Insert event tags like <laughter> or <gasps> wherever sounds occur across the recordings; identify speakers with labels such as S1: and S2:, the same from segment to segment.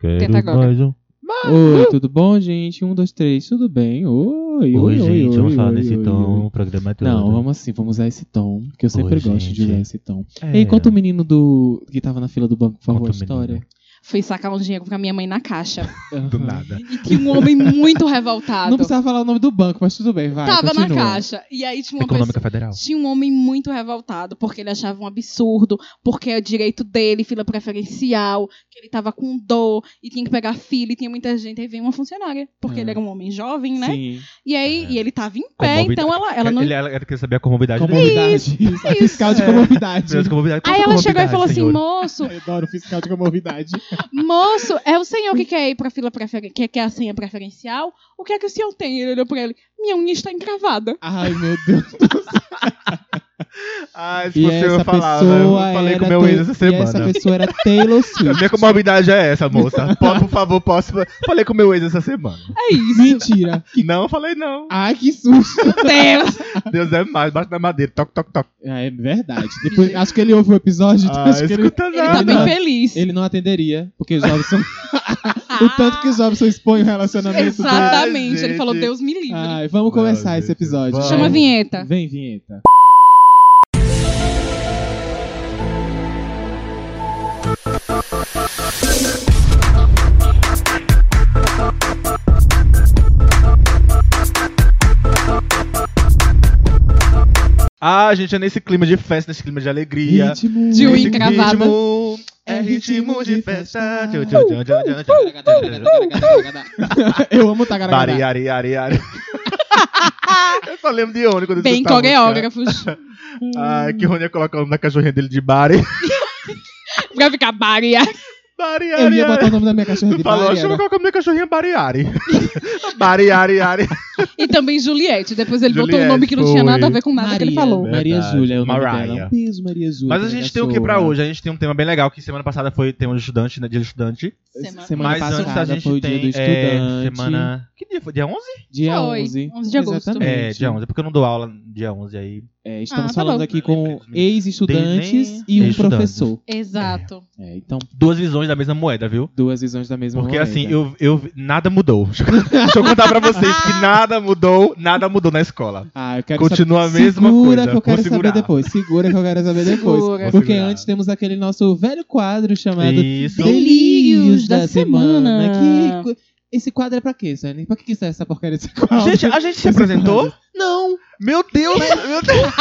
S1: Quero
S2: Tenta agora.
S1: mais um.
S3: Oi, tudo bom, gente? Um, dois, três, tudo bem? Oi,
S1: Oi,
S3: oi, oi,
S1: gente,
S3: oi,
S1: vamos falar
S3: oi,
S1: nesse
S3: oi,
S1: tom,
S3: oi.
S1: o programa é todo.
S3: Não, vamos assim, vamos usar esse tom, que eu sempre
S1: Oi,
S3: gosto de
S1: gente.
S3: usar esse tom.
S1: É,
S3: Ei, conta o menino do que tava na fila do banco, por favor, a
S1: Conta o
S3: história.
S2: Fui sacar um dinheiro com a minha mãe na caixa.
S1: do
S3: Aham.
S1: nada.
S2: E tinha um homem
S1: <laughs>
S2: muito revoltado.
S3: Não precisava falar o nome do banco, mas tudo bem, vai,
S2: Tava na
S3: continua.
S2: caixa. E aí tinha uma pessoa.
S1: Econômica Federal.
S2: Tinha um homem muito revoltado, porque ele achava um absurdo, porque é o direito dele, fila preferencial, que ele tava com dor e tinha que pegar fila e tinha muita gente. Aí veio uma funcionária, porque
S3: Ah.
S2: ele era um homem jovem, né?
S3: Sim,
S2: E aí
S1: É.
S2: e ele tava em pé,
S1: Comorbida-
S2: então ela, ela não.
S1: Ele, é, ela queria saber a comorbidade dele.
S3: comorbidade. É <laughs> fiscal de
S1: É.
S3: comorbidade.
S1: Precisa de comorbidade. Qual
S2: Aí
S1: a
S2: ela chegou e
S1: comorbidade,
S2: falou assim:
S1: senhor?
S2: moço,
S3: Eu adoro fiscal de comorbidade.
S2: moço, é o
S1: <laughs>
S2: senhor que quer ir pra fila preferencial, que quer a senha preferencial? O que é que o senhor tem? Ele olhou pra ele: minha unha está encravada.
S3: Ai, meu Deus.
S1: Ah, se
S3: E
S1: fosse eu
S3: essa
S1: eu falava. né? Eu
S3: pessoa
S1: falei
S2: é
S3: era
S1: com meu
S3: Tay-
S1: ex essa
S3: E essa
S1: semana.
S3: pessoa era
S1: <laughs>
S3: Taylor
S1: A
S3: Swift.
S1: minha comorbidade é
S2: <laughs>
S1: essa, moça. Po- Por favor, posso. Falei com meu ex essa semana.
S2: É isso.
S3: Mentira.
S1: Não, falei não.
S3: Ai, que susto.
S2: Meu Deus.
S1: Deus é mais, bate na madeira, toque, toque, toque.
S3: Ah,
S2: <laughs>
S3: É verdade. Depois, acho que ele ouve o episódio, então
S1: Ah,
S3: acho que ele,
S1: escuta
S2: Ele
S1: nada.
S2: tá bem
S3: não-
S2: feliz.
S3: ele não atenderia. Porque os jovens
S2: <laughs>
S3: são. o tanto que os jovens expõem o relacionamento dele.
S2: Ah, Exatamente.
S1: Ai,
S2: ele falou:
S1: gente.
S2: Deus me livre.
S3: Ai, vamos começar esse episódio.
S1: Vamos.
S2: Chama a vinheta.
S3: Vem, vinheta.
S1: Ah, gente, é nesse clima de festa, nesse clima de alegria.
S3: Ritmo.
S2: De
S1: Esse
S2: unha
S1: É
S2: encravada.
S1: ritmo é ritmo de festa. Tchau,
S3: Uh,
S1: tchau, tchau, tchau, tchau, tchau.
S3: <laughs> Eu amo tagaragada.
S1: Bari, ari, ari,
S3: <laughs>
S1: ari. Eu só lembro de Rony quando eu
S2: Bem
S1: escutava a música.
S2: coreógrafos. <laughs>
S1: Ai, que Rony ia colocar o nome da cachorrinha dele de Bari. <laughs>
S2: pra ficar baria.
S1: Bari,
S3: Eu
S1: ari,
S3: ia botar
S1: ari.
S3: o nome da minha cachorra
S1: Tu
S3: de
S1: <laughs> falou,
S3: Bari,
S1: deixa eu
S3: era-
S1: colocar o nome da cachorrinha Bari, ari. <laughs> Bari, ari, ari.
S2: E também Juliette. Depois ele botou um
S1: Juliette,
S2: nome que não tinha
S1: foi.
S2: nada a ver com nada que ele falou.
S1: né?
S3: Maria
S1: Verdade.
S3: Júlia é o nome
S1: Mariah.
S3: dela. Um beijo, Maria Júlia.
S1: Mas a gente tem o que pra hoje? A gente tem um tema bem legal, que semana passada foi tema de estudante, né? Dia do estudante.
S2: Semana-
S3: Semana
S1: Mas
S3: passada
S1: antes a gente
S3: foi o dia
S1: tem
S3: do
S1: é,
S3: estudante.
S1: semana... Que dia foi? Dia 11?
S3: Dia
S2: Foi,
S3: 11.
S2: 11 de agosto.
S1: É,
S3: Exatamente.
S1: dia 11. É porque eu não dou aula dia 11 aí.
S3: É, estamos
S2: Ah, tá
S3: falando
S2: bom.
S3: aqui com ex-estudantes
S1: Nem-
S3: e um
S1: ex-estudantes.
S3: professor.
S2: Exato.
S3: É, então,
S1: Duas visões da mesma moeda, viu?
S3: duas visões da mesma
S1: Porque
S3: moeda.
S1: assim, eu, eu nada mudou. <laughs> Deixa eu contar pra vocês
S3: <laughs>
S1: que nada mudou, nada mudou na escola.
S3: Ah, eu quero
S1: Continua
S3: saber...
S1: a mesma
S3: Segura
S1: coisa.
S3: que eu
S1: Vou
S3: quero
S1: segurar.
S3: saber depois. Segura que eu quero
S1: <laughs>
S3: saber depois.
S2: Segura.
S3: Porque
S1: segurar.
S3: antes temos aquele nosso velho quadro chamado
S1: Isso.
S3: Delírios da,
S2: da
S3: semana.
S2: semana.
S3: Que- esse quadro é pra quê, Sani? Pra que que serve essa porcaria desse
S1: <laughs>
S3: quadro?
S1: Gente, a gente se apresentou?
S3: Não!
S1: Meu Deus, meu Deus.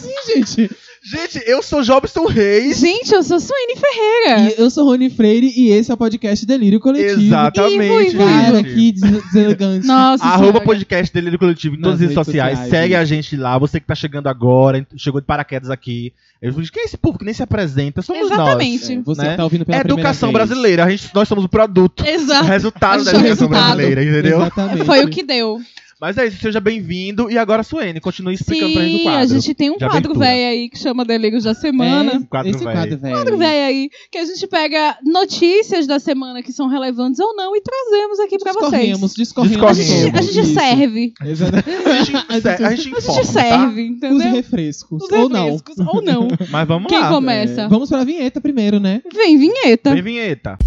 S3: Sim, assim, gente.
S1: Gente, eu sou Jobson Reis.
S2: Gente, eu sou Suene Ferreira.
S3: E eu sou Rony Freire e esse é o podcast Delírio Coletivo.
S1: Exatamente.
S2: Ivo, Ivo,
S3: Cara,
S1: gente.
S3: que des- deselegante.
S2: Nossa
S1: Arroba
S2: senhora.
S1: podcast Delírio Coletivo em todas as
S3: Nas
S1: redes
S3: redes
S1: sociais.
S3: sociais,
S1: Segue
S3: gente.
S1: a gente lá. Você que tá chegando agora, chegou de paraquedas aqui. Eu falei, quem é esse povo que nem se apresenta? Somos
S2: Exatamente.
S1: nós.
S3: É, você
S1: né?
S3: que tá ouvindo pela
S1: É
S3: primeira
S1: educação
S3: vez.
S1: brasileira. A gente, nós somos o produto. <laughs> O
S2: Exato.
S1: resultado da educação
S2: Acho que é o resultado.
S1: brasileira, entendeu?
S3: Exatamente.
S2: Foi o que deu.
S1: Mas é isso, seja bem-vindo. E agora, Suene, continue explicando pra gente o
S2: Sim, a
S1: quadro.
S2: gente tem um
S1: de
S2: quadro
S1: abertura.
S2: velho aí que chama Delírios da Semana.
S3: É,
S1: Quadro
S3: esse
S1: velho.
S3: quadro, velho.
S2: quadro velho aí que a gente pega notícias da semana que são relevantes ou não e trazemos aqui pra vocês.
S3: Discorremos, discorremos.
S2: A
S1: Discorremos.
S2: gente, a gente
S3: Isso.
S2: serve.
S3: Exatamente.
S1: A gente, se- a gente
S2: <laughs> A gente
S1: informa, tá?
S2: serve,
S3: Os
S2: entendeu?
S3: refrescos.
S2: Os
S3: ou não.
S2: refrescos, Ou não.
S1: tá? Mas vamos
S2: Quem
S1: lá.
S2: começa?
S3: É, Vamos pra vinheta primeiro, né?
S2: Vem, vinheta.
S1: Vem vinheta.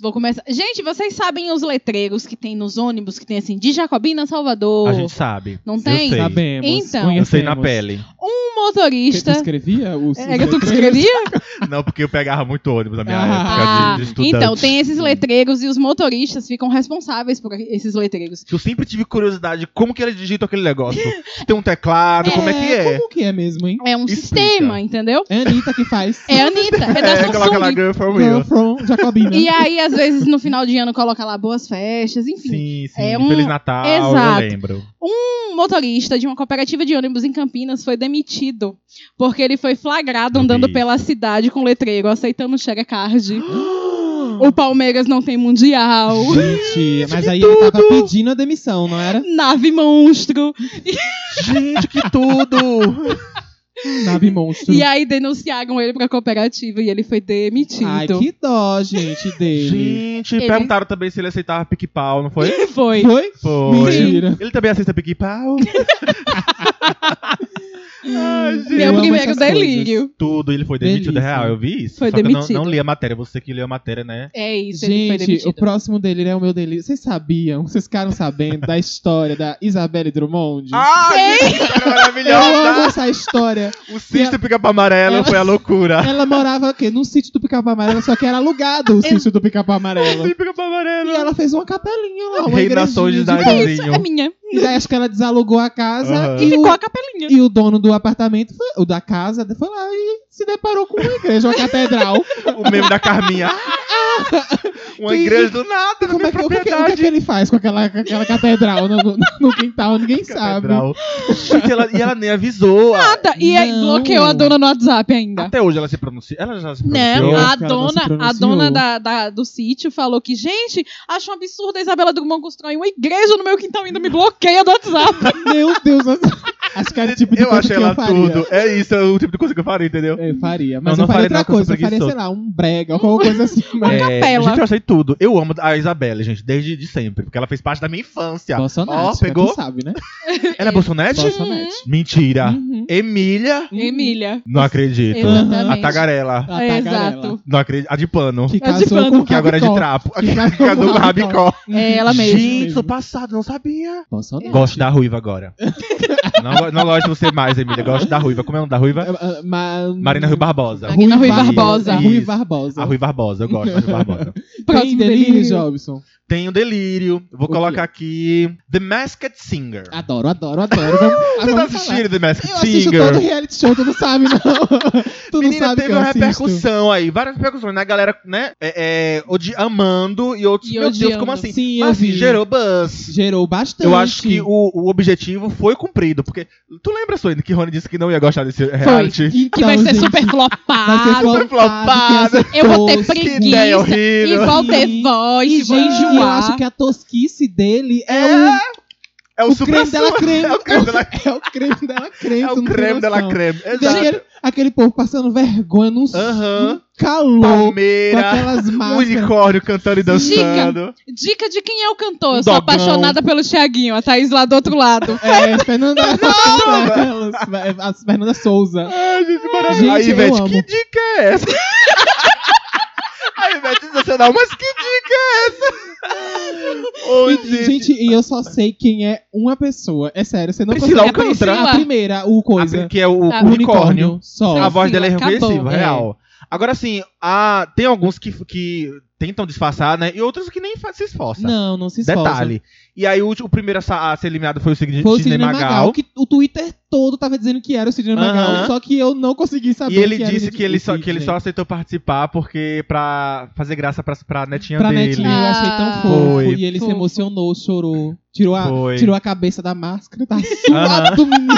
S2: Vou começar. Gente, vocês sabem os letreiros que tem nos ônibus, que tem assim, de Jacobina a Salvador.
S1: A gente sabe.
S2: Não tem?
S1: Eu sei.
S3: Sabemos.
S2: Então.
S1: Eu
S3: conhecemos.
S1: sei na pele.
S2: Um
S3: Que tu
S2: motorista.
S3: escrevia? Os, os
S2: Era tu que
S3: letreiros?
S2: escrevia?
S1: Não, porque eu pegava muito ônibus na minha
S3: Ah.
S1: época de, de estudante.
S2: então, tem esses letreiros e os motoristas ficam responsáveis por esses letreiros.
S1: Eu sempre tive curiosidade de como que eles digitam aquele negócio. Se tem um teclado, como é que é?
S3: Como que é mesmo, hein?
S2: É um
S1: Explica.
S2: sistema, entendeu?
S3: É a Anitta que faz.
S2: É a Anitta, é da
S1: É, coloca lá
S2: Samsung.
S1: Girl for
S3: Girl
S1: Real.
S3: from Jacobina.
S2: E aí, às vezes, no final de ano, coloca lá boas festas, enfim.
S1: Sim, sim.
S2: É um-
S1: Feliz Natal,
S2: Exato.
S1: eu lembro.
S2: Um motorista de uma cooperativa de ônibus em Campinas foi demitido porque ele foi flagrado
S1: Eu
S2: andando
S1: vi
S2: pela cidade com letreiro aceitando
S3: <gasps>
S2: Sharecard. o Palmeiras não tem mundial.
S3: Gente, mas aí ele tava pedindo a demissão, não era?
S2: Nave monstro.
S1: Gente, que tudo!
S3: Nave monstro.
S4: E aí denunciaram ele pra cooperativa e ele foi demitido.
S3: Ai, que dó, gente, dele.
S1: Gente,
S4: Ele-
S1: perguntaram também se ele aceitava pique-pau, não foi?
S4: Foi.
S3: Foi?
S1: Foi.
S3: Mentira.
S1: Ele também aceita
S3: <laughs>
S1: pique-pau. Ai, gente.
S3: Eu
S4: Meu
S3: amo
S4: primeiro
S3: essas coisas.
S4: delírio.
S1: Tudo, ele foi demitido,
S3: Delícia.
S1: é real, eu vi isso.
S4: Foi
S1: Só que eu não-
S4: demitido.
S1: não, li a matéria, você que leu a matéria, né?
S4: É isso, ele foi
S3: Gente,
S4: demitido.
S3: o próximo dele é o meu delírio. Vocês sabiam? Vocês ficaram sabendo da história da Isabelle Drummond?
S1: Ah,
S4: É
S1: gente, era
S3: Eu amo
S1: maravilhosa!
S3: essa história.
S1: O Sister Pica-Pau Amarelo
S3: Ela-
S1: foi a loucura.
S3: Ela morava o quê? Num sítio do Pica-Pau Amarelo, só que era alugado o sítio do Pica-Pau Amarelo.
S1: Sister Pica-Pau Amarelo.
S3: E ela fez uma capelinha lá, uma
S1: Reina
S3: igrejinha de
S1: solidária.
S3: boa.
S4: É isso,
S1: Zinho.
S4: é minha.
S3: E daí acho que ela desalugou a casa
S1: Aham.
S3: e,
S4: Ficou
S3: o,
S4: a capelinha.
S3: e o dono do apartamento, foi- o da casa, foi lá e se deparou com uma igreja, uma catedral.
S1: O meme da
S3: <laughs>
S1: Carminha. Uma
S3: Que-
S1: igreja do nada, na
S3: Como
S1: minha
S3: é que, o, que, o que é
S1: propriedade.
S3: que ele faz com aquela, com aquela catedral no, no- no quintal? Ninguém sabe.
S1: Catedral. Gente, ela- e ela nem avisou. a-
S4: Nada. E aí
S3: Não.
S4: bloqueou a dona no WhatsApp ainda.
S1: Até hoje ela se pronuncia. Ela já se pronunciou.
S4: Não,
S3: Eu acho
S4: a
S3: que ela não se
S4: dona, a
S3: pronunciou.
S4: dona da, da- do sítio falou que, gente, acho um absurdo a Isabela Drummond construir uma igreja no meu quintal e ainda me bloqueia do WhatsApp.
S3: Meu Deus, acho que era o tipo de
S1: eu
S3: coisa
S1: acho
S3: que
S1: ela
S3: eu faria.
S1: tudo. É isso, é o tipo de coisa que eu faria, entendeu?
S3: Eu faria, mas
S1: Não, não
S3: eu faria
S1: faria
S3: outra
S1: não, que eu sou
S3: coisa. Eu faria, sei
S1: preguiçoso.
S3: lá, um brega ou alguma coisa assim. mas-
S1: É,
S4: capela.
S1: Gente, eu achei tudo. Eu amo a Isabelle, gente, desde de sempre. Porque ela fez parte da minha infância.
S3: Bolsonaro,
S1: Ó, pegou?
S3: tu sabe, né?
S1: Ela é Bolsonaro?
S3: Bolsonaro.
S1: Mentira.
S3: Uhum.
S1: Emília?
S4: Emília.
S1: Não acredito. A
S4: Exatamente.
S1: Tá Tagarela.
S3: A
S4: É,
S3: tagarela.
S4: exato.
S1: Não acredito. A de pano.
S3: Ah, tá, Que
S4: É de
S3: casou
S4: pano.
S3: com o
S1: Que agora é de
S3: Rabicó.
S1: trapo.
S3: <laughs> Que casou
S1: Que é do
S3: com o Rabicó.
S1: Rabicó.
S4: É ela mesma.
S1: Gente,
S3: mesmo.
S1: sou passado, não sabia.
S3: Bolsonaro.
S1: Gosto da ruiva
S3: <laughs>
S1: agora. não, go- não gosto de você mais, Emília. Gosto da ruiva. Como é o nome da ruiva?
S3: Ah, ah, ma-
S1: Marina Rui Barbosa.
S4: Aqui na Rui Barbosa.
S3: Rui
S1: Isso.
S3: Barbosa.
S1: A Rui Barbosa, eu gosto da Rui Barbosa.
S3: Tem
S4: Próximo
S3: delírio,
S4: delírio.
S3: Jobson.
S1: Tem o Delírio. Vou
S3: O
S1: colocar aqui The Masked Singer.
S3: Adoro,
S1: <laughs>
S3: adoro, adoro. Vamos, ah,
S1: Vocês
S3: vamos
S1: assistiram The
S3: falar.
S1: Masked
S3: Eu assisto
S1: Singer?
S3: todo reality show, tu não sabe, não. tu não
S1: Menina,
S3: sabe que
S1: teve
S3: eu
S1: uma
S3: assisto.
S1: repercussão aí, várias repercussões, né? A galera, né? É, é, odi- amando e outros.
S4: E
S1: meu Deus,
S4: odiando.
S1: como assim?
S3: Sim,
S1: Mas
S3: eu
S1: assim,
S3: vi.
S1: gerou buzz.
S3: Gerou bastante.
S1: Eu acho que o, o objetivo foi cumprido, porque. Tu lembra, Suene, que Rony disse que não ia gostar desse reality?
S3: Então,
S4: Que vai ser
S3: gente,
S4: super
S3: Vai ser
S4: flopado.
S3: flopado,
S1: flopado.
S3: que ia ser
S4: Eu vou ter
S3: tosco.
S1: Que
S4: preguiça.
S1: ideia
S4: E
S1: horrível.
S4: vou ter
S3: Sim.
S4: voz,
S3: E,
S4: vou
S3: gente, eu
S4: enjoar.
S3: acho que a tosquice dele é,
S1: É,
S3: o,
S1: É o,
S3: o
S1: super
S3: creme dela creme.
S1: <laughs> É o creme dela creme.
S3: é o creme dela
S1: <laughs> É
S3: creme. tu
S1: o
S3: não tem
S1: creme dela
S3: noção.
S1: creme.
S3: Tem
S1: Exato.
S3: Aquele, aquele povo passando vergonha num
S1: Aham.
S3: calor. Com
S1: Palmeira.
S3: aquelas
S1: Um
S3: máscaras.
S1: unicórnio cantando e dançando.
S4: Dica de quem é o cantor. Eu
S1: Um
S4: sou
S1: dogão.
S4: apaixonada pelo Thiaguinho. A Thaís lá do outro lado.
S3: É,
S1: <laughs>
S3: Fernanda, aquelas- <laughs> as Fernanda Souza.
S1: Ai, gente, maravilhoso.
S3: Gente,
S1: Aí,
S3: eu
S1: Ivete,
S3: amo.
S1: que dica é essa? <laughs> Aí, Ivete, sensacional, mas que dica é essa? Ô,
S3: E, gente, e eu só sei quem é uma pessoa. É sério, você não
S1: Priscila
S3: consegue.
S1: Alcântara.
S3: A primeira, o coisa.
S1: que é o
S4: Tá.
S3: o
S1: unicórnio.
S3: Só.
S1: A voz dela é
S4: Acabou.
S1: reconhecível,
S3: É.
S1: real. Agora, assim, há- tem alguns que, que tentam disfarçar, né? E outros que nem fa- se esforçam.
S3: Não, não se esforça.
S1: Detalhe. E aí, o, último- o primeiro a, sa- a ser eliminado foi o Sidney,
S3: Foi o
S1: Sidney
S3: Sidney Magal,
S1: Magal.
S3: que o Twitter todo tava dizendo que era o Sidney Magal,
S1: Aham.
S3: só que eu não consegui saber
S1: E ele
S3: que era o
S1: disse
S3: Sidney-
S1: que ele, só,
S3: o
S1: que ele
S3: Sidney.
S1: só aceitou participar porque pra fazer graça pra, pra netinha
S3: Pra
S1: dele.
S3: netinha, eu achei tão
S4: Ah.
S3: fofo.
S1: Foi.
S3: E ele se
S4: Fofo.
S3: emocionou, chorou. Tirou a,
S1: Foi.
S3: tirou a cabeça da máscara,
S1: <laughs>
S3: tá suado, menino.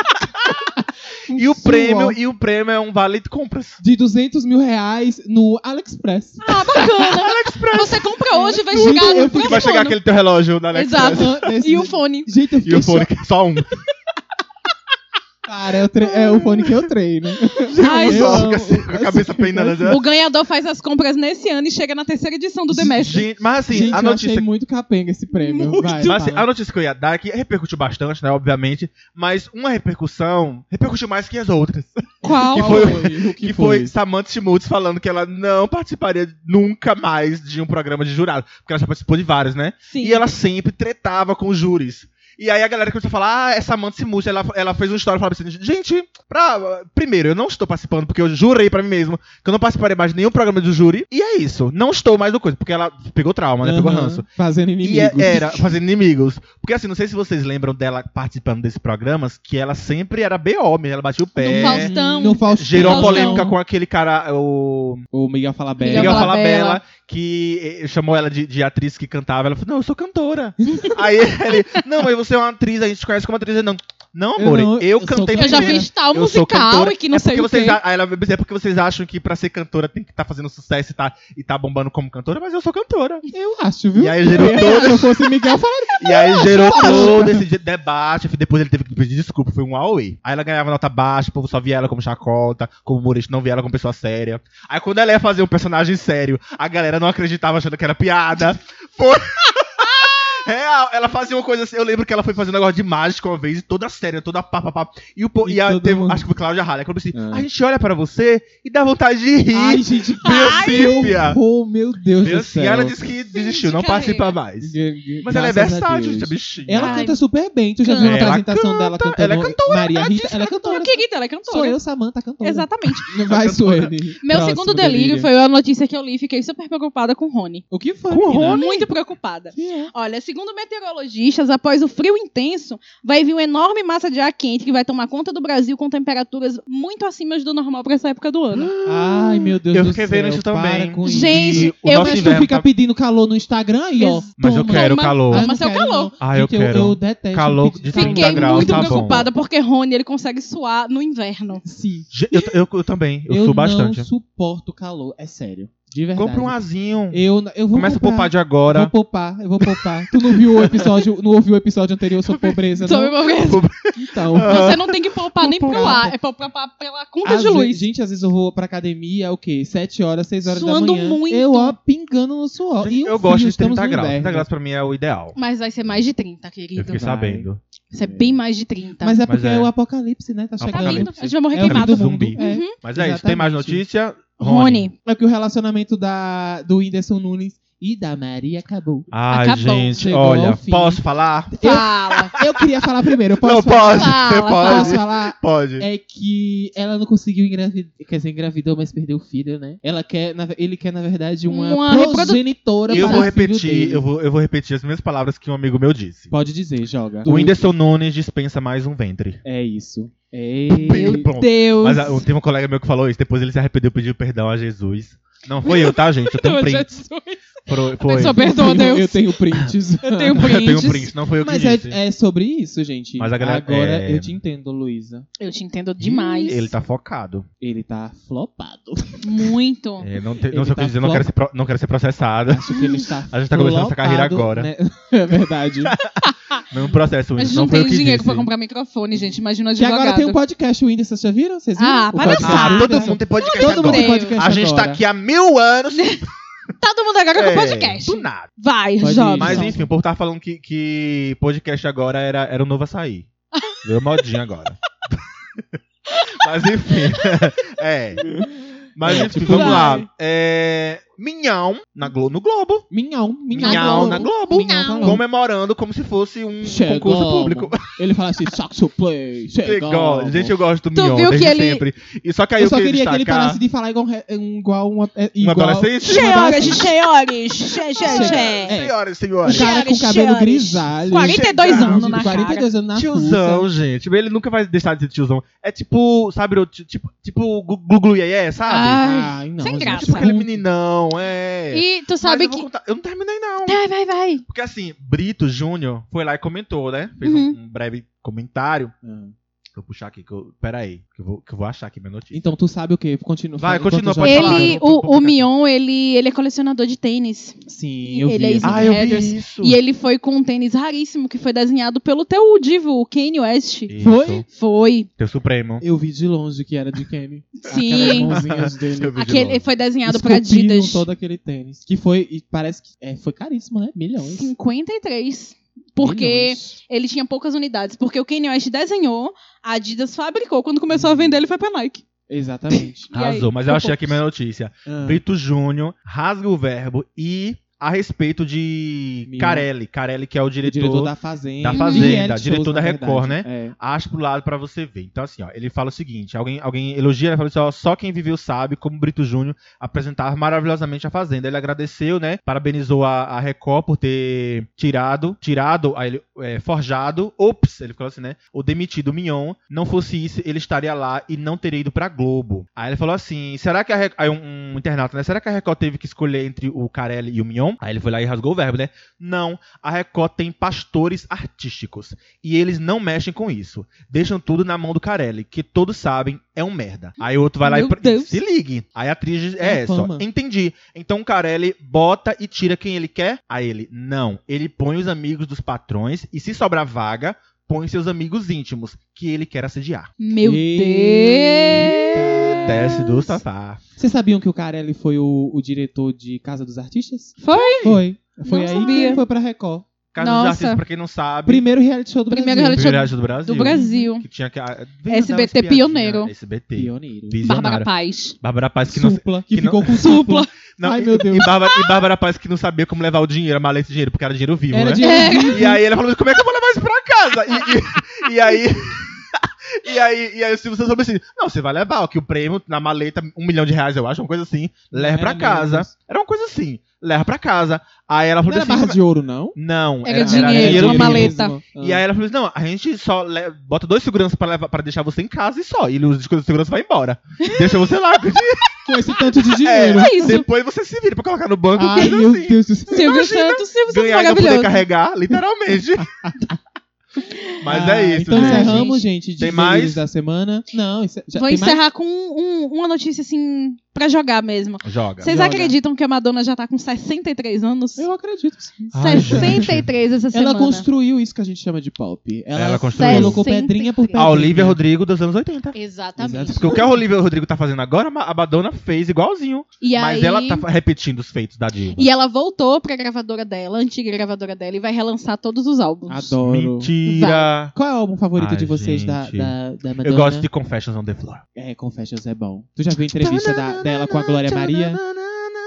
S3: Um
S1: E o
S3: suor
S1: prêmio, e o prêmio é um vale de compras.
S3: De 200 mil reais no AliExpress.
S4: Ah, bacana. Você compra hoje, vai
S3: Gente,
S4: chegar
S3: eu
S4: no
S3: fiquei-
S1: Que vai
S2: é
S4: próximo
S1: chegar
S4: ano.
S1: aquele teu relógio da Alexa.
S4: Exato.
S3: Ah, nesse-
S4: E o fone.
S3: Gente, eu
S1: E
S3: fiquei
S1: o fone, que- só um.
S3: Cara, eu tre- é o fone que eu treino.
S4: Ai,
S3: Eu
S1: Só
S3: amo.
S1: fica assim, com a cabeça peinando. né?
S4: O ganhador faz as compras nesse ano e chega na terceira edição do The Mestre.
S1: Gente, mas assim,
S3: Gente,
S1: a
S3: eu
S1: notícia.
S3: achei muito capenga esse prêmio.
S1: Muito.
S3: Vai,
S1: Mas, assim,
S3: fala.
S1: a notícia que eu ia dar é que repercutiu bastante, né? Obviamente. Mas uma repercussão repercutiu mais que as outras.
S4: Qual?
S1: que
S3: Qual
S1: foi-
S3: O
S1: Que, foi, Samantha Schmutz falando que ela não participaria nunca mais de um programa de jurado. Porque ela já participou de vários, né?
S4: Sim.
S1: E ela sempre tretava com os júris. E aí a galera começou a falar, ah, essa Samantha Simus, ela, ela fez um story falando assim, gente, pra, primeiro, eu não estou participando, porque eu jurei pra mim mesmo que eu não participarei mais de nenhum programa do júri. E é isso, não estou mais no coisa, porque ela pegou trauma, né, pegou
S3: Aham,
S1: ranço.
S3: Fazendo
S1: E é-
S3: inimigos.
S1: era fazendo inimigos. Porque assim, não sei se vocês lembram dela participando desses programas, que ela sempre era B.O. mesmo, ela batia o pé.
S4: No Faustão.
S3: No É. Faustão.
S1: Gerou uma
S4: Faustão.
S1: polêmica com aquele cara, o
S3: O Miguel Falabella.
S1: Miguel
S4: Miguel Falabella.
S1: Falabella, que eh, chamou ela de, de atriz que cantava. Ela falou, não, eu
S4: <laughs>
S1: sou cantora. aí ele, não, mas você é uma atriz, a gente te conhece como atriz. Ele, não, não,
S3: Eu
S1: amor, eu,
S3: não, eu
S1: cantei
S3: sou
S4: Eu já
S1: primeiro.
S4: fiz tal
S1: Eu sou
S4: musical
S1: cantora.
S4: e que não
S1: é
S4: sei
S1: porque
S4: o
S1: vocês,
S4: quê.
S1: a- aí ela disse, é porque vocês acham que pra ser cantora tem que estar fazendo sucesso e tá, e tá bombando como tá cantora, mas eu sou cantora.
S3: Eu acho, viu?
S1: E aí gerou
S3: Eu-
S1: todo-
S3: Se eu fosse Miguel, eu falaria
S1: E aí gerou todo esse de- debate. Depois ele teve que pedir desculpa, foi um Huawei. Aí ela ganhava nota baixa, o povo só via ela como chacota, como humorista, não via ela como pessoa séria. Aí quando ela ia fazer um personagem sério, a galera não acreditava achando que era piada. Foi. <laughs> Real, ela fazia uma coisa assim. Eu lembro que ela foi fazer um negócio de mágica uma vez, e toda séria, toda pá, pá, pá. E, o, po-
S3: E
S1: e a-
S3: todo
S1: teve-
S3: mundo-
S1: acho que foi Cláudia Ralha. Ela falou assim:
S3: Ah.
S1: a gente olha pra você e dá vontade de rir.
S3: Ai, gente, que
S1: Ai, Cínfia.
S3: horror, meu Deus
S1: Meu
S3: do
S1: Deus,
S3: céu.
S1: e ela disse que desistiu, não
S2: carrega.
S1: participa mais. Mas ela é
S3: Graças a
S1: versátil,
S3: Deus.
S1: essa bichinha.
S3: Ela
S2: Ai.
S3: canta super bem. Tu já viu uma
S2: Ela
S3: apresentação dela
S1: canta,
S3: cantando
S1: ela é cantora,
S3: Maria
S1: ela
S3: Rita? Ela é
S2: Tô
S3: cantora.
S2: querida, ela é
S3: Sou
S2: cantora.
S3: eu, Samanta, cantora.
S2: Exatamente.
S1: Cantora.
S3: Vai, Suene.
S2: Meu
S3: Próximo
S2: segundo delírio foi a notícia que eu li. Fiquei super preocupada com o Rony.
S3: O que foi,
S1: Com
S3: menina?
S2: Muito preocupada.
S3: Que é?
S2: Olha, segundo meteorologistas, após o frio intenso, vai vir uma enorme massa de ar quente que vai tomar conta do Brasil com temperaturas muito acima do normal pra essa época do ano.
S3: Ai, meu Deus
S1: Eu
S3: do céu.
S1: fiquei vendo isso
S3: para
S1: também.
S3: com isso.
S2: Gente,
S1: E o
S2: eu-
S1: nosso
S3: Mas tu
S1: inverno
S3: fica
S1: tá-
S3: pedindo calor no Instagram aí, ó.
S2: Ex-
S1: Mas eu <gasps>
S3: Toma.
S1: quero
S2: Toma-
S1: calor.
S3: Ah,
S2: Toma
S3: não
S2: seu
S3: quero,
S2: calor.
S3: não.
S1: Ah, eu
S3: Gente,
S1: quero.
S3: Eu, detesto
S1: Calor
S3: pedir
S1: de
S3: calor.
S1: 30
S2: Fiquei
S1: graus,
S2: muito
S1: tá bom.
S2: preocupada porque Rony ele consegue suar no inverno.
S3: Sim.
S1: Ge- Eu, t- eu- eu também, eu, subo bastante.
S3: não suporto calor, é sério. De verdade.
S1: Compra um azinho.
S3: Eu, n- eu vou
S1: Começa a
S3: comprar.
S1: poupar de
S3: Vou
S1: agora.
S3: poupar, eu vou poupar. tu não viu o episódio, não ouviu o episódio
S1: <laughs>
S3: anterior sobre pobreza,
S2: Sobre
S3: não?
S2: pobreza.
S3: Então.
S1: Ah,
S2: Você não tem que poupar nem pro
S3: Poupar.
S2: ar, é poupar pra- pela conta
S3: Às
S2: de
S3: ve-
S2: luz.
S3: gente, às vezes eu vou pra academia, é o quê? 7 horas, 6 horas
S2: Suando
S3: da manhã.
S2: muito.
S3: Eu, ó, pingando no suor. E
S1: Gente,
S3: um
S1: eu
S3: frio,
S1: gosto de
S3: estamos
S1: 30
S3: no
S1: graus.
S3: inverno.
S1: 30 graus pra mim é o ideal.
S2: Mas vai ser mais de 30,
S1: Eu
S2: querido.
S1: fiquei
S3: Vai.
S1: sabendo.
S2: Isso é bem mais de 30.
S3: Mas é
S1: Mas
S3: porque
S1: é.
S3: é. o apocalipse, né? Tá chegando.
S2: tá vindo, a gente vai
S3: É
S2: morrer
S3: o fim
S2: queimado.
S3: do mundo.
S1: Zumbi.
S3: É.
S2: Uhum.
S1: Mas é isso, tem mais
S3: Exatamente.
S1: notícia?
S2: Rony.
S3: É que o relacionamento da, do Whindersson Nunes e da Maria acabou.
S1: Ai,
S2: Acabou,
S1: gente,
S3: chegou ao
S1: olha,
S3: fim.
S1: posso falar?
S3: <laughs>
S2: Fala.
S3: Eu queria falar primeiro, eu posso
S1: não,
S3: falar?
S1: pode,
S2: Fala,
S1: você
S2: fala.
S3: Posso
S1: pode.
S3: falar?
S1: Pode.
S3: É que ela não conseguiu engravidar, quer dizer, engravidou, mas perdeu o filho, né? Ela quer, na- ele quer, na verdade, uma,
S2: Uma reprodu-
S3: progenitora
S1: Eu
S3: para
S1: vou
S3: o filho
S1: repetir,
S3: dele.
S1: eu vou, eu vou repetir as mesmas palavras que um amigo meu disse.
S3: Pode dizer, joga.
S1: O Whindersson Nunes dispensa mais um ventre.
S3: É isso. É...
S1: Meu Pronto.
S2: Deus.
S1: Mas ah, teve um colega meu que falou isso, depois ele se arrependeu e pediu perdão a Jesus. Não foi eu, tá, gente? Eu
S2: <laughs>
S1: tenho print. Pro- Foi.
S2: Pessoa, perdoa,
S3: eu, tenho-
S2: Deus.
S3: eu tenho prints.
S2: <laughs> Eu tenho
S1: <laughs> Eu tenho um
S2: prints.
S1: print, não foi eu que
S3: Mas
S1: disse.
S3: é, é sobre isso, gente.
S1: Mas a galera-
S3: Agora
S1: é.
S3: eu te entendo, Luísa.
S2: Eu te entendo demais.
S1: Ih, Ele tá focado.
S3: Ele tá
S1: <laughs>
S3: flopado.
S2: Muito.
S1: É, não te,
S3: Ele
S1: não sei o
S3: tá
S1: que dizer, não
S3: flop-
S1: quero, ser pro- não quero ser processado.
S3: <laughs> Acho que ele está
S1: A gente tá começando essa carreira
S3: flopado,
S1: agora.
S3: né? <laughs> É verdade.
S2: Tá
S1: Não processo
S2: A
S1: isso,
S2: gente
S1: não
S2: não
S1: foi
S2: tem
S1: eu que
S2: dinheiro
S1: disse.
S2: pra comprar microfone, gente. Imagina o
S3: Que
S2: advogado.
S3: agora tem um podcast, o Whindersson, vocês já viram? Vocês viram?
S2: Ah,
S3: O podcast
S2: palhaçada.
S3: do
S1: Todo
S3: Whindersson?
S1: mundo tem podcast
S2: Todo
S3: Todo mundo
S1: agora.
S3: tem
S2: Odeio.
S3: podcast
S1: A gente
S3: agora.
S1: tá aqui há mil anos.
S2: Todo mundo agora com
S1: é,
S2: podcast.
S1: Do nada.
S2: Vai,
S3: Pode ir.
S2: joga.
S1: Mas
S3: Não.
S1: enfim, o povo tava falando que, que podcast agora era, era o novo açaí. Virou modinha agora. <laughs> Mas enfim. <laughs> é. Mas
S3: É,
S1: enfim,
S3: tipo,
S1: vamos
S2: vai.
S1: lá. É, Minhão na Glo- no Globo.
S3: Minhão, minhão.
S1: Minhão na Globo.
S3: Minhão na Globo.
S1: Comemorando como é se fosse um
S3: Chegamos.
S1: concurso público.
S3: <laughs>
S1: <laughs>
S3: Ele fala assim, saxo play,
S1: Legal.
S3: chegamos.
S1: Gente, eu gosto do
S2: Tu
S1: Mion
S2: viu
S1: desde
S2: que ele-
S1: sempre. E só que aí
S3: eu
S1: eu,
S3: só
S1: queria
S3: queria que ele
S1: destacar
S3: parasse de falar igual, um re- um- igual uma... é,
S1: um
S3: Igual...
S1: adolescente.
S2: Cheores, cheores. Che, che,
S3: Che-
S2: che.
S3: é.
S1: Senhoras e
S3: Um
S1: senhores.
S3: cara com
S2: Senhoras,
S3: cabelo
S2: senhores.
S3: grisalho.
S2: 42
S1: Chegamos.
S2: anos na cara.
S3: 42 anos na
S1: Tiozão,
S3: fuça.
S1: gente. Ele nunca vai deixar de ser tiozão. É tipo, sabe, o ti- tipo, tipo Gu- Glu Glu Yeye, sabe?
S2: Ai,
S3: Ai, não,
S2: sem
S3: gente,
S2: Ah, graça.
S1: tipo aquele
S3: muito-
S1: meninão, é.
S2: E tu
S1: Mas
S2: sabe
S1: eu, vou um
S2: que...
S1: contar- eu não terminei, não.
S2: Vai, vai, vai.
S1: Porque assim, Brito Júnior foi lá e comentou, né? Fez
S2: Uhum.
S1: um, um breve comentário.
S3: Ah.
S1: Vou puxar aqui, que eu. Peraí, que eu vou, que eu vou achar aqui minha notícia.
S3: Então tu sabe o quê? Continua.
S1: Vai,
S3: enquanto
S1: continua,
S3: eu já
S1: pode
S3: falo.
S1: falar.
S2: Ele,
S1: eu vou
S2: o, o
S1: colocar.
S2: Mion, ele, ele é colecionador de tênis.
S3: Sim, eu
S2: Ele
S3: vi.
S2: é
S3: essa-
S2: Slim
S1: ah, eu
S2: Headers.
S1: vi isso.
S2: E ele foi com um tênis raríssimo que foi desenhado pelo teu divo, o Kanye West.
S1: Isso.
S3: Foi?
S2: Foi.
S1: Teu Supremo.
S3: Eu vi de longe que era de Kenny. Aquelas
S2: Sim.
S3: mãozinhas dele.
S1: Eu vi de
S2: Aquele,
S1: novo.
S2: ele foi desenhado pra
S3: esculpindo
S2: Adidas.
S3: todo aquele tênis. Que foi, e parece que é, foi caríssimo, né? Milhões.
S2: 53. Porque
S3: Milhões.
S2: ele tinha poucas unidades. Porque o Kanye West desenhou, a Adidas fabricou. Quando começou a vender, ele foi pra Nike.
S1: <laughs>
S3: Exatamente.
S2: E aí,
S1: Arrasou, mas eu
S2: ficou
S1: achei aqui minha notícia.
S3: Ah,
S1: Brito Júnior rasga o verbo e a respeito de
S3: Minha.
S1: Carelli. Carelli, que é o
S3: o
S1: diretor.
S3: diretor da Fazenda.
S1: da
S4: Uhum.
S2: Fazenda,
S3: de reality
S1: diretor
S3: shows,
S1: da
S3: na
S1: Record, né?
S3: verdade. É.
S1: Acho pro lado pra você ver. Então, assim, ó, ele fala o seguinte: alguém, alguém elogia, ele fala assim, ó, só quem viveu sabe como Brito Júnior apresentava maravilhosamente a Fazenda. Ele agradeceu, né? Parabenizou a, a Record por ter tirado, tirado, aí ele, é, forjado, ops, ele falou assim, né? Ou demitido o Mignon. Não fosse isso, ele estaria lá e não teria ido pra Globo. Aí ele falou assim: será que a Record. Aí um, um internauta, né? Será que a Record teve que escolher entre o Carelli e o Mignon? não. Aí ele foi lá e rasgou o verbo, né? Não, a Record tem pastores artísticos. E eles não mexem com isso. Deixam tudo na mão do Carelli, que todos sabem é um merda. Aí o outro vai lá
S4: Meu
S1: e. pre-
S4: Deus.
S1: Se ligue. Aí a atriz é
S3: É
S1: essa. ó.
S3: fama.
S1: Entendi. Então o Carelli bota e tira quem ele quer? Aí ele, não. Ele põe os amigos dos patrões e se sobrar vaga, põe seus amigos íntimos, que ele quer assediar.
S4: Meu
S3: Eita.
S4: Deus!
S1: Desce do safá.
S3: Vocês sabiam que o Carelli foi o, o diretor de Casa dos Artistas?
S4: Foi?
S3: Foi. Foi
S4: Não
S3: aí
S4: sabia.
S3: que foi pra Record.
S1: Casa dos
S4: Nossa.
S1: artistas, pra quem não sabe.
S3: Primeiro reality show do
S4: Primeiro
S3: Brasil.
S4: reality show
S1: Primeiro do Brasil.
S4: Do Brasil.
S1: Que tinha que, ah, vem
S4: SBT
S1: dar umas piadinhas.
S4: pioneiro.
S1: SBT.
S3: Pioneiro.
S4: Bárbara
S1: Visionária.
S4: Paz.
S1: Bárbara Paz que não.
S3: Supla, que,
S1: que não- <laughs>
S3: ficou com
S4: Supla.
S3: supla.
S1: não
S3: Ai,
S1: e-
S3: meu Deus.
S1: E Bárbara, e Bárbara Paz que não sabia como levar o dinheiro, a maleta de dinheiro, porque era dinheiro vivo,
S3: Era
S1: né?
S3: de
S1: E aí ela falou, como é que eu vou levar isso pra casa? E, e- e aí. <laughs> E aí, e aí, se você soube assim, não, você vai levar, ó, que o prêmio na maleta, um milhão de reais, eu acho, uma coisa assim, leva
S3: Era
S1: pra casa.
S3: menos.
S1: Era uma coisa assim, leva pra casa. Aí ela
S3: Não
S1: falou
S3: era
S1: assim.
S3: barra
S1: como é-
S3: de ouro, não? Ah.
S1: Não,
S4: Era dinheiro, uma
S1: vivo.
S4: maleta.
S1: E aí ela falou assim: não, a gente só le- bota dois seguranças pra, levar, pra deixar você em casa e só. E os de segurança vai embora. Deixa você lá.
S3: <laughs>
S1: com o dinheiro.
S3: Com esse tanto de dinheiro.
S1: É,
S4: isso.
S1: Depois você se vira pra colocar no banco.
S3: Ai,
S1: coisa
S3: meu
S1: assim.
S3: Deus do céu.
S4: Silvio Santos, Silvio Santos
S1: Ganhar e não poder
S4: maravilhoso.
S1: carregar, <laughs> literalmente. Mas
S3: Ah,
S1: é isso,
S3: Então
S1: gente.
S3: encerramos, gente, de
S1: Tem mais?
S3: Feliz da semana. Não, isso- é- já
S4: Vou
S3: tem mais?
S4: encerrar com um- uma notícia assim, pra jogar mesmo.
S1: Joga.
S4: Vocês
S3: Joga.
S4: acreditam que a Madonna já tá com 63 anos?
S3: Eu acredito. que sim.
S1: Ai, gente.
S4: 63 essa semana.
S3: Ela construiu isso que a gente chama de pop. Ela,
S1: Ela construiu.
S3: colocou
S4: 63.
S3: pedrinha por pedrinha.
S1: A Olivia Rodrigo dos anos 80.
S4: Exatamente.
S1: Porque o que a Olivia Rodrigo tá fazendo agora, a Madonna fez igualzinho.
S4: E
S1: mas
S4: aí...
S1: ela tá repetindo os feitos da diva.
S4: E ela voltou pra gravadora dela, a antiga gravadora dela, e vai relançar todos os álbuns.
S3: Adoro.
S1: Mentira.
S3: Qual é o álbum favorito
S1: Ai,
S3: de vocês da,
S1: gente.
S3: da, da Madonna?
S1: Eu gosto de Confessions on the Floor.
S3: É, Confessions é bom. Tu já viu a entrevista
S1: Ah,
S3: da- dela com a Glória Maria?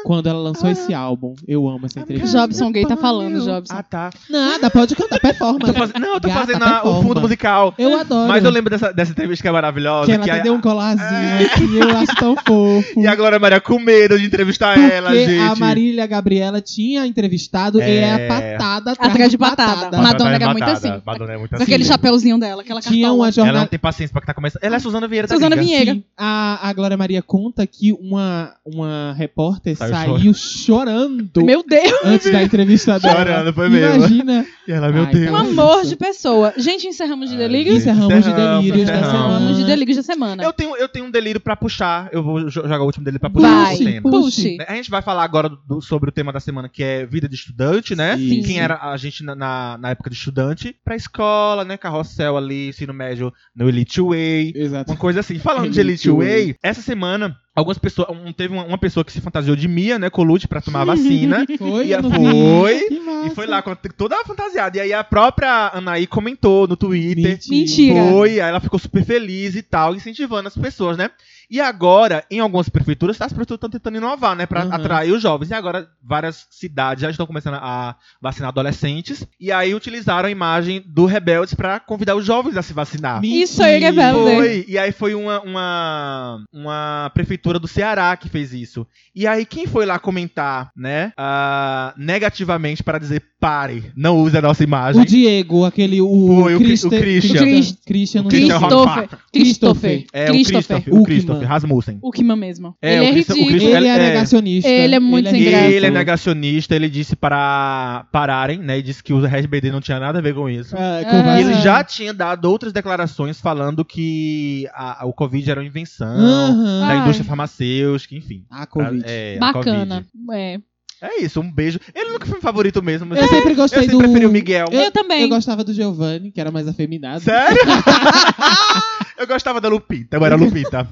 S3: Quando ela lançou
S4: Ah.
S3: esse álbum. Eu amo essa entrevista.
S4: Jobson Gay tá falando, Jobson.
S1: Ah, tá.
S3: Nada, pode cantar performance.
S1: Tô fazendo- não, eu tô
S3: Gata,
S1: fazendo a- o
S3: performa.
S1: fundo musical.
S3: Eu adoro.
S1: Mas eu lembro dessa, dessa entrevista que é maravilhosa.
S3: que ela
S1: a- É.
S3: até deu um colarzinho assim, eu acho tão fofo.
S1: E a Glória Maria com medo de entrevistar
S3: Porque
S1: ela, gente.
S3: a Marília Gabriela tinha entrevistado e é
S1: É.
S3: a patada atrás,
S4: Atrás de
S1: A
S4: patada.
S1: Madonna
S4: Madonna
S1: é
S4: era muito
S1: matada,
S4: assim.
S1: Madonna é muito
S4: Com aquele
S1: assim.
S4: chapéuzinho dela, aquela
S3: Tinha
S4: cartola.
S1: Ela
S3: uma
S1: não
S3: jornalista.
S1: tem paciência pra que tá começando. Ela é Suzana Vieira da
S4: Suzana
S1: Liga.
S4: Vieira. Pinheira.
S3: Sim, a, a Glória Maria conta que uma, uma repórter
S1: Saiu
S3: saiu, chorando
S4: Meu Deus,
S3: antes da entrevista dela.
S1: Chorando, foi mesmo.
S3: Imagina.
S1: E ela, é meu
S3: Ai,
S1: Deus.
S4: um
S3: tá
S4: amor
S3: isso.
S4: de pessoa. Gente, encerramos de
S1: Ai,
S4: delírio?
S1: gente.
S3: Encerramos de
S1: Encerramos,
S3: delírios da
S1: encerramos.
S3: semana.
S4: Encerramos de delírio da semana.
S1: Eu tenho, eu tenho um delírio pra puxar. Eu vou jo- jogar o último delírio pra puxar
S4: Vai.
S1: o tema.
S4: Puxe.
S1: A gente vai falar agora do- sobre o tema da semana, que é vida de estudante, né?
S4: Sim.
S1: Quem era a gente na, na, na época de estudante? Pra escola, né? Carrossel ali, ensino médio no Elite Way.
S3: Exato.
S1: Uma coisa assim. Falando de
S3: Elite
S1: Elite Way, essa semana, algumas pessoas. um- teve uma, uma pessoa que se fantasiou de Mia, né? Colute pra tomar a vacina.
S3: Foi,
S1: E a-
S3: eu não vi.
S1: foi,
S3: Que
S1: e
S3: massa.
S1: foi lá, com- toda fantasiada. E aí a própria Anaí comentou no Twitter.
S4: Mentira.
S1: Foi, aí ela ficou super feliz e tal, incentivando as pessoas, né? E agora, em algumas prefeituras, as prefeituras estão tentando inovar, né? Pra
S3: Uhum.
S1: atrair os jovens. E agora, várias cidades já estão começando a vacinar adolescentes. E aí utilizaram a imagem do Rebeldes pra convidar os jovens a se vacinar.
S3: Mentira.
S4: Isso aí, rebelde.
S1: Foi, e aí foi uma, uma, uma prefeitura do Ceará que fez isso. E aí quem foi lá comentar, né, ah, negativamente para dizer pare, não use a nossa imagem.
S3: O Diego, aquele. O,
S1: Foi, o Cri- o Christian.
S3: Christian. Christian, não sei.
S1: Christian
S3: o
S4: Christopher. Christopher.
S1: É, o Christopher, o
S3: Uckmann.
S1: Christopher Rasmussen.
S4: O Kima mesmo.
S1: É,
S4: ele
S1: o
S4: é
S1: Christo- o
S4: ridículo.
S1: Christo-
S3: Ele é,
S1: É.
S3: negacionista.
S4: Ele é muito sem
S1: E
S4: graça.
S1: ele é negacionista, ele disse para pararem, né? E disse que o RBD não tinha nada a ver com isso.
S3: Ah,
S4: Ah.
S1: E
S3: conversa-
S1: ele já tinha dado outras declarações falando que a- a- o Covid era uma invenção
S3: Aham.
S1: da
S4: Ai.
S1: indústria farmacêutica, enfim.
S3: Ah, Covid.
S1: É, a
S4: Bacana.
S1: Covid.
S4: É.
S1: É isso, um beijo. Ele nunca foi meu favorito mesmo. mas
S3: Eu sempre
S1: eu
S3: gostei
S1: sempre
S3: do.
S1: preferi o Miguel.
S4: É. Eu, também.
S3: Eu gostava do Giovanni, que era mais afeminado.
S1: Sério? eu gostava da Lupita, eu era Lupita.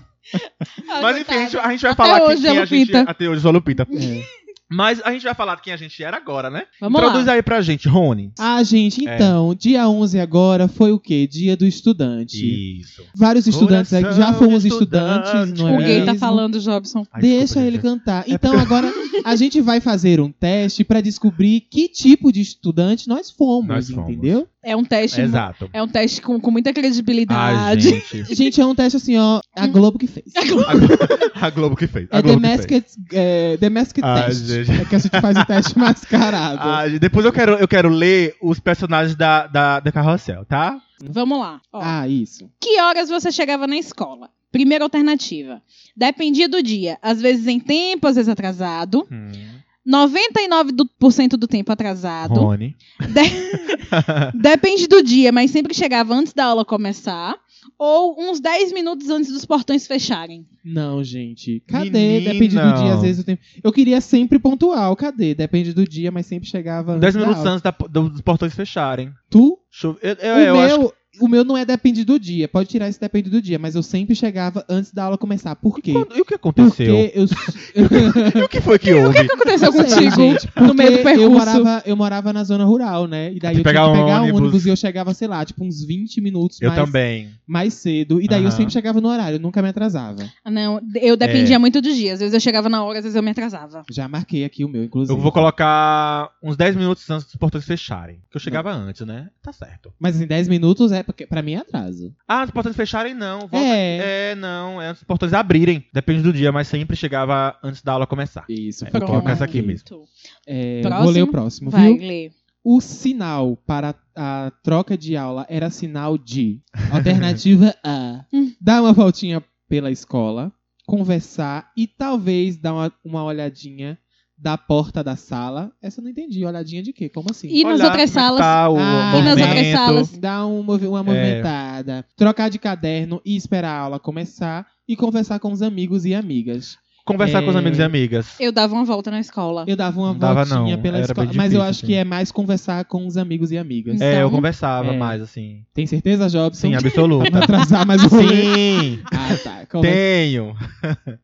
S4: Ai,
S1: Mas enfim,
S4: coitada.
S1: a gente, a gente vai
S4: Até
S1: falar
S4: hoje
S1: quem
S4: é
S1: a gente...
S4: Lupita.
S1: Até hoje eu sou Lupita.
S3: É.
S1: Mas a gente vai falar de quem a gente era agora, né?
S4: Vamos
S1: Traduz
S4: lá.
S1: aí pra gente, Rony.
S3: Ah, gente,
S1: É.
S3: então, dia 11 agora foi o quê? Dia do estudante.
S1: Isso.
S3: Vários estudantes
S1: Coração
S3: aqui já fomos
S1: de
S3: estudantes, não é
S4: O gay tá
S3: mesmo?
S4: falando, Jobson.
S1: Ai,
S3: Deixa
S1: desculpa,
S3: ele
S1: gente. É
S3: cantar. Então agora a gente vai fazer um teste pra descobrir que tipo de estudante nós fomos,
S1: Nós fomos.
S3: entendeu?
S4: É um teste.
S1: Exato.
S4: É um teste com, com muita
S1: Ai,
S4: credibilidade.
S1: gente.
S3: Gente, é um teste assim, ó, a Globo
S4: <laughs>
S3: que fez.
S1: A Glo- <laughs> A Globo que fez. A
S3: É The
S1: Globo que fez.
S3: Masked, é, The Masked
S1: Ai, Ah,
S3: Test.
S1: gente.
S3: É que a gente faz o
S1: <laughs>
S3: teste mascarado.
S1: Ah, gente, depois eu quero, eu quero ler os personagens da, da, da Carrossel, tá?
S4: Vamos lá. Ó.
S3: Ah, isso.
S4: Que horas você chegava na escola? Primeira alternativa. Dependia do dia. Às vezes em tempo, às vezes atrasado.
S2: 99% do tempo atrasado.
S1: Rony.
S2: Depende do dia, mas sempre chegava antes da aula começar. Ou uns 10 minutos antes dos portões fecharem.
S3: Não, gente. Cadê?
S1: Menina.
S3: Depende do dia, às vezes o tempo. Eu queria sempre pontual, cadê? Depende do dia, mas sempre chegava. antes
S1: Dez
S3: da
S1: minutos
S3: aula.
S1: antes da- do- dos portões fecharem.
S3: Tu?
S1: Deixa eu- Eu, eu- eu
S3: o,
S1: acho que-
S3: meu, o meu não é depende do dia. Pode tirar esse depende do dia, mas eu sempre chegava antes da aula começar. Por quê?
S1: Quando- e o que aconteceu?
S3: Porque eu.
S1: <laughs> E o que foi que
S2: O que,
S1: houve?
S2: que aconteceu
S3: Não sei,
S2: contigo
S3: gente,
S2: no meio do
S3: porque
S2: percurso?
S3: Eu morava, eu morava na zona rural, né? E daí
S1: Tem que
S3: eu tinha
S1: pegar
S3: que
S1: um
S3: pegar um
S1: ônibus.
S3: ônibus e eu chegava, sei lá, tipo, uns 20 minutos
S1: Eu
S3: mais,
S1: também.
S3: mais cedo. E daí eu
S1: Aham.
S3: sempre chegava no horário, eu nunca me atrasava.
S2: Ah, Não, eu dependia
S1: É.
S2: muito do dia. Às vezes eu chegava na hora, às vezes eu me atrasava.
S3: Já marquei aqui o meu, inclusive.
S1: Eu vou colocar uns 10 minutos antes dos portões fecharem. Que eu chegava antes, né? Tá certo.
S3: Mas em 10 minutos é porque pra mim é atraso.
S1: Ah, os portões fecharem, não. Volta-
S3: É.
S1: É, não. É antes dos portões abrirem. Depende do dia, mas sempre chegava antes da aula começar.
S3: Isso,
S1: É,
S3: foi
S1: vou
S3: o que eu
S1: colocar essa
S3: marquei.
S1: aqui mesmo.
S3: É,
S2: Próximo.
S3: vou ler o próximo,
S2: Vai,
S3: viu?
S2: Lê.
S3: O sinal para a troca de aula era sinal de alternativa
S1: <laughs>
S3: A.
S2: Hum.
S3: Dar uma voltinha pela escola, conversar e talvez dar uma, uma olhadinha da porta da sala. Essa eu não entendi. Olhadinha de quê? Como assim?
S2: E nas
S1: Olhar
S2: outras
S1: como é que
S2: salas-
S1: Tá o
S3: Ah,
S2: E nas outras
S1: movimento.
S2: salas?
S3: Dar um movi- uma
S1: É.
S3: movimentada. Trocar de caderno e esperar a aula começar. E conversar com os amigos e amigas.
S1: Conversar com os
S3: É.
S1: amigos e amigas.
S2: Eu dava uma volta na escola.
S3: Eu dava uma
S1: Não dava,
S3: voltinha
S1: não.
S3: pela
S1: Era
S3: escola.
S1: bem
S3: Mas eu
S1: difícil,
S3: acho
S1: assim.
S3: que é mais conversar com os amigos e amigas.
S1: É, eu
S2: Então-
S1: conversava
S3: É.
S1: mais, assim.
S3: Tem certeza, Jobson?
S1: Sim,
S3: Pra não
S2: <laughs>
S1: absoluta.
S3: atrasar mais um rolê.
S1: Sim!
S3: Ah, tá. Como é-
S1: Tenho!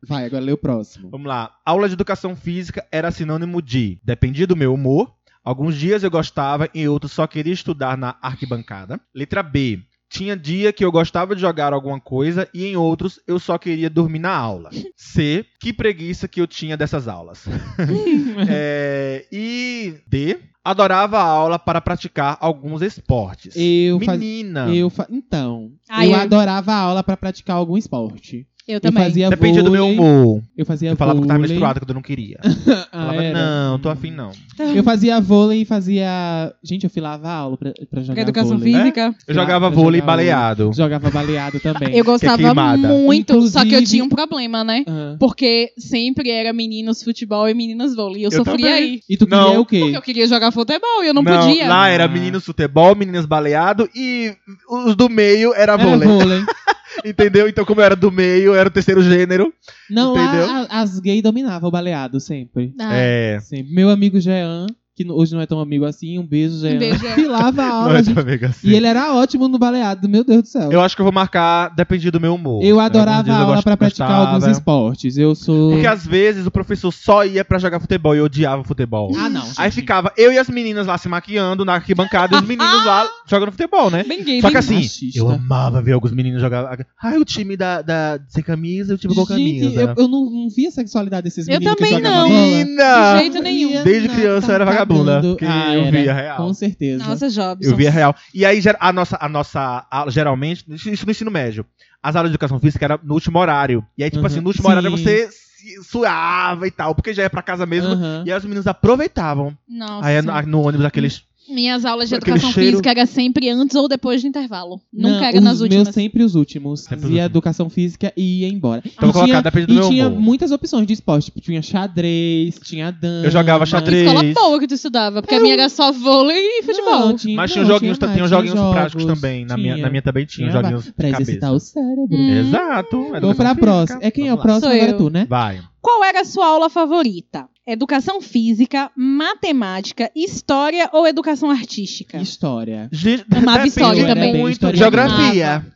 S3: Vai, agora lê o próximo.
S1: Vamos lá. Aula de educação física era sinônimo de dependia do meu humor. Alguns dias eu gostava e outros só queria estudar na arquibancada. Letra B. Tinha dia que eu gostava de jogar alguma coisa e em outros eu só queria dormir na aula. C. Que preguiça que eu tinha dessas aulas.
S3: <laughs>
S1: É, e D. Adorava a aula para praticar alguns esportes.
S3: Eu faz-
S1: Menina.
S3: Eu fa- Então,
S2: Ai,
S3: eu
S2: eu-
S3: adorava a aula pra praticar algum esporte.
S2: Eu
S3: Eu
S2: também.
S3: fazia
S1: Dependia do meu
S3: vôlei,
S1: humor.
S3: Eu fazia
S1: Eu falava que eu tava
S3: vôlei.
S1: menstruada quando eu não queria.
S3: Ah,
S1: Falava,
S3: era.
S1: não, tô afim não.
S3: Eu fazia vôlei e fazia... Gente, eu filava a aula pra, pra jogar
S2: Pra educação
S3: vôlei. né?
S2: física.
S1: Eu
S3: Filava
S1: jogava
S3: pra
S1: vôlei
S3: jogar
S1: baleado.
S3: Jogava baleado também.
S2: Eu gostava
S1: queimada.
S2: muito, só que eu
S3: Inclusive-
S2: tinha um problema, né?
S3: Ah.
S2: Porque sempre era meninos futebol e meninas vôlei. Eu,
S1: Eu
S2: sofria
S1: também.
S2: aí.
S3: E tu
S1: Não.
S3: queria o
S2: Porque
S3: quê?
S2: eu queria jogar futebol e eu não, podia.
S1: Lá era
S3: Ah.
S1: meninos futebol, meninas baleado e os do meio era
S3: Era
S1: vôlei.
S3: vôlei.
S1: <laughs> Entendeu? Então, como eu era do meio, eu era o terceiro gênero.
S3: Não,
S1: Entendeu?
S3: lá a- as gays dominavam o baleado sempre.
S2: Ah,
S1: É.
S3: Sempre. Meu amigo Jean, que no- hoje não é tão amigo assim, um beijo, Jean.
S2: beijo,
S3: <laughs>
S2: Jean.
S3: Filava a
S1: Não
S3: aula,
S1: é
S3: gente.
S1: tão amigo assim.
S3: <laughs> E ele era ótimo no baleado, meu Deus do céu.
S1: Eu acho que eu vou marcar, dependia do meu humor.
S3: Eu
S1: Né? Alguns
S3: adorava
S1: dias
S3: a
S1: eu
S3: aula
S1: gost-
S3: pra praticar
S1: gostava. É
S3: alguns esportes. Eu sou.
S1: Porque às vezes o professor só ia pra jogar futebol e eu odiava futebol.
S3: Ah, não.
S1: Aí
S3: gente.
S1: ficava eu e as meninas lá se maquiando na arquibancada e os meninos
S3: <laughs>
S1: lá jogando futebol, né?
S2: Bem gay,
S1: Só
S2: bem
S1: que assim,
S3: machista.
S1: eu amava ver alguns meninos jogar. Ai, o time da, da sem camisa e o time tipo, com né?
S3: Gente,
S1: camisa.
S3: eu, eu não, não via a sexualidade desses
S2: Eu
S3: meninos que
S2: também
S3: jogavam
S2: não.
S3: bola.
S1: Menina!
S2: De jeito nenhum.
S3: Menina,
S1: Desde criança eu era
S3: tá
S1: vagabunda,
S3: dando-
S1: que
S3: Ah,
S1: eu
S3: era,
S1: via real.
S3: Com certeza.
S2: Nossa, Jobson.
S1: Eu via real. E aí gera- a nossa, a nossa aula, geralmente, isso isso no ensino médio, as aulas de educação física eram no último horário. E aí, tipo
S3: Uhum.
S1: assim, no último
S3: Sim.
S1: horário você se suava e tal, porque já ia pra casa mesmo.
S3: Aham.
S1: E aí os meninos aproveitavam.
S2: Nossa.
S1: Aí no, no ônibus aqueles.
S2: Minhas aulas de
S1: Aquele
S2: educação
S1: cheiro.
S2: física era sempre antes ou depois do intervalo. Nunca era
S3: os
S2: nas últimas.
S3: Meus sempre os últimos.
S1: Sempre os
S3: Fazia
S1: últimos.
S3: educação física e ia embora.
S1: Então
S3: e
S1: vou colocar, depende do
S3: e
S1: meu
S3: tinha
S1: humor.
S3: muitas opções de esporte. Tipo, tinha xadrez, tinha dança.
S1: Eu jogava
S2: Que
S1: xadrez.
S2: escola boa que tu estudava, porque a minha era só vôlei e futebol.
S3: Não, tinha,
S1: Mas
S3: não,
S1: tinha joguinhos,
S3: tinha
S1: tinha
S3: mais,
S1: joguinhos
S3: tinha
S1: práticos
S3: jogos,
S1: também. Na minha,
S3: tinha.
S1: na minha também tinha,
S3: Tinha
S1: joguinhos
S3: Pra
S1: de cabeça.
S3: exercitar o cérebro.
S2: Hum.
S1: Exato.
S3: Vou
S1: educação
S3: pra
S1: física.
S3: próxima. É quem é o
S1: Vamos lá.
S3: próximo?
S2: Sou
S3: Agora é
S2: eu.
S3: tu, né?
S1: Vai.
S2: Qual era a sua aula favorita? Educação física, matemática, história ou educação artística?
S1: <laughs>
S3: História.
S1: Gente,
S2: Amava
S1: depende
S2: história também.
S1: muito.
S3: é História
S1: Geografia.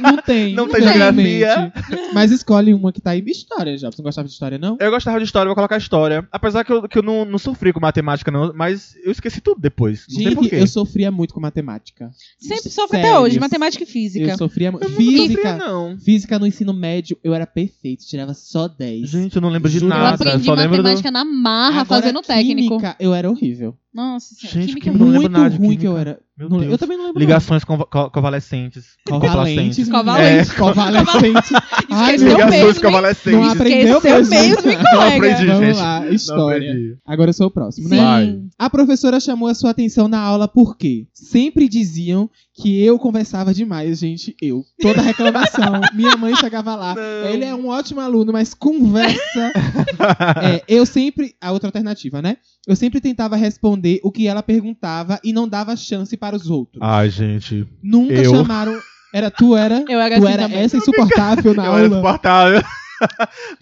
S3: não tem.
S1: Não tem
S3: infelizmente.
S1: geografia.
S3: Mas escolhe uma que tá aí. História, já. Você não gostava de história, não?
S1: Eu gostava de história, vou colocar história. Apesar que eu, que eu não, não sofri com matemática, não, mas eu esqueci tudo depois. Não sei
S3: Gente,
S1: porquê.
S3: eu sofria muito com matemática.
S2: Sempre sofre
S3: Sério.
S2: até hoje, matemática e física.
S3: Eu sofria muito.
S1: Física,
S3: Física.
S1: não.
S3: Física no ensino médio, eu era perfeito. Tirava só 10.
S1: Gente, eu não lembro de
S3: Juro.
S2: Eu
S1: nada.
S2: aprendi
S1: só lembro do...
S2: matemática na marra,
S3: Agora,
S2: Ah, fazendo técnico.
S3: química, Eu era horrível.
S4: Nossa senhora.
S1: Gente,
S4: química
S1: que
S4: é muito.
S1: lembro
S3: muito
S1: nada de
S3: ruim
S1: química.
S3: que eu era.
S1: Meu
S3: Não- eu
S1: Deus.
S3: também não lembro.
S1: Ligações conva- co- convalescentes.
S3: não. Covalentes. É,
S1: Complacentes.
S4: Covalentes.
S3: menina.
S1: <laughs>
S3: Covalescentes. Ai,
S4: Esqueceu
S3: meu Deus.
S4: mesmo,
S1: Ligações
S4: hein?
S3: Não
S1: convalescentes.
S3: aprendeu
S4: Esqueceu
S3: mesmo.
S4: mesmo,
S1: <laughs>
S4: hein,
S1: Não
S4: colega?
S1: aprendi,
S3: Vamos
S1: gente.
S3: lá,
S1: Não
S3: história.
S1: aprendi.
S3: Agora eu sou o próximo, né?
S4: Sim.
S1: Vai.
S3: A professora chamou a sua atenção na aula porque sempre diziam que eu conversava demais, gente. Eu.
S1: <laughs>
S3: Toda reclamação. Minha mãe chegava lá.
S1: Não.
S3: Ele é um ótimo aluno, mas conversa.
S1: <laughs>
S3: É, eu sempre. A outra alternativa, né? Eu sempre tentava responder o que ela perguntava e não dava chance para os outros.
S1: Ai, gente.
S3: Nunca
S1: eu.
S3: chamaram. Era tu, era?
S4: Eu era
S3: tu
S4: assim
S3: era
S4: também.
S3: essa insuportável
S1: <laughs>
S3: na
S1: Eu era
S3: aula.
S1: suportável. <laughs>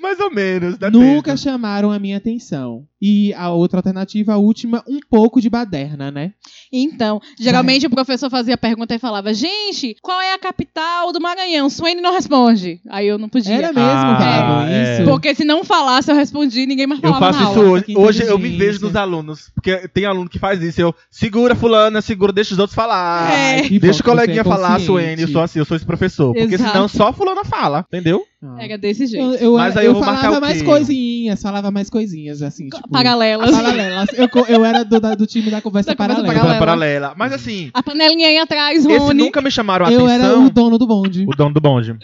S1: Mais ou menos, depende.
S3: Nunca chamaram a minha atenção. E a outra alternativa, a última, um pouco de baderna, né?
S4: Então, geralmente o professor fazia pergunta e falava: Gente, qual é a capital do Maranhão? Suene não responde. Aí eu não podia.
S3: Era mesmo,
S1: Ah,
S3: cara.
S1: é.
S3: isso.
S4: Porque se não falasse, eu respondi e ninguém mais
S1: Eu
S4: falava
S1: faço
S4: na
S1: isso
S4: aula.
S1: hoje.
S3: que
S1: Hoje eu me
S3: inteligência.
S1: vejo nos alunos. Porque tem aluno que faz isso. Eu, segura, fulana, segura, deixa os outros falar.
S4: É.
S3: Ah, que bom
S1: Deixa o
S3: que você
S1: coleguinha
S3: é
S1: falar,
S3: consciente.
S1: Suene. Eu sou assim, eu sou esse professor. Porque
S4: Exato.
S1: senão só fulana fala, entendeu?
S3: Ah.
S4: Era desse jeito.
S3: Eu, eu,
S1: Mas aí
S3: eu
S1: eu vou marcar
S3: falava
S1: o
S3: mais
S1: quê?
S3: coisinhas, falava mais coisinhas, assim, tipo...
S4: Paralelas.
S3: Paralelas. Eu, co- eu era do, da- do time da conversa
S4: Da conversa
S3: paralela.
S4: Paralela.
S1: Paralela. Paralela. Mas assim,
S4: A panelinha aí atrás,
S1: esse
S4: Rony.
S1: nunca me chamaram a
S3: Eu
S1: atenção.
S3: era um o dono do
S1: <laughs>
S3: bonde.
S1: O dono do bonde.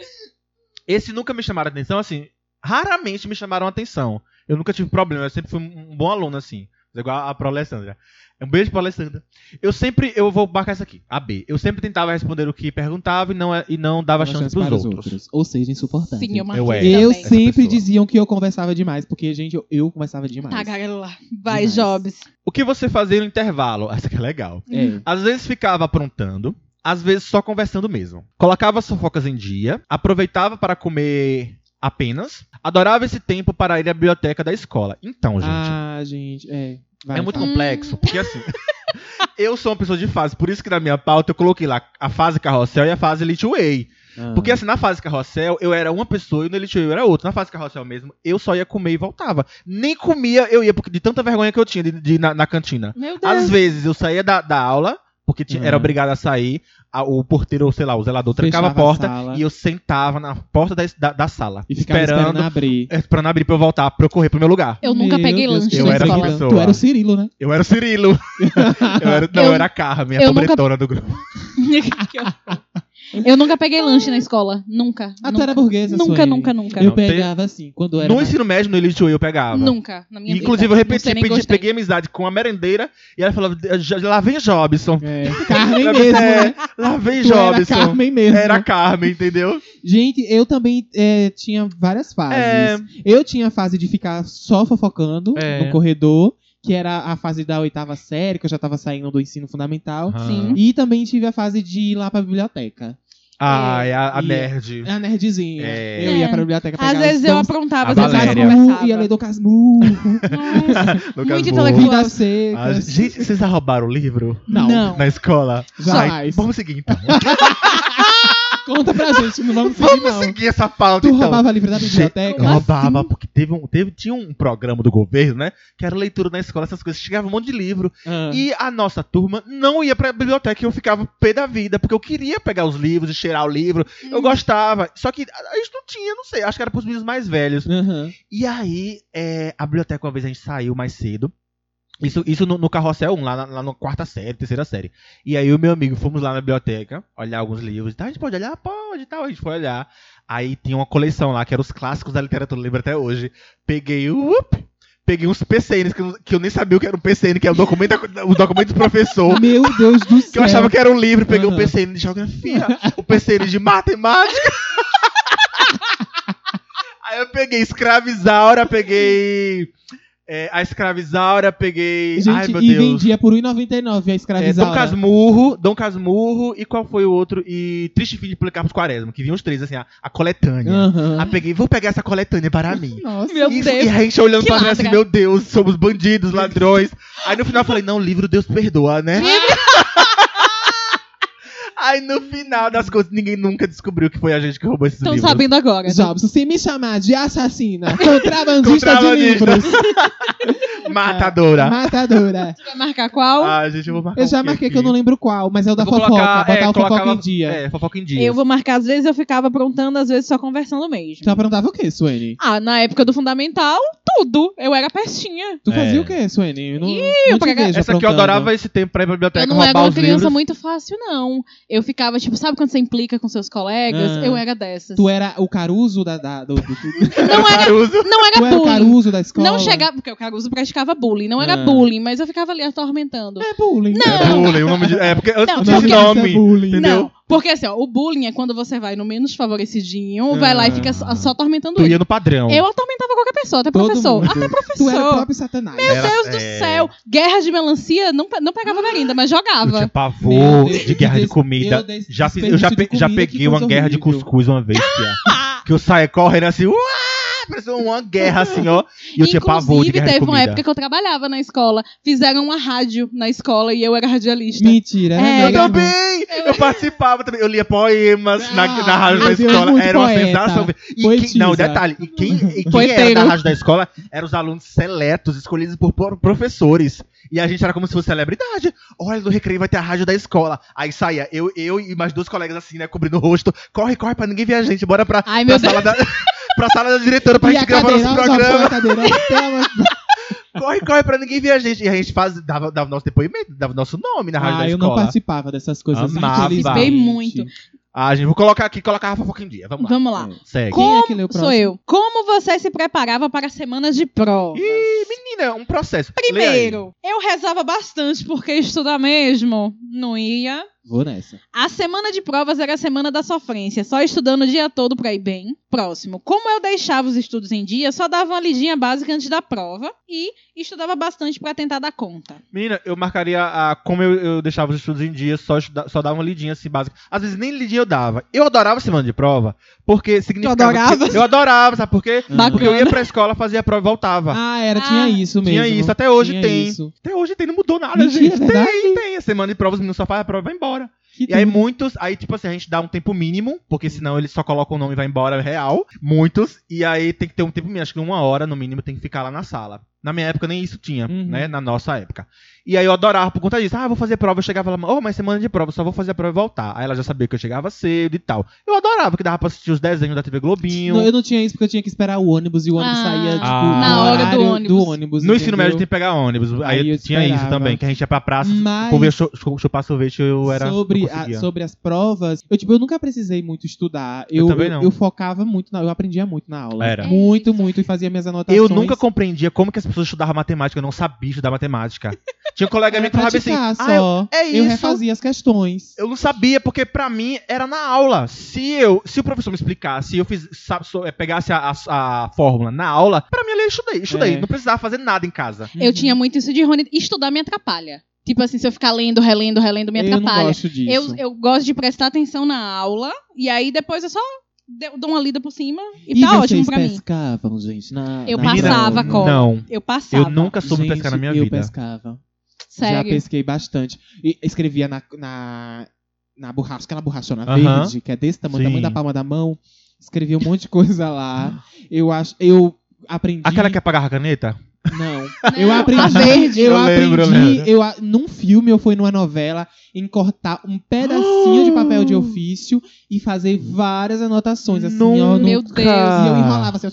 S1: Esse nunca me chamaram a atenção, assim. Raramente me chamaram a atenção. Eu nunca tive problema, eu sempre fui um um bom aluno, assim. Igual a pro Alessandra. Um beijo pra Alessandra. Eu sempre. Eu vou marcar isso aqui. A B. Eu sempre tentava responder o que perguntava e não, e não dava chance pros
S3: para os
S1: outros.
S3: Ou seja, insuportável.
S4: Sim, eu marquei
S1: Eu era.
S4: também.
S3: Eu
S1: Essa
S3: sempre
S1: pessoa.
S3: diziam que eu conversava demais, porque, gente, eu, eu conversava
S4: Tá,
S3: demais.
S4: Tagarela. é Vai,
S3: Demais.
S4: Jobs.
S1: O que você fazia no intervalo? <laughs> Essa que é legal.
S3: É.
S1: Às vezes ficava aprontando, às vezes só conversando mesmo. Colocava as fofocas em dia, aproveitava para comer apenas, adorava esse tempo para ir à biblioteca da escola. Então, gente.
S3: Ah, gente, é. Vai,
S1: É muito
S3: fala.
S4: Hum.
S1: complexo, porque
S3: <laughs>
S1: assim. eu sou uma pessoa de fase, por isso que na minha pauta eu coloquei lá a fase carrossel e a fase Elite Way.
S3: Ah.
S1: Porque assim, na fase carrossel eu era uma pessoa e no Elite Way eu era outra. Na fase carrossel mesmo, eu só ia comer e voltava. Nem comia, eu ia, porque de tanta vergonha que eu tinha de, de ir na, na cantina.
S4: Meu Deus.
S1: Às vezes eu saía da, da aula, porque tinha- era
S3: Uhum.
S1: obrigado a sair, a- o porteiro, ou sei lá, o zelador trancava
S3: Fechava
S1: a porta
S3: sala.
S1: e eu sentava na porta da, da, da sala,
S3: E ficava esperando,
S1: esperando,
S3: abrir.
S1: esperando abrir pra eu voltar, pra eu correr pro meu lugar.
S4: Eu nunca
S3: Meu
S4: peguei
S3: Deus,
S4: lanche
S3: que
S1: Eu
S4: na
S1: era
S3: tranquilo.
S4: escola.
S1: uma pessoa.
S3: Tu era o Cirilo, né?
S1: Eu
S4: <laughs>
S1: era o Cirilo. Eu era, não,
S4: Eu-
S1: eu era a Carmen, a
S4: eu nunca-
S1: pobretona do grupo.
S4: eu nunca peguei lanche na escola. Nunca.
S3: Ah, tu
S4: nunca.
S3: era burguesa,
S4: Nunca,
S3: Sueli.
S4: nunca, nunca.
S3: Eu
S1: Não, tem-
S3: pegava assim, quando eu era.
S1: No
S3: mais-
S1: ensino médio, no Elite Way, eu pegava.
S4: né? Nunca. Na minha
S1: Inclusive,
S4: vida.
S1: eu
S4: Não sei
S1: repeti,
S4: nem
S1: pedi-
S4: gostei.
S1: peguei amizade com a merendeira e ela falava: "Já- lá vem Jobson.
S3: É, Carmen
S1: É,
S3: mesmo, né?
S1: Lá vem
S3: Tu era
S1: Jobson. Era Carmen,
S3: Carmen mesmo. né?
S1: entendeu?
S3: Gente, eu também é, tinha várias fases.
S1: É.
S3: Eu tinha a fase de ficar só fofocando
S1: É.
S3: no corredor, que era a fase da oitava série, que eu já tava saindo do ensino fundamental.
S4: Sim.
S3: E também tive a fase de ir lá pra biblioteca.
S1: Ah, é a, a
S4: <laughs>
S3: E-
S1: nerd. <laughs>
S3: A nerdzinha.
S1: É.
S3: Eu ia pra biblioteca pegar
S4: Às vezes
S3: os
S4: eu
S3: dons-
S4: aprontava,
S1: A
S4: às vezes eu só
S1: Valéria.
S4: conversava.
S3: Ia ler do Casmurro,
S4: Nossa.
S1: No
S4: muito
S1: caso,
S4: intelectual.
S1: vou-
S3: Vida
S4: Nossa.
S3: Seca.
S1: Ah, gente, vocês já roubaram o livro?
S3: Não.
S4: Não.
S1: Na escola?
S3: Jamais.
S1: Vamos seguir então.
S3: Conta pra gente, não vamos seguir,
S1: <laughs> Vamos
S3: não.
S1: seguir essa pauta
S3: Tu
S1: então.
S3: roubava livro da
S1: Gente,
S3: biblioteca?
S1: Eu roubava, porque teve um, teve, tinha um programa do governo, né? Que era leitura na escola, essas coisas. Chegava um monte de livro.
S3: Ah.
S1: E a nossa turma não ia pra biblioteca e eu ficava pé da vida, porque eu queria pegar os livros e cheirar o livro. Eu gostava. Só que a a gente não tinha, não sei. Acho que era pros meninos mais velhos.
S3: Aham.
S1: E aí, é, a biblioteca, uma vez a gente saiu mais cedo. Isso, isso no, no Carrossel 1, lá na, lá na quarta série, terceira série. E aí, eu e meu amigo fomos lá na biblioteca olhar alguns livros. e tal. a gente pode olhar? Pode e tal. A gente foi olhar. Aí tinha uma coleção lá, que eram os clássicos da literatura, eu lembro até hoje. Peguei o. up, Peguei uns PCNs, que eu, que eu nem sabia o que era um PCN, que é o documento, da- o documento do professor.
S3: Oh, Meu Deus do céu.
S1: Que eu achava que era um livro, peguei
S3: É. Aham.
S1: um PCN de geografia, o PCN de
S3: <laughs>
S1: matemática. Aí eu peguei escravizaura, peguei é, a escravizaura, peguei.
S3: Gente,
S1: ai meu
S3: e
S1: Deus.
S3: vendia por 1,99 a
S1: É, Dom
S3: escravizada.
S1: Casmurro, Dom Casmurro e qual foi o outro? E Triste Fim de Policarpos Quaresma, que vinham os três, assim, a, a coletânea.
S3: Aham.
S1: Aí peguei, vou pegar essa coletânea para
S3: <laughs>
S1: mim.
S3: Nossa.
S4: Meu
S1: Isso,
S4: Deus.
S1: E a gente olhando
S4: Que
S1: pra trás assim,
S4: ladra.
S1: meu Deus, somos bandidos, ladrões. Aí no final eu falei, não, livro Deus perdoa, né? Aí no final das coisas, ninguém nunca descobriu que foi a gente que roubou esses
S3: Então,
S4: Estão
S1: livros.
S4: então, sabendo agora. né?
S1: <laughs>
S3: Jobs, se me chamar de assassina, contrabandista de
S1: Contrabandista.
S3: livros,
S1: Matadora.
S3: Matadora.
S4: Você vai marcar qual?
S1: Ah, gente, eu vou marcar
S3: Eu
S1: o
S3: já
S1: quê
S3: marquei
S1: aqui?
S3: que eu não lembro qual, mas é o da
S1: Eu vou
S3: fofoca.
S1: colocar-
S3: botar
S1: é,
S3: o fofoca
S1: colocava-
S3: em dia.
S1: É, fofoca em dia.
S2: Eu vou marcar, às vezes eu ficava aprontando, às vezes só conversando mesmo.
S3: Tu aprontava Então o quê, Suene?
S2: Ah, na época do fundamental, tudo. Eu era pestinha.
S3: Tu
S1: É.
S3: fazia o quê, Suene? Eu não,
S2: Ih,
S3: não
S2: eu
S3: te
S2: pregava-
S3: vejo
S1: Essa aqui eu
S3: aprontando.
S1: adorava esse tempo pra ir pra biblioteca
S2: Eu não
S1: roubar
S2: era uma
S1: os
S2: criança
S1: livros.
S2: muito fácil, não. Eu ficava, tipo, sabe quando você implica com seus colegas?
S3: Ah.
S2: Eu era dessas.
S3: Tu era o Caruso da, da-
S2: <laughs>
S3: do, do- do-
S2: Não era,
S1: Caruso.
S2: não era
S3: tu era o
S2: bullying.
S3: Caruso da escola.
S2: Não chegava, porque o Caruso praticava bullying. Não era
S3: Ah.
S2: bullying, mas eu ficava ali atormentando.
S3: É bullying.
S1: É bullying, o nome de... É, porque antes não,
S2: Não,
S3: Não,
S1: tinha esse
S3: isso
S1: nome.
S3: é bullying.
S1: entendeu?
S2: Não, porque assim, ó, o bullying é quando você vai no menos favorecidinho, vai
S3: Ah.
S2: lá e fica só, só atormentando
S1: Tu
S2: ele.
S1: ia no padrão.
S2: Eu atormentava qualquer pessoa, até
S3: Todo
S2: professor.
S3: mundo.
S2: Até
S3: Tu era o
S2: professor.
S3: próprio Satanás.
S1: Meu
S2: Meu Deus do céu. Guerra de melancia, não, pe- não pegava merenda, mas
S1: Eu tinha
S2: jogava.
S3: Meu
S1: pavor
S3: Deus,
S1: de guerra de
S3: des-
S1: comida.
S3: eu des-
S1: Já, fiz- eu já,
S3: desperdício
S1: pe-
S3: de
S1: já
S3: comida, que
S1: peguei uma
S3: coisa
S1: guerra de
S3: horrível.
S1: cuscuz uma vez,
S3: <laughs>
S1: tia. Que eu saía correndo assim, uá! Parecia uma guerra assim, ó. E eu tinha pavor de
S2: Inclusive,
S1: guerra de
S2: teve uma
S1: comida.
S2: época que eu trabalhava na escola. Fizeram uma rádio na escola e eu era radialista.
S3: Mentira. era
S2: É,
S1: Eu
S3: mega ruim.
S1: também! Eu participava também. Eu lia poemas na, na rádio da
S3: Ah, eu
S1: escola.
S3: muito
S1: Era uma
S3: poeta.
S1: sensação. E quem,
S3: Poetisa.
S1: não, detalhe. E quem, e quem era
S2: Poeteiro.
S1: da rádio da escola eram os alunos seletos, escolhidos por por professores. E a gente era como se fosse celebridade. Olha, no recreio vai ter a rádio da escola. Aí saía eu, eu e mais dois colegas assim, né, cobrindo o rosto. Corre, corre, pra ninguém ver a gente. Bora pra,
S2: Ai,
S1: pra
S2: meu Deus.
S1: sala da... <laughs> Pra sala da diretora pra
S3: E a
S1: gente gravar
S3: cadeirão
S1: nosso
S3: só
S1: programa.
S3: foi a cadeirão
S1: <laughs>
S3: até ela-
S1: Corre, corre pra ninguém ver a gente. E a gente faz, dava, dava nosso depoimento, dava nosso nome na rádio
S3: Ah,
S1: da
S3: eu
S1: escola.
S3: não participava dessas coisas.
S1: Amava.
S3: infelizmente.
S2: Participei muito.
S1: Ah, gente, vou colocar aqui, colocar a fofoca em dia. Vamos lá.
S2: Vamos lá.
S1: Segue.
S3: Quem
S2: Como
S3: é que leu o
S2: sou eu. Como você se preparava para semanas de provas?
S1: Ih, menina, é um processo. Lê aí.
S2: Primeiro, eu rezava bastante porque estudar mesmo não ia.
S3: Vou nessa.
S2: A semana de provas era a semana da sofrência, só estudando o dia todo pra ir bem. Próximo, como eu deixava os estudos em dia, só dava uma lidinha básica antes da prova e estudava bastante pra tentar dar conta.
S1: Menina, eu marcaria a, como eu, eu deixava os estudos em dia, só, estuda- só dava uma lidinha assim básica. Às vezes nem lidinha eu dava. Eu adorava semana de prova, porque significava. que-
S2: adorava?
S1: eu adorava, sabe por quê?
S3: Bacana.
S1: Porque eu ia pra escola, fazia a prova e voltava.
S3: Ah, era,
S2: Ah,
S3: tinha isso mesmo.
S1: tinha isso, até hoje
S3: Tinha
S1: tem.
S3: isso.
S1: Até hoje tem, não mudou nada,
S3: Mentira, é
S1: gente.
S3: verdade?
S1: Tem, tem. A semana de provas, os meninos só fazem a prova e vai embora.
S3: Que
S1: E aí
S3: tudo.
S1: muitos, aí tipo assim, a gente dá um tempo mínimo, porque senão eles só colocam o nome e vai embora é real. Muitos, e aí tem que ter um tempo mínimo, acho que uma hora no mínimo tem que ficar lá na sala. Na minha época nem isso tinha,
S3: Uhum.
S1: né? Na nossa época. E aí eu adorava por conta disso. Ah, vou fazer prova. Eu chegava lá, oh, mas semana de prova, só vou fazer a prova e voltar. Aí ela já sabia que eu chegava cedo e tal. Eu adorava que dava pra assistir os desenhos da TV Globinho.
S3: Não, eu não tinha isso porque eu tinha que esperar o ônibus e o ônibus
S2: Ah.
S3: saía tipo,
S1: Ah.
S3: no
S1: Na hora do
S3: horário
S2: ônibus.
S1: No
S3: ônibus,
S1: ensino médio tem que pegar ônibus. Aí,
S3: Aí eu
S1: tinha isso
S3: esperava.
S1: também, que a gente ia pra praça,
S3: Mas-
S1: o povo ia chu- chu- chupar sorvete, eu era.
S3: sobre,
S1: não
S3: a-
S1: conseguia.
S3: sobre as provas, eu, tipo, eu nunca precisei muito estudar.
S1: Eu
S3: Eu,
S1: também não.
S3: eu focava muito na, eu aprendia muito na aula.
S1: Era.
S3: Muito, muito e fazia minhas anotações.
S1: Eu nunca compreendia como que as pessoas estudavam matemática, eu não sabia estudar matemática. Tinha um colega
S3: <laughs> Era
S1: meu que falava assim,
S3: praticar
S1: ah, eu,
S3: só.
S1: é
S3: Eu
S1: isso.
S3: refazia as questões.
S1: eu não sabia, porque pra mim era na aula. Se eu, se o professor me explicasse, se eu fiz, sa- so- eh, pegasse a, a- a fórmula na aula, pra mim ali eu estudei, estudei.
S3: É.
S1: Não precisava fazer nada em casa.
S3: Uhum.
S2: Eu tinha muito isso de Rony, estudar me atrapalha. Tipo assim, se eu ficar lendo, relendo, relendo, me
S3: Eu não
S2: atrapalha.
S3: gosto disso.
S2: Eu, eu gosto de prestar atenção na aula e aí depois eu só de- dou uma lida por cima e,
S3: e
S2: tá
S3: vocês
S2: ótimo pra mim.
S3: pescavam, gente, na
S2: Eu
S3: na
S2: passava
S3: prova?
S2: cola.
S1: Não,
S2: Eu passava.
S1: eu nunca soube
S3: Gente,
S1: pescar na minha
S3: eu
S1: vida.
S3: pescava. Já
S2: Sério.
S3: pesquei bastante. E escrevia na, na, na borracha, aquela borrachona
S1: Aham.
S3: verde, que é desse tamanho,
S1: Sim.
S3: tamanho da palma da mão. Escrevia um monte de coisa lá. Eu acho, eu aprendi.
S1: Aquela que é- apagava a caneta?
S3: Não.
S2: Não,
S3: Eu aprendi.
S2: A verde.
S3: Eu,
S1: Eu lembro, eu
S3: aprendi.
S1: lembro.
S3: Eu, a- num filme ou foi numa novela em cortar um pedacinho de papel
S1: <gasps>
S3: de ofício e fazer várias anotações assim, ó. no-
S2: Meu
S1: Nunca.
S2: Deus.
S3: E eu enrolava assim.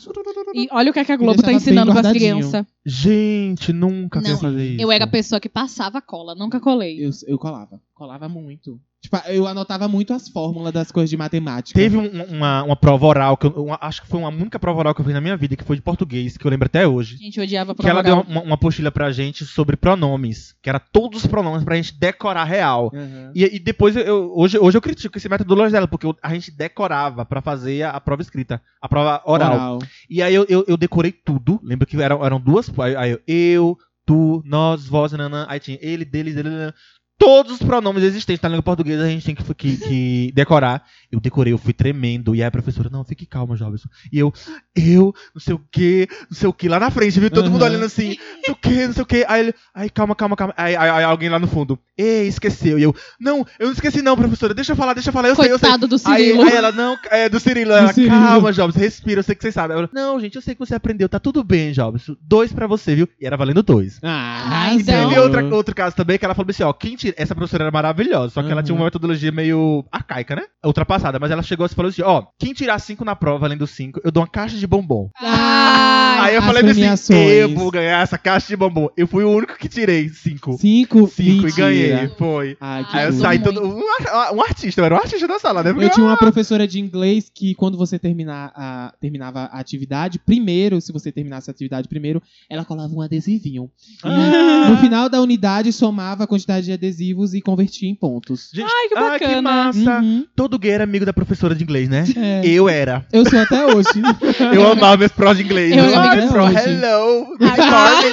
S2: E olha o que, é que a Globo tá
S3: deixava bem
S2: ensinando pras
S3: guardadinho.
S2: crianças.
S1: Gente, nunca
S2: Não,
S1: queria fazer isso.
S2: Eu era a pessoa que passava cola, nunca colei.
S3: Eu, eu colava. Colava muito. Tipo, eu anotava muito as fórmulas das coisas de matemática.
S1: Teve um- uma, uma prova oral, que eu, uma- acho que foi uma única prova oral que eu fiz na minha vida, que foi de português, que eu lembro até hoje.
S2: Gente, eu odiava
S1: Que ela
S2: procurar. um
S1: deu uma, uma postilha pra gente sobre pronomes, que era todos os pronomes pra gente decorar real.
S3: Aham.
S1: E, e depois, eu- eu, hoje, hoje eu critico esse metodologia dela, porque eu- a gente decorava pra fazer a, a prova escrita, a prova oral. E aí eu, eu, eu decorei tudo, lembro que eram, eram duas, aí, aí eu, eu, tu, nós, vós, nanã, aí tinha ele, deles, ele, nanã. Todos os pronomes existentes na língua portuguesa a gente tem que, que, que decorar. Eu decorei, eu fui tremendo. E aí a professora, não, fique calma, Jobson. E eu, eu, não sei o quê, não sei o quê, lá na frente, viu? Todo
S3: Aham.
S1: mundo olhando assim, não sei o quê, não sei o quê. Aí ele, ai, calma, calma, calma. Aí, aí- aí alguém lá no fundo, ei, esqueceu. E eu, não, eu não esqueci, não, professora, deixa eu falar, deixa eu falar, eu sei, eu sei.
S2: Coitado do
S1: Aí,
S2: Cirilo.
S1: aí ela, não, é do Cirilo. Ela,
S3: Cirilo.
S1: calma, Jobs, respira, eu sei que vocês sabem. Ela, não, gente, eu sei que você aprendeu, tá tudo bem, Jobs. Dois pra você, viu? E era valendo dois.
S3: Ah,
S2: Ai,
S1: E
S2: Então-
S1: teve outra, outro caso também que ela falou assim: ó, quem tira- essa professora era maravilhosa, só que ela
S3: Uhum.
S1: tinha uma metodologia meio arcaica, né? Ultrapassada, mas ela chegou e falou assim: ó, quem tirar cinco na prova além dos cinco, eu dou uma caixa de bombom.
S2: Ah,
S1: Aí eu
S3: as
S1: falei assim:
S3: premiações.
S1: eu vou ganhar essa caixa de bombom. Eu fui o único que tirei cinco.
S3: Cinco,
S1: Cinco e
S3: mentira.
S1: ganhei, foi.
S3: Ai, que
S1: Aí eu
S3: duro.
S1: saí todo. Um, ar- um artista, eu era um artista da sala, né?
S3: Eu tinha uma professora de inglês que, quando você terminar a- terminava a atividade, primeiro, se você terminasse a atividade primeiro, ela colava um adesivinho.
S1: Ah.
S3: No final da unidade, somava a quantidade de adesivos e convertia em pontos.
S1: Gente,
S2: Ai, que
S1: ah, que
S2: bacana.
S1: massa.
S3: Uhum,
S1: Todo gay era amigo da professora de inglês, né?
S3: é.
S1: Eu era.
S3: Eu sou até hoje.
S1: <laughs> Eu amava minhas provas de inglês.
S3: Eu
S1: Hi,
S3: era amiga
S1: prof.
S3: hoje.
S1: Hello. Good morning.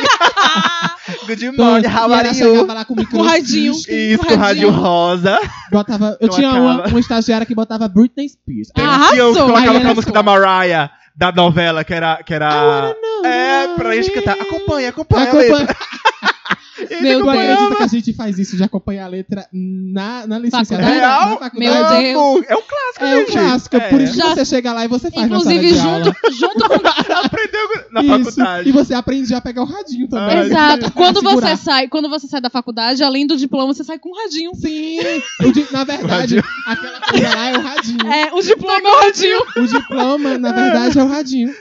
S1: Good morning. How
S3: e ela
S1: are you?
S3: chegava lá com o
S2: Com radinho.
S3: microfone,
S1: Isso, com rádio
S2: Radinho.
S1: rosa.
S3: botava. Eu
S1: Então
S3: tinha
S1: acaba.
S3: uma, uma estagiária que botava Britney Spears. Ah,
S1: E eu
S2: Arrasou.
S3: Aí
S1: colocava
S3: era
S1: aquela música da
S3: só.
S1: Mariah, da novela, que era... Que era... É, pra gente cantar. Acompanha,
S2: é
S1: acompanha a letra.
S3: Ah, Acompanha,
S1: E a gente
S3: meu, tu
S1: acompanhava.
S3: acredita que a gente faz isso de acompanhar a letra na, na licenciatura?
S2: Faculdade?
S3: na
S1: Real?
S3: faculdade?
S2: Meu Deus.
S1: É um clássico,
S3: É um
S1: gente.
S3: clássico, por
S1: É.
S3: isso que
S2: Já-
S3: você chega lá e você
S2: <laughs>
S3: faz
S2: Inclusive,
S3: na sala de aula.
S2: junto, junto com.
S1: Aprendeu <laughs> na
S3: Isso.
S1: faculdade. Ah,
S3: E você aprende já a pegar o radinho também.
S1: Ai,
S2: Exato. Quando
S3: Segurar.
S2: <laughs> você sai, quando você sai da faculdade, além do diploma, você sai com um radinho.
S3: Sim! O di- na verdade,
S1: radinho.
S3: aquela coisa lá é o radinho.
S2: É, o diploma é o radinho.
S3: O diploma, na verdade, é o radinho.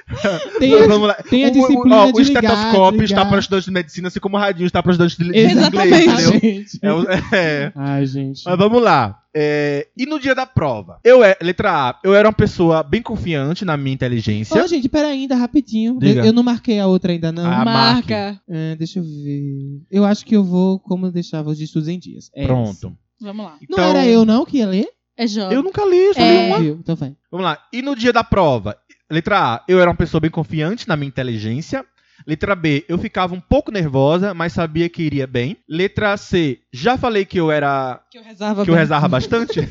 S3: Tem
S1: Mas
S3: a-
S1: Então, vamos lá.
S3: tem a
S1: O- o-
S3: disciplina
S1: ó,
S3: de
S1: O
S3: ligar,
S1: estetoscópio está
S3: desligar.
S1: para estudantes de medicina, assim como o radinho está para estudantes de de inglês,
S2: Exatamente.
S1: entendeu?
S3: Exatamente.
S1: É o- <laughs> é.
S3: Ai, gente.
S1: Mas vamos lá. É, e no dia da prova? Eu é, letra A, eu era uma pessoa bem confiante na minha inteligência.
S3: Ô, gente, pera ainda, rapidinho.
S1: Diga.
S3: Eu, eu não marquei a outra ainda, não.
S1: Ah. A
S2: Marca.
S3: É, deixa eu ver. Eu acho que eu vou como eu deixava os de estudos em dias. É essa.
S1: Pronto. Então
S2: Vamos lá.
S3: Não era eu, não, que ia ler?
S2: É jovem.
S1: Eu nunca li isso.
S2: É.
S1: li uma-
S3: Viu? Então vai.
S1: Vamos lá. E no dia da prova? Letra A, eu era uma pessoa bem confiante na minha inteligência. Letra B, eu ficava um pouco nervosa, mas sabia que iria bem. Letra C, já falei que eu era
S2: Que eu rezava.
S1: que eu
S2: bem.
S1: rezava bastante.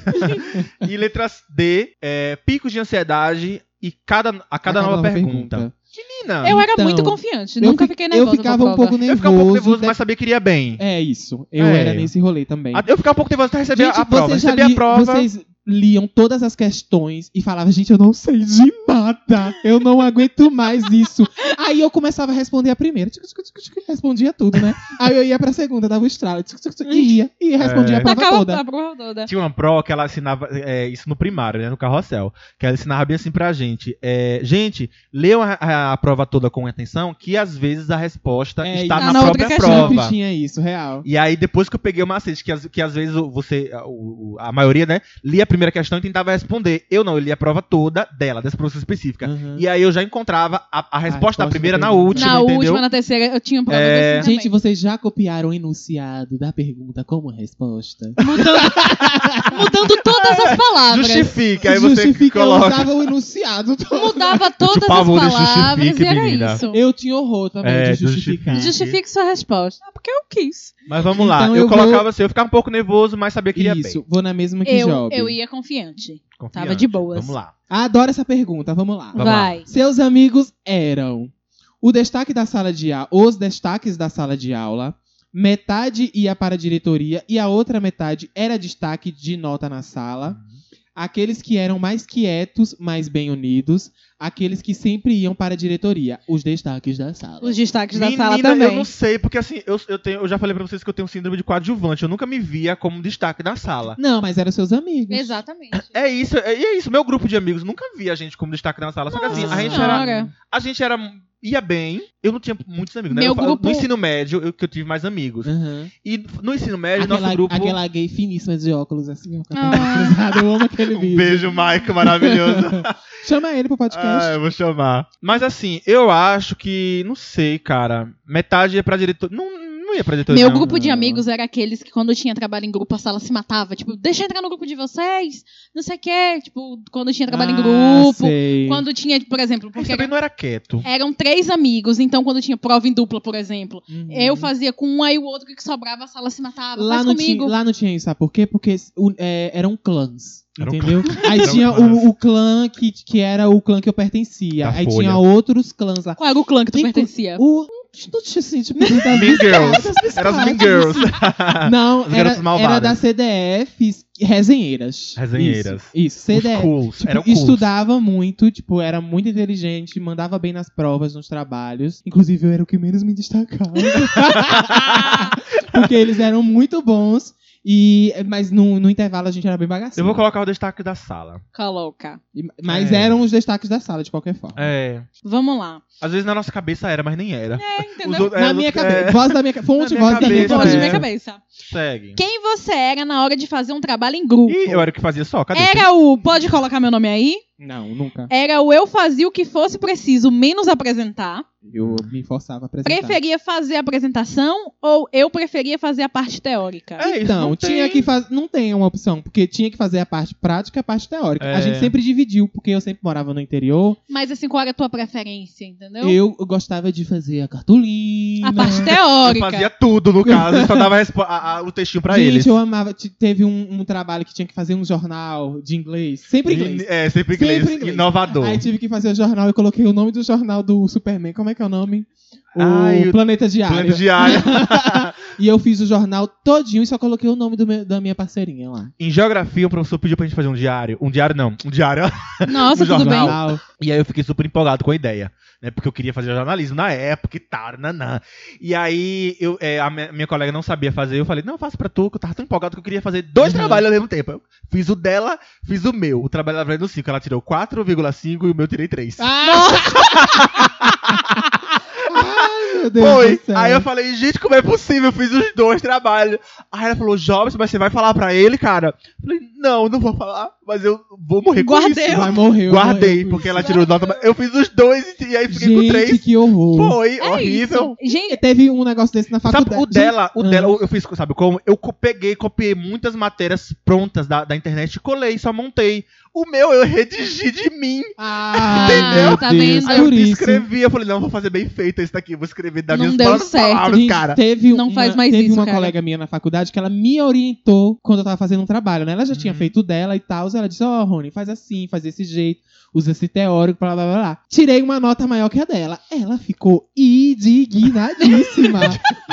S1: e letra D, é, picos de ansiedade e cada, a cada nova, pergunta. Menina,
S2: Eu
S1: eu,
S2: era
S3: Então,
S2: muito confiante.
S3: Eu
S2: Nunca
S3: fi-
S2: fiquei nervosa.
S3: Eu ficava
S2: com a
S3: um pouco
S2: prova.
S3: nervoso.
S1: ficava um pouco nervoso,
S3: de-
S1: mas sabia que iria bem.
S3: É isso. Eu
S1: É.
S3: era nesse rolê também.
S1: Ah, Eu ficava um pouco nervoso até receber
S3: Gente,
S1: a prova.
S3: vocês já
S1: Recebi a
S3: li-
S1: prova.
S3: Vocês liam todas as questões e falavam, gente, eu não sei de nada. Eu não aguento mais isso. Aí eu começava a responder a primeira. Tchic, tchic, tchic, tchic, respondia tudo, né? Aí eu ia pra segunda, dava o estralo. Tchic, tchic, tchic, e ia. E respondia
S1: É.
S3: a prova
S2: Tacava
S3: toda.
S2: a prova toda.
S1: Tinha uma pró que ela ensinava é, isso no primário, né? No carrossel. Que ela ensinava bem assim pra gente. É, gente, leiam a, a- a prova toda com atenção, que às vezes a resposta
S3: É,
S1: está
S3: tá
S1: na,
S2: na outra
S1: própria
S2: questão.
S1: prova.
S3: Sempre tinha isso, real.
S1: E aí, depois que eu peguei o macete, que, às- que às vezes o- você, a- o- o- a maioria, né, lia a primeira questão e tentava responder. Eu não, eu li a prova toda dela, dessa professora específica.
S3: Uhum.
S1: E aí eu já encontrava a, a resposta
S3: resposta
S1: da primeira
S3: da
S1: na
S3: primeira.
S1: última,
S2: na
S1: entendeu?
S2: última, na terceira, eu tinha um prova
S1: É.
S2: desse
S3: Gente,
S2: também.
S3: vocês já copiaram o enunciado da pergunta como resposta?
S1: É
S2: mudando, mudando todas as palavras.
S1: Justifica, aí você
S3: Justifica,
S1: coloca.
S3: eu usava
S1: <laughs>
S3: o enunciado todo.
S2: Mudava todas as
S1: Pavor de
S2: palavras e
S1: justifique,
S2: era
S1: menina.
S2: isso.
S3: Eu tinha horror também
S1: É,
S3: de justificar.
S1: justifica.
S2: Justifique sua resposta. Ah, porque eu quis.
S1: Mas vamos lá,
S3: Então
S1: eu,
S3: eu vou-
S1: colocava assim, eu ficava um pouco nervoso, mas sabia que iria bem.
S3: Isso, vou na mesma que
S2: Eu,
S3: Job.
S2: eu ia confiante.
S1: Confiante.
S2: Tava de boas.
S1: Vamos lá.
S3: Adoro essa pergunta, vamos lá.
S1: Vamos
S2: Vai.
S3: Seus amigos eram o destaque da sala de aula, os destaques da sala de aula, metade ia para a diretoria e a outra metade era destaque de nota na sala. Aqueles que eram mais quietos, mais bem unidos, aqueles que sempre iam para a diretoria, os destaques da sala.
S2: Os destaques da sala
S1: Menina,
S2: também.
S1: eu não sei, porque assim, eu, eu, tenho- eu já falei pra vocês que eu tenho síndrome de coadjuvante, eu nunca me via como destaque na sala.
S3: Não, mas eram seus amigos.
S2: Exatamente.
S1: É isso, é, e é isso, meu grupo de amigos nunca via a gente como destaque na sala, só que assim, a
S3: Nossa
S1: gente era
S2: senhora.
S1: a gente era ia bem. Eu não tinha muitos amigos, né?
S2: Meu
S1: Eu falo-
S2: grupo-
S1: No ensino médio, eu, que eu tive mais amigos.
S3: Uhum.
S1: E no ensino médio,
S3: Aquela,
S1: nosso grupo.
S3: aquela gay finíssima de óculos, assim, ó, com a
S2: Ah.
S3: perna cruzada. <laughs> Eu amo aquele
S1: Um
S3: vídeo.
S1: beijo, Maico,
S2: <laughs>
S1: maravilhoso.
S3: Chama ele pro podcast.
S1: ah, eu vou chamar. Mas assim, eu acho que. Não sei, cara. Metade é pra diretor. Não, não não ia pra diretoria.
S2: Meu
S1: não.
S2: grupo de amigos era aqueles que, quando tinha trabalho em grupo, a sala se matava. Tipo, deixa eu entrar no grupo de vocês, não sei o quê. Tipo, quando tinha trabalho em grupo.
S3: Ah, sei.
S2: Quando tinha, por exemplo,
S1: A gente
S2: porque
S1: também não era quieto.
S2: eram três amigos, então quando tinha prova em dupla, por exemplo,
S3: Uhum.
S2: eu fazia com um aí o outro que sobrava, a sala se matava.
S3: Lá
S2: faz
S3: não,
S2: comigo.
S3: tinha, lá não tinha isso, sabe por quê? Porque o- é, eram clãs,
S1: Eram
S3: entendeu? Aí
S1: Eram
S3: tinha
S1: clãs.
S3: o, o clã que, que era o clã que eu pertencia.
S1: Da
S3: Aí
S1: Folha.
S3: tinha outros clãs lá.
S2: Qual era o clã que tu
S3: Tem co- <laughs>
S2: pertencia?
S3: O... Não tinha assim, tipo, <laughs> das
S1: Mean Girls.
S3: biscadas,
S1: Era as Mean
S3: biscadas.
S1: Girls.
S3: <laughs> Não,
S1: As
S3: era,
S1: garotas malvadas.
S3: era da CDF resenheiras.
S1: Resenheiras.
S3: Isso, isso
S1: Os
S3: CDF.
S1: cools.
S3: Tipo,
S1: eram cools.
S3: estudava muito, tipo, era muito inteligente, mandava bem nas provas, nos trabalhos. Inclusive, eu era o que menos me destacava. <laughs> Ah! Porque eles eram muito bons. E, mas no, no intervalo a gente era bem
S1: Eu
S3: bagaceiro.
S1: vou colocar o destaque da sala.
S2: Coloca.
S3: E- Mas
S1: É.
S3: eram os destaques da sala, de qualquer forma.
S1: É.
S2: Vamos lá.
S1: Às vezes na nossa cabeça era, mas nem era.
S2: É,
S1: Os
S2: entendeu?
S1: outros- é,
S3: Na
S1: os
S3: minha
S1: outros-
S3: cabeça.
S1: é,
S3: Voz da minha cabeça. Fonte,
S1: minha
S3: voz da minha
S1: cabeça,
S2: Voz
S3: cabeça.
S2: de
S1: é.
S2: minha cabeça.
S1: segue.
S2: Quem você era na hora de fazer um trabalho em grupo?
S1: Ih, eu era o que fazia só. Cadê?
S2: Era o. Pode colocar meu nome aí?
S3: Não, nunca.
S2: Era o eu fazia o que fosse preciso, menos apresentar.
S3: Eu me forçava a apresentar.
S2: Preferia fazer a apresentação ou eu preferia fazer a parte teórica?
S1: É isso,
S3: Então,
S1: não
S3: tinha
S1: tem.
S3: que fazer. Não tem uma opção, porque tinha que fazer a parte prática e a parte teórica. A
S1: É.
S3: gente sempre dividiu, porque eu sempre morava no interior.
S2: Mas assim, qual era a tua preferência, entendeu?
S3: Eu gostava de fazer a cartolina.
S2: A parte
S1: Eu
S2: teórica.
S1: fazia tudo,
S3: <laughs>
S1: no caso. Eu só dava respo- a- a- o textinho pra
S3: Gente,
S1: eles.
S3: eu amava. Te- Teve um, um trabalho que tinha que fazer um jornal de inglês. Sempre inglês.
S1: É, sempre
S3: Sempre
S1: inglês.
S3: inglês.
S1: Inovador.
S3: Aí tive que fazer o jornal eu coloquei o nome do jornal do Superman. Como é que é o nome? O
S1: Ai, o
S3: Planeta Diário.
S1: Plano diário.
S3: E eu fiz o jornal todinho e só coloquei o nome do meu- da minha parceirinha lá.
S1: em geografia, o professor pediu pra gente fazer um diário. Um diário não, um diário. <laughs>
S2: Nossa,
S1: No
S2: tudo
S1: jornal.
S2: bem.
S3: Jornal.
S1: E aí eu fiquei super empolgado com a ideia, né? Porque eu queria fazer jornalismo na época e tal, nanã. E aí eu, é, a minha, minha colega não sabia fazer, eu falei, não, eu faço pra tu, que eu tava tão empolgado que eu queria fazer dois
S3: Uhum.
S1: trabalhos ao mesmo tempo. Eu fiz o dela, fiz o meu. O trabalho dela valendo 5, ela tirou 4,5 e o meu tirei 3.
S3: Ah, Ai, meu Deus
S1: Foi.
S3: do céu.
S1: Aí eu falei, gente, como é possível? Eu fiz os dois trabalhos. Aí ela falou, Jobs, mas você vai falar pra ele, cara? Eu falei, não, não vou falar, mas eu vou morrer
S2: Guardei.
S1: com isso.
S3: Vai morrer. eu
S1: Guardei,
S3: morri.
S1: porque ela tirou nota. mas Eu fiz os dois e e aí fiquei com
S3: Gente,
S1: três.
S3: que horror.
S1: Foi,
S2: É
S1: horrível.
S2: isso. Gente,
S3: Teve um negócio desse na faculdade.
S1: Sabe, o dela, o
S3: Ah.
S1: dela, eu fiz, sabe como? Eu co- peguei, copiei muitas matérias prontas da, da internet e colei, só montei. O meu eu redigi de mim.
S3: Ah,
S1: Entendeu?
S3: meu
S2: Tá
S3: Deus,
S2: vendo?
S1: Aí eu
S3: Por isso.
S1: escrevi, eu falei, não, vou fazer bem feito isso daqui, vou escrever das
S2: Não
S1: minhas
S2: deu
S1: próprias
S2: certo.
S1: palavras,
S3: Gente,
S1: cara.
S3: Teve
S2: Não
S3: uma,
S2: faz mais
S3: teve
S2: isso,
S3: uma
S2: cara.
S3: colega minha na faculdade que ela me orientou quando eu tava fazendo um trabalho, né? Ela já tinha
S1: Uhum.
S3: feito o dela e tal. Ela disse, ó, Rony, faz assim, faz desse jeito, usa esse teórico, blá, blá, blá, blá. Tirei uma nota maior que a dela. Ela ficou
S1: <laughs>
S3: indignadíssima.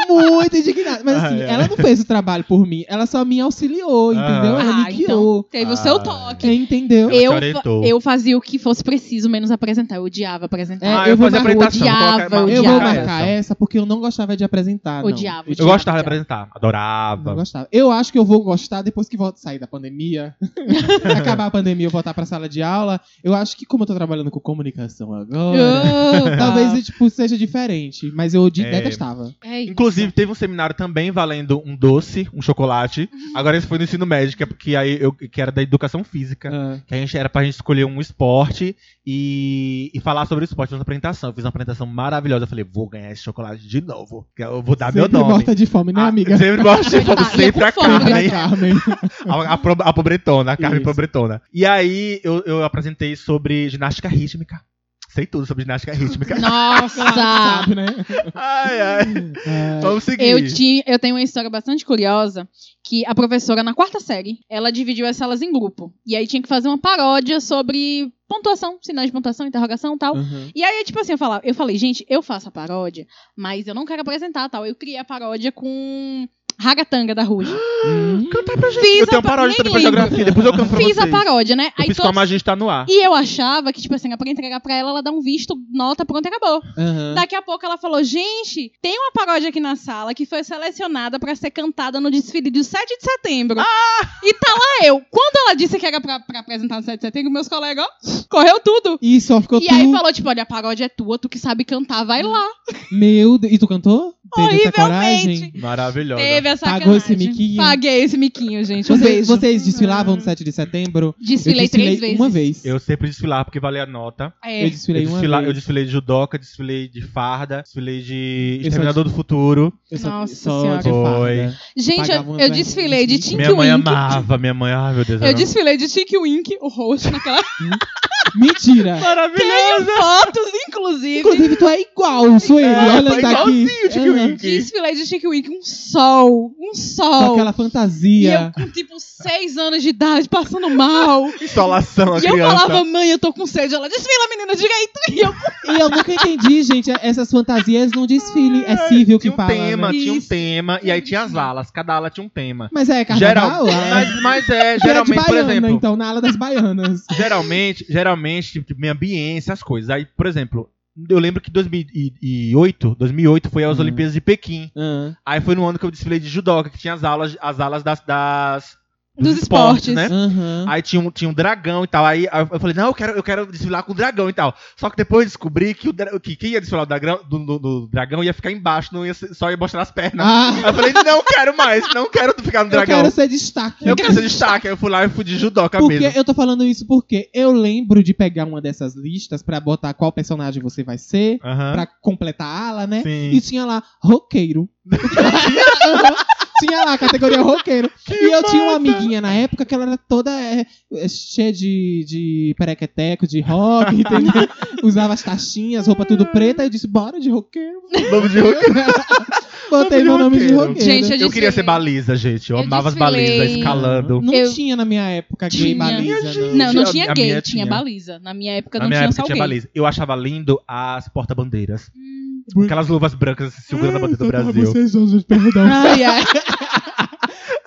S3: muito indignada. Mas assim,
S1: Ah, é.
S3: ela não fez o trabalho por mim. Ela só me auxiliou, entendeu? Ela
S2: Ah, então.
S3: me guiou.
S2: teve o seu
S1: Ai.
S2: toque.
S3: Entendeu?
S1: Ela te
S2: Eu, fa-
S1: orientou.
S2: eu fazia o que fosse preciso, menos apresentar. Eu odiava apresentar.
S3: É,
S1: ah,
S3: eu
S1: eu,
S3: vou
S1: fazia
S3: marcar-
S1: apresentação.
S2: eu
S1: colocar- marcar
S2: odiava, eu
S3: Eu
S2: odiava.
S3: vou
S2: diabo.
S3: marcar essa porque eu não gostava de apresentar. não.
S2: Odiava,
S1: Eu
S2: odiava.
S1: gostava de apresentar, adorava.
S3: Não gostava. Eu acho que eu vou gostar depois que volta, sair da pandemia.
S1: <laughs>
S3: Quando acabar a pandemia, eu voltar pra sala de aula. Eu acho que, como eu tô trabalhando com comunicação agora,
S2: Opa.
S3: talvez tipo, seja diferente. Mas eu de-
S1: É.
S3: detestava.
S2: É isso.
S1: Inclusive, teve um seminário também valendo um doce, um chocolate.
S3: Uhum.
S1: Agora esse foi no ensino médio, que, é porque aí eu, que era da educação física.
S3: Ah,
S1: Que a gente era pra gente escolher um esporte e, e falar sobre o esporte na apresentação. Eu fiz uma apresentação maravilhosa. Eu falei, vou ganhar esse chocolate de novo. Que eu vou dar
S3: sempre
S1: meu nome.
S3: morta de fome, né,
S1: Ah, <laughs>
S3: amiga?
S1: sempre morta de fome,
S2: Coitada, ia
S1: sempre
S2: Tá, é com
S1: a
S2: fome, né?
S3: Sempre né?
S1: Carmen.
S3: a Carmen.
S1: A, a, pro- a pobretona, a Carmen
S3: Isso.
S1: pobretona. E aí eu, eu apresentei sobre ginástica rítmica. Sei tudo sobre ginástica
S2: <laughs>
S1: rítmica. Ah. <laughs>
S2: Nossa!
S3: Sabe, né?
S1: ai, ai.
S3: Ah,
S1: Então, Vamos seguir.
S2: Eu, ti- eu tenho uma história bastante curiosa que a professora, na quarta série, ela dividiu as salas em grupo. E aí tinha que fazer uma paródia sobre pontuação, sinais de pontuação, interrogação e tal.
S3: uhum.
S2: E aí, tipo assim, eu, falava, eu falei, gente, eu faço a paródia, mas eu não quero apresentar tal. Eu criei a paródia com Ragatanga da Ruge.
S3: Hum.
S1: Cantar pra gente.
S2: Fiz
S1: eu tenho uma
S2: a pa-
S1: paródia
S2: nem
S1: também pra
S2: lembro.
S1: geografia. Depois eu canto <gasps> pra
S2: Fiz
S1: vocês.
S2: a paródia, né?
S1: Eu
S2: aí
S1: fiz
S2: todos-
S1: com a Magia está no ar.
S2: E eu achava que, tipo assim, era pra entregar pra ela, ela dá um visto, nota, pronto, e acabou.
S3: Aham.
S2: Daqui a pouco ela falou: gente, tem uma paródia aqui na sala que foi selecionada pra ser cantada no desfile de 7 de setembro.
S1: Ah!
S2: E tá lá eu. Quando ela disse que era pra, pra apresentar no 7 de setembro, meus colegas, ó, correu tudo.
S3: E só ficou
S2: E
S3: tu.
S2: aí falou, tipo, olha, a paródia é tua, tu que sabe cantar, vai lá.
S3: Meu Deus. E tu cantou? Teve essa coragem?
S2: Horrivelmente.
S1: Maravilhosa.
S2: teve a sacanagem.
S3: Pagou esse miquinho.
S2: Paguei esse miquinho, gente. Um
S3: Vocês,
S2: beijo. Uhum.
S3: vocês desfilavam no 7 de setembro?
S2: Desfilei,
S3: eu desfilei
S2: três vezes.
S3: uma vez.
S1: Eu sempre desfilava porque valia a nota.
S2: É.
S3: Eu
S1: Eu,
S3: desfilei uma
S1: desfila- eu
S3: vez.
S1: desfilei de judoca, desfilei de farda, desfilei de
S3: Eu só
S1: Exterminador do Futuro.
S3: Eu
S2: Nossa
S3: só de
S1: Senhora.
S3: farda.
S2: Gente, eu,
S3: pagava umas
S2: eu
S3: vergonhas
S2: desfilei de
S3: de
S2: Tink
S1: Minha mãe
S2: Wink.
S1: amava, minha mãe, ai meu Deus.
S2: Eu
S1: era-
S2: desfilei de Tink Wink, o roxo
S1: <laughs>
S2: naquela.
S3: Mentira!
S1: Maravilhoso!
S2: Fotos, inclusive.
S3: Inclusive, tu é igual, sua ele. Olha,
S1: tá
S3: tá aqui.
S1: igualzinho, Tiki
S3: Aham.
S1: Wiki.
S2: Desfilei de Tink Wink, um sol. Um
S3: Com
S2: sol.
S3: aquela
S2: E eu
S3: fantasia.
S2: com, tipo, seis anos de idade,
S1: <laughs>
S2: passando mal.
S1: Insolação a
S2: E eu
S1: criança.
S2: falava, mãe, eu tô com sede. Ela, desfila, menina, direito. E eu,
S3: E eu, nunca entendi, gente. Essas fantasias não desfile. É civil que
S1: tinha um
S3: fala.
S1: tema,
S3: né?
S1: tinha um
S2: Isso.
S1: tema, e aí tinha as alas, cada ala tinha um tema.
S3: Mas é
S1: Geral,
S3: carnaval? é.
S1: mas, mas é,
S3: Que é de
S1: geralmente, por
S3: baiana,
S1: exemplo,
S3: então, na ala das baianas.
S1: geralmente, geralmente, tipo, meio ambiente, essas coisas. Aí, por exemplo, eu lembro que 2008, 2008 foi as
S3: Hum.
S1: Olimpíadas de Pequim.
S3: Ah,
S1: Aí foi no ano que eu desfilei de judoca, que tinha as aulas, as alas das, das-
S2: Dos esportes.
S1: né?
S3: aham.
S1: Aí tinha um, tinha um dragão e tal. Aí aí eu falei, não, eu quero, eu quero desfilar com o dragão e tal. Só que depois eu descobri que, o, dra- que quem ia desfilar o dragão, do, do- do dragão ia ficar embaixo, não ia, ser- só ia mostrar as pernas.
S3: Ah,
S1: Aí eu falei, não quero mais, não quero ficar no
S3: eu
S1: dragão.
S3: quero ser destaque.
S1: Eu quero ser destaque. Aí eu fui lá e fui de judoca
S3: Porque
S1: mesmo.
S3: eu tô falando isso porque eu lembro de pegar uma dessas listas pra botar qual personagem você vai ser,
S1: Aham.
S3: pra completar a ala, né?
S1: Sim.
S3: E tinha lá roqueiro. <laughs> Aham. tinha lá a categoria roqueiro. e eu tinha uma amiguinha na época que ela era toda é, é, cheia de, de perequeteco, de
S1: <laughs>
S3: rock, entendeu? Usava as taxinhas, roupa tudo preta. Eu disse, bora de roqueiro. <laughs>
S1: Vamos de roqueiro.
S3: Botei
S1: de
S3: meu nome de
S1: roqueiro.
S3: roqueiro.
S2: Gente,
S1: Eu queria ser baliza, gente. Eu,
S2: Eu
S1: amava as
S2: desfilei-
S1: balizas, escalando.
S3: Não
S2: Eu-
S3: tinha na minha época gay
S2: Tinha.
S3: baliza.
S1: Tinha,
S2: Não, não
S1: A-
S2: tinha
S1: a
S2: gay,
S1: minha tinha.
S2: tinha, baliza. Na minha época
S1: Na
S2: não
S1: minha
S2: tinha
S1: época
S2: só
S1: tinha
S2: gay.
S1: baliza. Eu achava lindo as porta-bandeiras.
S2: Hum.
S1: Aquelas luvas brancas se segurando a bandeira do
S3: Só pra
S1: Brasil.
S3: Vocês, dois, gente, perdão.
S2: Ai, ai.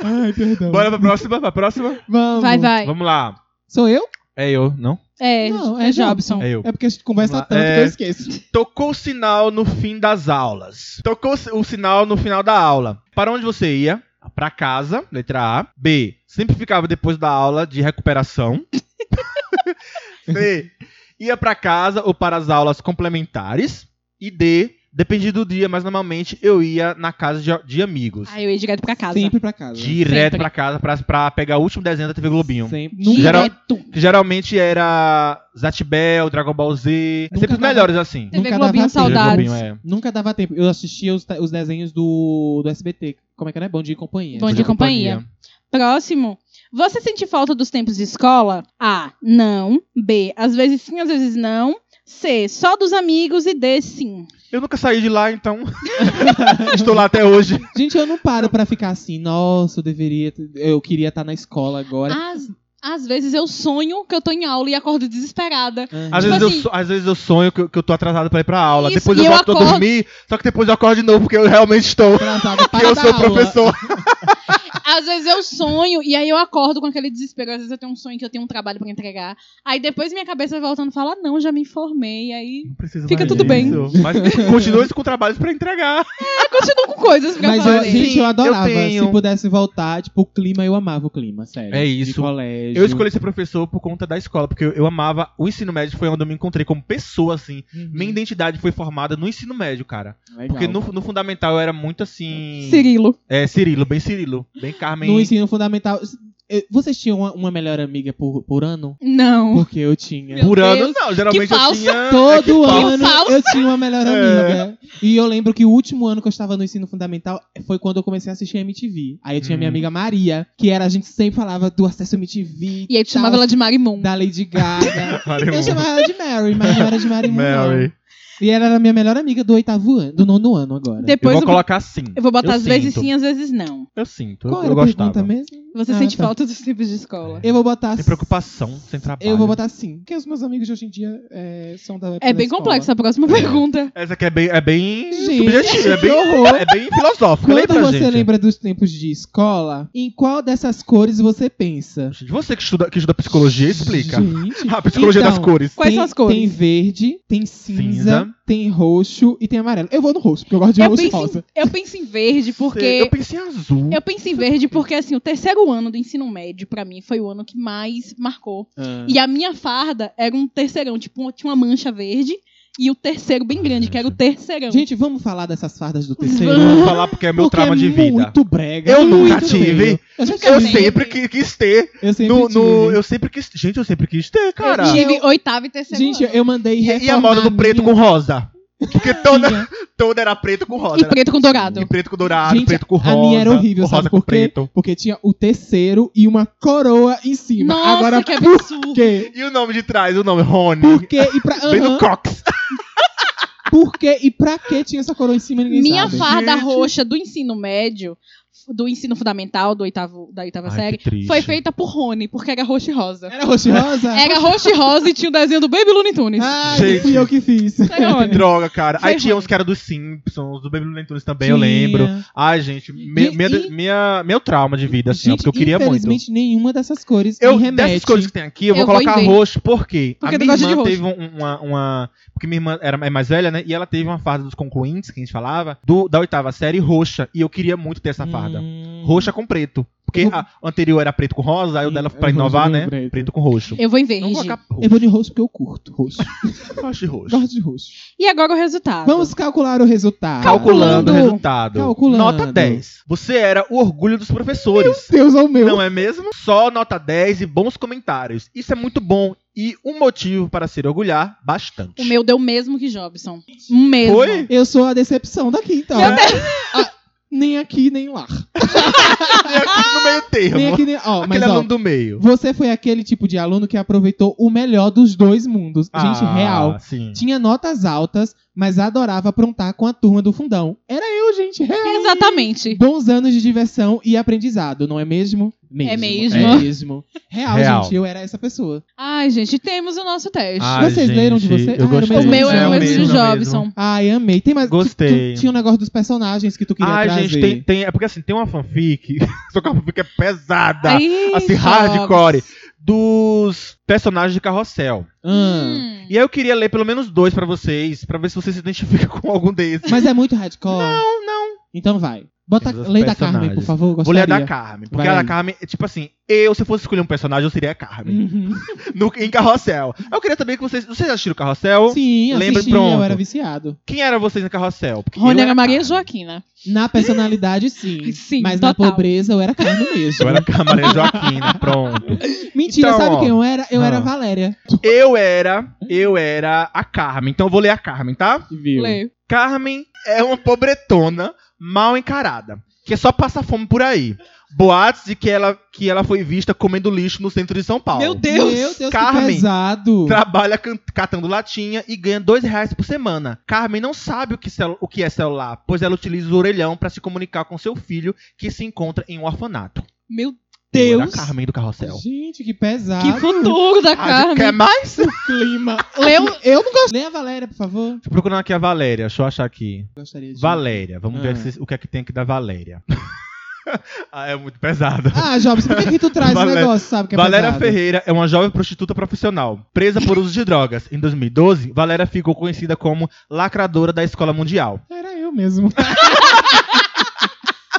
S3: Ai, perdão.
S1: Bora pra próxima, pra próxima.
S3: Vamos.
S2: Vai,
S1: <laughs>
S2: vai.
S1: Vamos lá.
S3: Sou eu?
S1: É eu, não?
S2: É,
S3: Não,
S2: é,
S3: é
S2: Jobson.
S1: É eu.
S3: É porque a gente conversa
S1: Vamos lá.
S3: tanto
S1: É.
S3: que eu esqueço.
S1: Tocou o sinal no fim das aulas. Tocou o sinal no final da aula. Para onde você ia? Pra casa, letra A. B. Sempre ficava depois da aula de recuperação. <laughs> C. Ia pra casa ou para as aulas complementares. E D. Dependia do dia, mas normalmente eu ia na casa de, de amigos.
S2: Aí eu ia direto pra casa.
S3: Sempre pra casa.
S1: Direto
S2: sempre.
S1: pra casa pra, pra pegar o último desenho da TV Globinho.
S3: Sempre.
S2: Direto.
S1: Geral- Que geralmente era Zatibel, Dragon Ball Z.
S3: Nunca
S1: sempre os
S3: dava-
S1: melhores assim.
S2: TV
S3: Nunca
S2: Globinho,
S3: dava tempo.
S2: saudades.
S1: Globinho, é.
S3: Nunca dava tempo. Eu assistia os, os desenhos do, do SBT. Como é que era? Bom Dia e Companhia.
S2: Bom Dia e Companhia. Próximo. Você sente falta dos tempos de escola? A. Não. B. Às vezes sim, às vezes não. C. Só dos amigos. E D. Sim.
S1: Eu nunca saí de lá,
S2: <laughs>
S1: então. Estou lá até hoje.
S3: <laughs> Gente, eu não paro pra ficar assim. Nossa, eu deveria... ter- Eu queria estar na escola agora.
S2: Às, às vezes eu sonho que eu tô em aula e acordo desesperada.
S3: Aham.
S1: Às,
S2: Tipo
S1: vezes,
S2: assim-
S1: eu, so- às vezes eu sonho que, eu- que eu tô atrasado pra ir pra aula.
S2: Isso,
S1: depois
S2: e
S1: eu
S2: eu
S1: volto
S2: acordo-
S1: a dormir, só que depois eu acordo de novo, porque eu realmente estou.
S3: Atrasado para
S1: Porque eu
S3: dar
S1: sou
S3: aula.
S1: professor.
S2: Às vezes eu sonho e aí eu acordo com aquele desespero. Às vezes eu tenho um sonho que eu tenho um trabalho pra entregar. Aí depois minha cabeça vai voltando e fala: "Ah, "Não, já me informei". Aí
S1: Não precisa
S2: Fica
S1: mais
S2: tudo bem.
S1: disso. Mas continue com trabalhos pra entregar.
S2: eu continuo com coisas pra
S3: Mas, eu,
S2: fazer.
S1: Sim,
S3: gente, eu
S1: eu
S3: adorava.
S1: tenho.
S3: Se pudesse voltar, tipo, o clima, eu amava o clima, sério.
S1: É
S3: De
S1: isso.
S3: colégio.
S1: Eu escolhi ser professor por conta da escola, porque eu, eu amava o ensino médio, foi onde eu me encontrei como pessoa, assim.
S3: Uhum.
S1: Minha identidade foi formada no ensino médio, cara.
S3: Legal.
S1: Porque no, no fundamental eu era muito assim.
S2: Cirilo.
S1: É, Cirilo, bem Cirilo. Bem Carmen.
S3: No ensino fundamental. eh, Vocês tinham uma, uma melhor amiga por, por ano?
S2: Não.
S3: Porque eu
S1: <laughs>
S3: tinha.
S2: Meu
S1: Por ano,
S2: Deus,
S1: não. Geralmente eu
S2: falsa.
S1: tinha. é que
S3: Todo
S1: falsa. <laughs>
S3: ano
S2: falso.
S3: eu tinha uma melhor amiga.
S1: É.
S3: E eu lembro que o último ano que eu estava no ensino fundamental foi quando eu comecei a assistir MTV. Aí eu tinha minha
S1: Hum.
S3: amiga Maria, que era, a gente sempre falava do acesso MTV.
S2: E aí tu
S3: tal,
S2: chamava ela de Marimun.
S3: da Lady
S1: <laughs>
S3: Gaga. eu
S1: Marimundo.
S3: chamava ela de Mary, mas não era de Mary. Mary.
S1: Mary.
S3: Não. E ela era minha melhor amiga do oitavo ano, do nono ano agora.
S1: Eu
S2: Depois
S1: vou
S2: eu vou,
S1: colocar assim.
S2: eu vou botar às vezes
S1: sinto.
S2: sim, às vezes não.
S1: Eu sinto.
S3: Qual
S1: eu
S3: era a pergunta
S1: gostava.
S3: mesmo?
S2: Você
S3: Ah,
S2: sente
S3: tá.
S2: falta dos tempos de escola.
S3: Eu vou botar.
S1: Sem preocupação, sem trabalho.
S3: Eu vou botar sim. Porque os meus amigos de hoje em dia eh, são da época
S2: É
S3: da
S2: bem
S3: escola.
S2: complexa a próxima pergunta.
S1: Essa aqui é bem, é bem
S3: Gente,
S1: subjetiva, é
S3: que
S1: bem,
S3: horror.
S1: é bem filosófica.
S3: Quando
S1: Lembra,
S3: você
S1: gente?
S3: lembra dos tempos de escola, em qual dessas cores você pensa?
S1: Gente, Você que estuda, que estuda psicologia, explica.
S3: Gente,
S1: A psicologia
S3: Então,
S1: das cores.
S2: Quais
S3: tem-
S2: são as cores?
S3: Tem verde, tem cinza,
S1: Cinza.
S3: tem roxo e tem amarelo. Eu vou no roxo, porque eu gosto de
S2: Eu
S3: roxo e
S2: penso,
S3: rosa.
S2: em, eu penso em verde
S1: Eu
S2: porque
S1: pensei em azul.
S2: eu penso em verde porque assim, o terceiro ano do ensino médio pra mim foi o
S1: Ah.
S2: ano
S3: É.
S2: que mais marcou. E a minha farda era um terceirão, tipo, tinha uma mancha verde E o terceiro bem grande, que era o terceirão.
S3: Gente, vamos falar dessas fardas do terceiro?
S1: Eu Vou falar porque é meu
S3: Porque
S1: trauma
S3: é
S1: de vida.
S3: muito brega.
S1: Eu nunca
S3: muito
S1: tive.
S3: brega. Eu, já
S1: Eu
S3: tive.
S1: sempre qui- quis ter.
S3: Eu sempre
S1: No, no-
S3: tive.
S1: eu sempre quis. Gente, eu sempre quis ter, cara.
S2: eu tive oitavo e terceiro
S3: Gente,
S2: ano.
S3: eu mandei
S1: E, e a
S3: reformar
S1: moda do preto
S3: minha
S1: com rosa.
S3: <laughs>
S1: Porque toda,
S3: filha.
S1: toda era preto com rosa.
S2: E
S1: era-
S2: preto com dourado.
S1: E preto com dourado,
S3: Gente,
S1: preto com rosa.
S3: A minha era horrível,
S1: o rosa
S3: sabe
S1: com
S3: por quê?
S1: preto.
S3: Porque tinha o terceiro e uma coroa em cima.
S2: Nossa,
S3: Agora, tá-
S2: que
S3: por
S2: absurdo.
S3: quê?
S1: E o nome de trás, o nome é Rony.
S3: Por quê? E pra,
S1: Bem no
S3: aham,
S1: Cox.
S3: por quê? E pra <laughs> que tinha essa coroa em cima? Ninguém
S2: Minha
S3: sabe.
S2: farda
S1: Gente.
S2: roxa do ensino médio, do ensino fundamental, do oitavo, da oitava
S1: Ai, que
S2: série,
S1: triste.
S2: foi feita por Rony, porque era roxa e rosa.
S3: Era roxo e rosa?
S2: Era roxa e rosa e tinha o desenho do Baby Looney Tunes.
S3: Ai,
S1: Gente.
S3: fui eu que fiz.
S2: Foi
S3: <laughs>
S2: Rony.
S1: Droga, cara. Aí
S2: Foi
S1: tinha
S2: ruim.
S1: uns que era dos Simpsons, do Baby Looney Tunes também, eu lembro.
S3: Tinha.
S1: Ai, gente, me-
S3: E-
S1: minha-
S3: e-
S1: minha- meu trauma de vida, assim, ó,
S3: Gente,
S1: porque eu queria muito.
S3: infelizmente, nenhuma dessas cores
S1: Eu,
S3: me remete.
S1: dessas coisas que tem aqui, eu vou
S2: Eu vou
S1: colocar
S2: em verde.
S1: roxo, por quê?
S2: Porque
S1: a
S2: tu
S1: minha
S2: gosta de
S1: irmã
S2: roxo.
S1: teve um- uma, uma- Porque minha irmã era, é mais velha, né? E ela teve uma farda dos concluintes, que a gente falava, do- da oitava série roxa. E eu queria muito ter essa tá farda.
S3: Hum.
S1: Roxa com preto. Porque a o anterior era preto com rosa, aí o
S3: Hum,
S1: dela,
S3: é
S1: pra
S3: rosa
S1: inovar,
S3: com
S1: né?
S3: preto.
S1: Preto. com roxo. Então,
S2: Eu vou em
S1: Vamos
S2: verde.
S1: colocar
S3: Eu
S1: roxo.
S3: vou de roxo porque eu curto roxo.
S1: Eu gosto de roxo.
S3: Gosto de roxo.
S2: E agora o resultado.
S3: Vamos calcular o resultado.
S1: Calculando
S2: Calculando.
S1: o resultado.
S3: Calculando.
S1: Nota 10. Você era o orgulho dos professores.
S3: Deus ao meu.
S1: Não é mesmo? Só nota 10 e bons comentários. Isso é muito bom e um motivo para se orgulhar bastante.
S2: O meu deu o mesmo que Jobson. O mesmo.
S1: Foi?
S3: Eu sou a decepção daqui, então.
S1: Meu
S3: Ah, nem aqui, nem lá.
S1: E aqui Ah, no meio termo.
S3: Nem aqui, nem... Ó, mas
S1: Aquele
S3: ó,
S1: aluno do meio.
S3: você foi aquele tipo de aluno que aproveitou o melhor dos dois mundos. Gente,
S1: Ah,
S3: real.
S1: Sim.
S3: Tinha notas altas, mas adorava aprontar com a turma do fundão. Era eu, gente, real.
S2: Exatamente.
S3: Bons anos de diversão e aprendizado, não é mesmo? mesmo.
S2: É mesmo.
S3: É mesmo. Real,
S1: Real.
S3: gente, eu era essa pessoa.
S2: Ai, gente, temos o nosso teste.
S1: Ai,
S3: Vocês leram de você? Ah,
S1: Eu
S3: era o
S1: gostei.
S2: o meu
S3: é
S2: é
S3: o
S2: o mesmo
S3: mesmo,
S2: de
S1: é o mesmo.
S2: Jobson.
S3: Ai, amei. Tem mais. tu-
S1: Gostei.
S3: tu- tinha um negócio dos personagens que tu queria
S1: Ai,
S3: trazer.
S1: gente, tem, tem- É porque assim, tem uma fanfic. <laughs> Só que a fanfic é pesada.
S2: Ai,
S1: assim,
S2: Jobs.
S1: hardcore. Dos personagens de carrossel.
S3: Ah,
S2: Hum.
S1: E aí eu queria ler pelo menos dois pra vocês, pra ver se vocês se identificam <laughs> com algum desses.
S3: Mas é muito hardcore. Não, não. Então vai. Bota
S1: Esses
S3: lei da
S1: personagens.
S3: Carmen, por favor.
S1: Vou ler
S3: Gostaria.
S1: a da Carmen. Porque
S3: Vai
S1: a da
S3: aí.
S1: Carmen, é tipo assim, eu, se eu fosse escolher um personagem, eu seria a
S2: Hum.
S1: Carmen.
S3: Uhum.
S1: No, em carrossel. Eu queria também que vocês. Vocês já assistiram carrossel?
S3: Sim,
S1: Lembra,
S3: assisti, eu
S1: pronto.
S3: era viciado.
S1: Quem eram vocês no carrossel? Porque eu é
S2: Rony era
S1: a
S2: Maria
S1: Carmen.
S2: Joaquina.
S3: Na personalidade, sim.
S2: <laughs> Sim,
S3: Mas
S2: total.
S3: na pobreza eu era Carmen mesmo.
S1: Eu era a Maria Joaquina, pronto.
S3: Mentira,
S1: Então,
S3: sabe
S1: ó.
S3: quem eu era? Eu era a
S1: Ah.
S3: Valéria.
S1: Eu era, eu era a Carmen. Então eu vou ler a Carmen, tá?
S3: Viu?
S2: Leio.
S1: Carmen é uma pobretona mal encarada, que só passa fome por aí. Boatos de que ela, que ela foi vista comendo lixo no centro de São Paulo.
S2: Meu Deus.
S3: Meu Deus, que
S1: Carmen.
S3: pesado.
S1: Trabalha can- catando latinha e ganha dois reais por semana. Carmen não sabe o que, celu- o que é celular, pois ela utiliza o orelhão pra se comunicar com seu filho, que se encontra em um orfanato.
S2: Meu
S1: Eu era
S2: Deus.
S1: a Carmen do Carrossel.
S3: Gente, que pesado.
S2: Que futuro da
S1: Ah, quer
S2: Carmen.
S1: mais?
S3: clima.
S2: Leu
S3: Eu não gosto. Lê a Valéria, por favor.
S1: Tô procurando aqui a Valéria, deixa eu achar aqui.
S3: Gostaria de.
S1: Valéria, vamos
S3: Ah.
S1: ver se- o que é que tem aqui da
S3: <laughs>
S1: Valéria. ah, é muito pesado.
S3: Ah, Jobs, por que, que tu traz o
S1: Valéria-
S3: negócio, sabe? Que é
S1: Valéria
S3: pesado?
S1: Ferreira é uma jovem prostituta profissional, presa por uso de drogas. Em 2012, Valéria ficou conhecida como lacradora da Escola Mundial.
S3: Era eu mesmo. <laughs>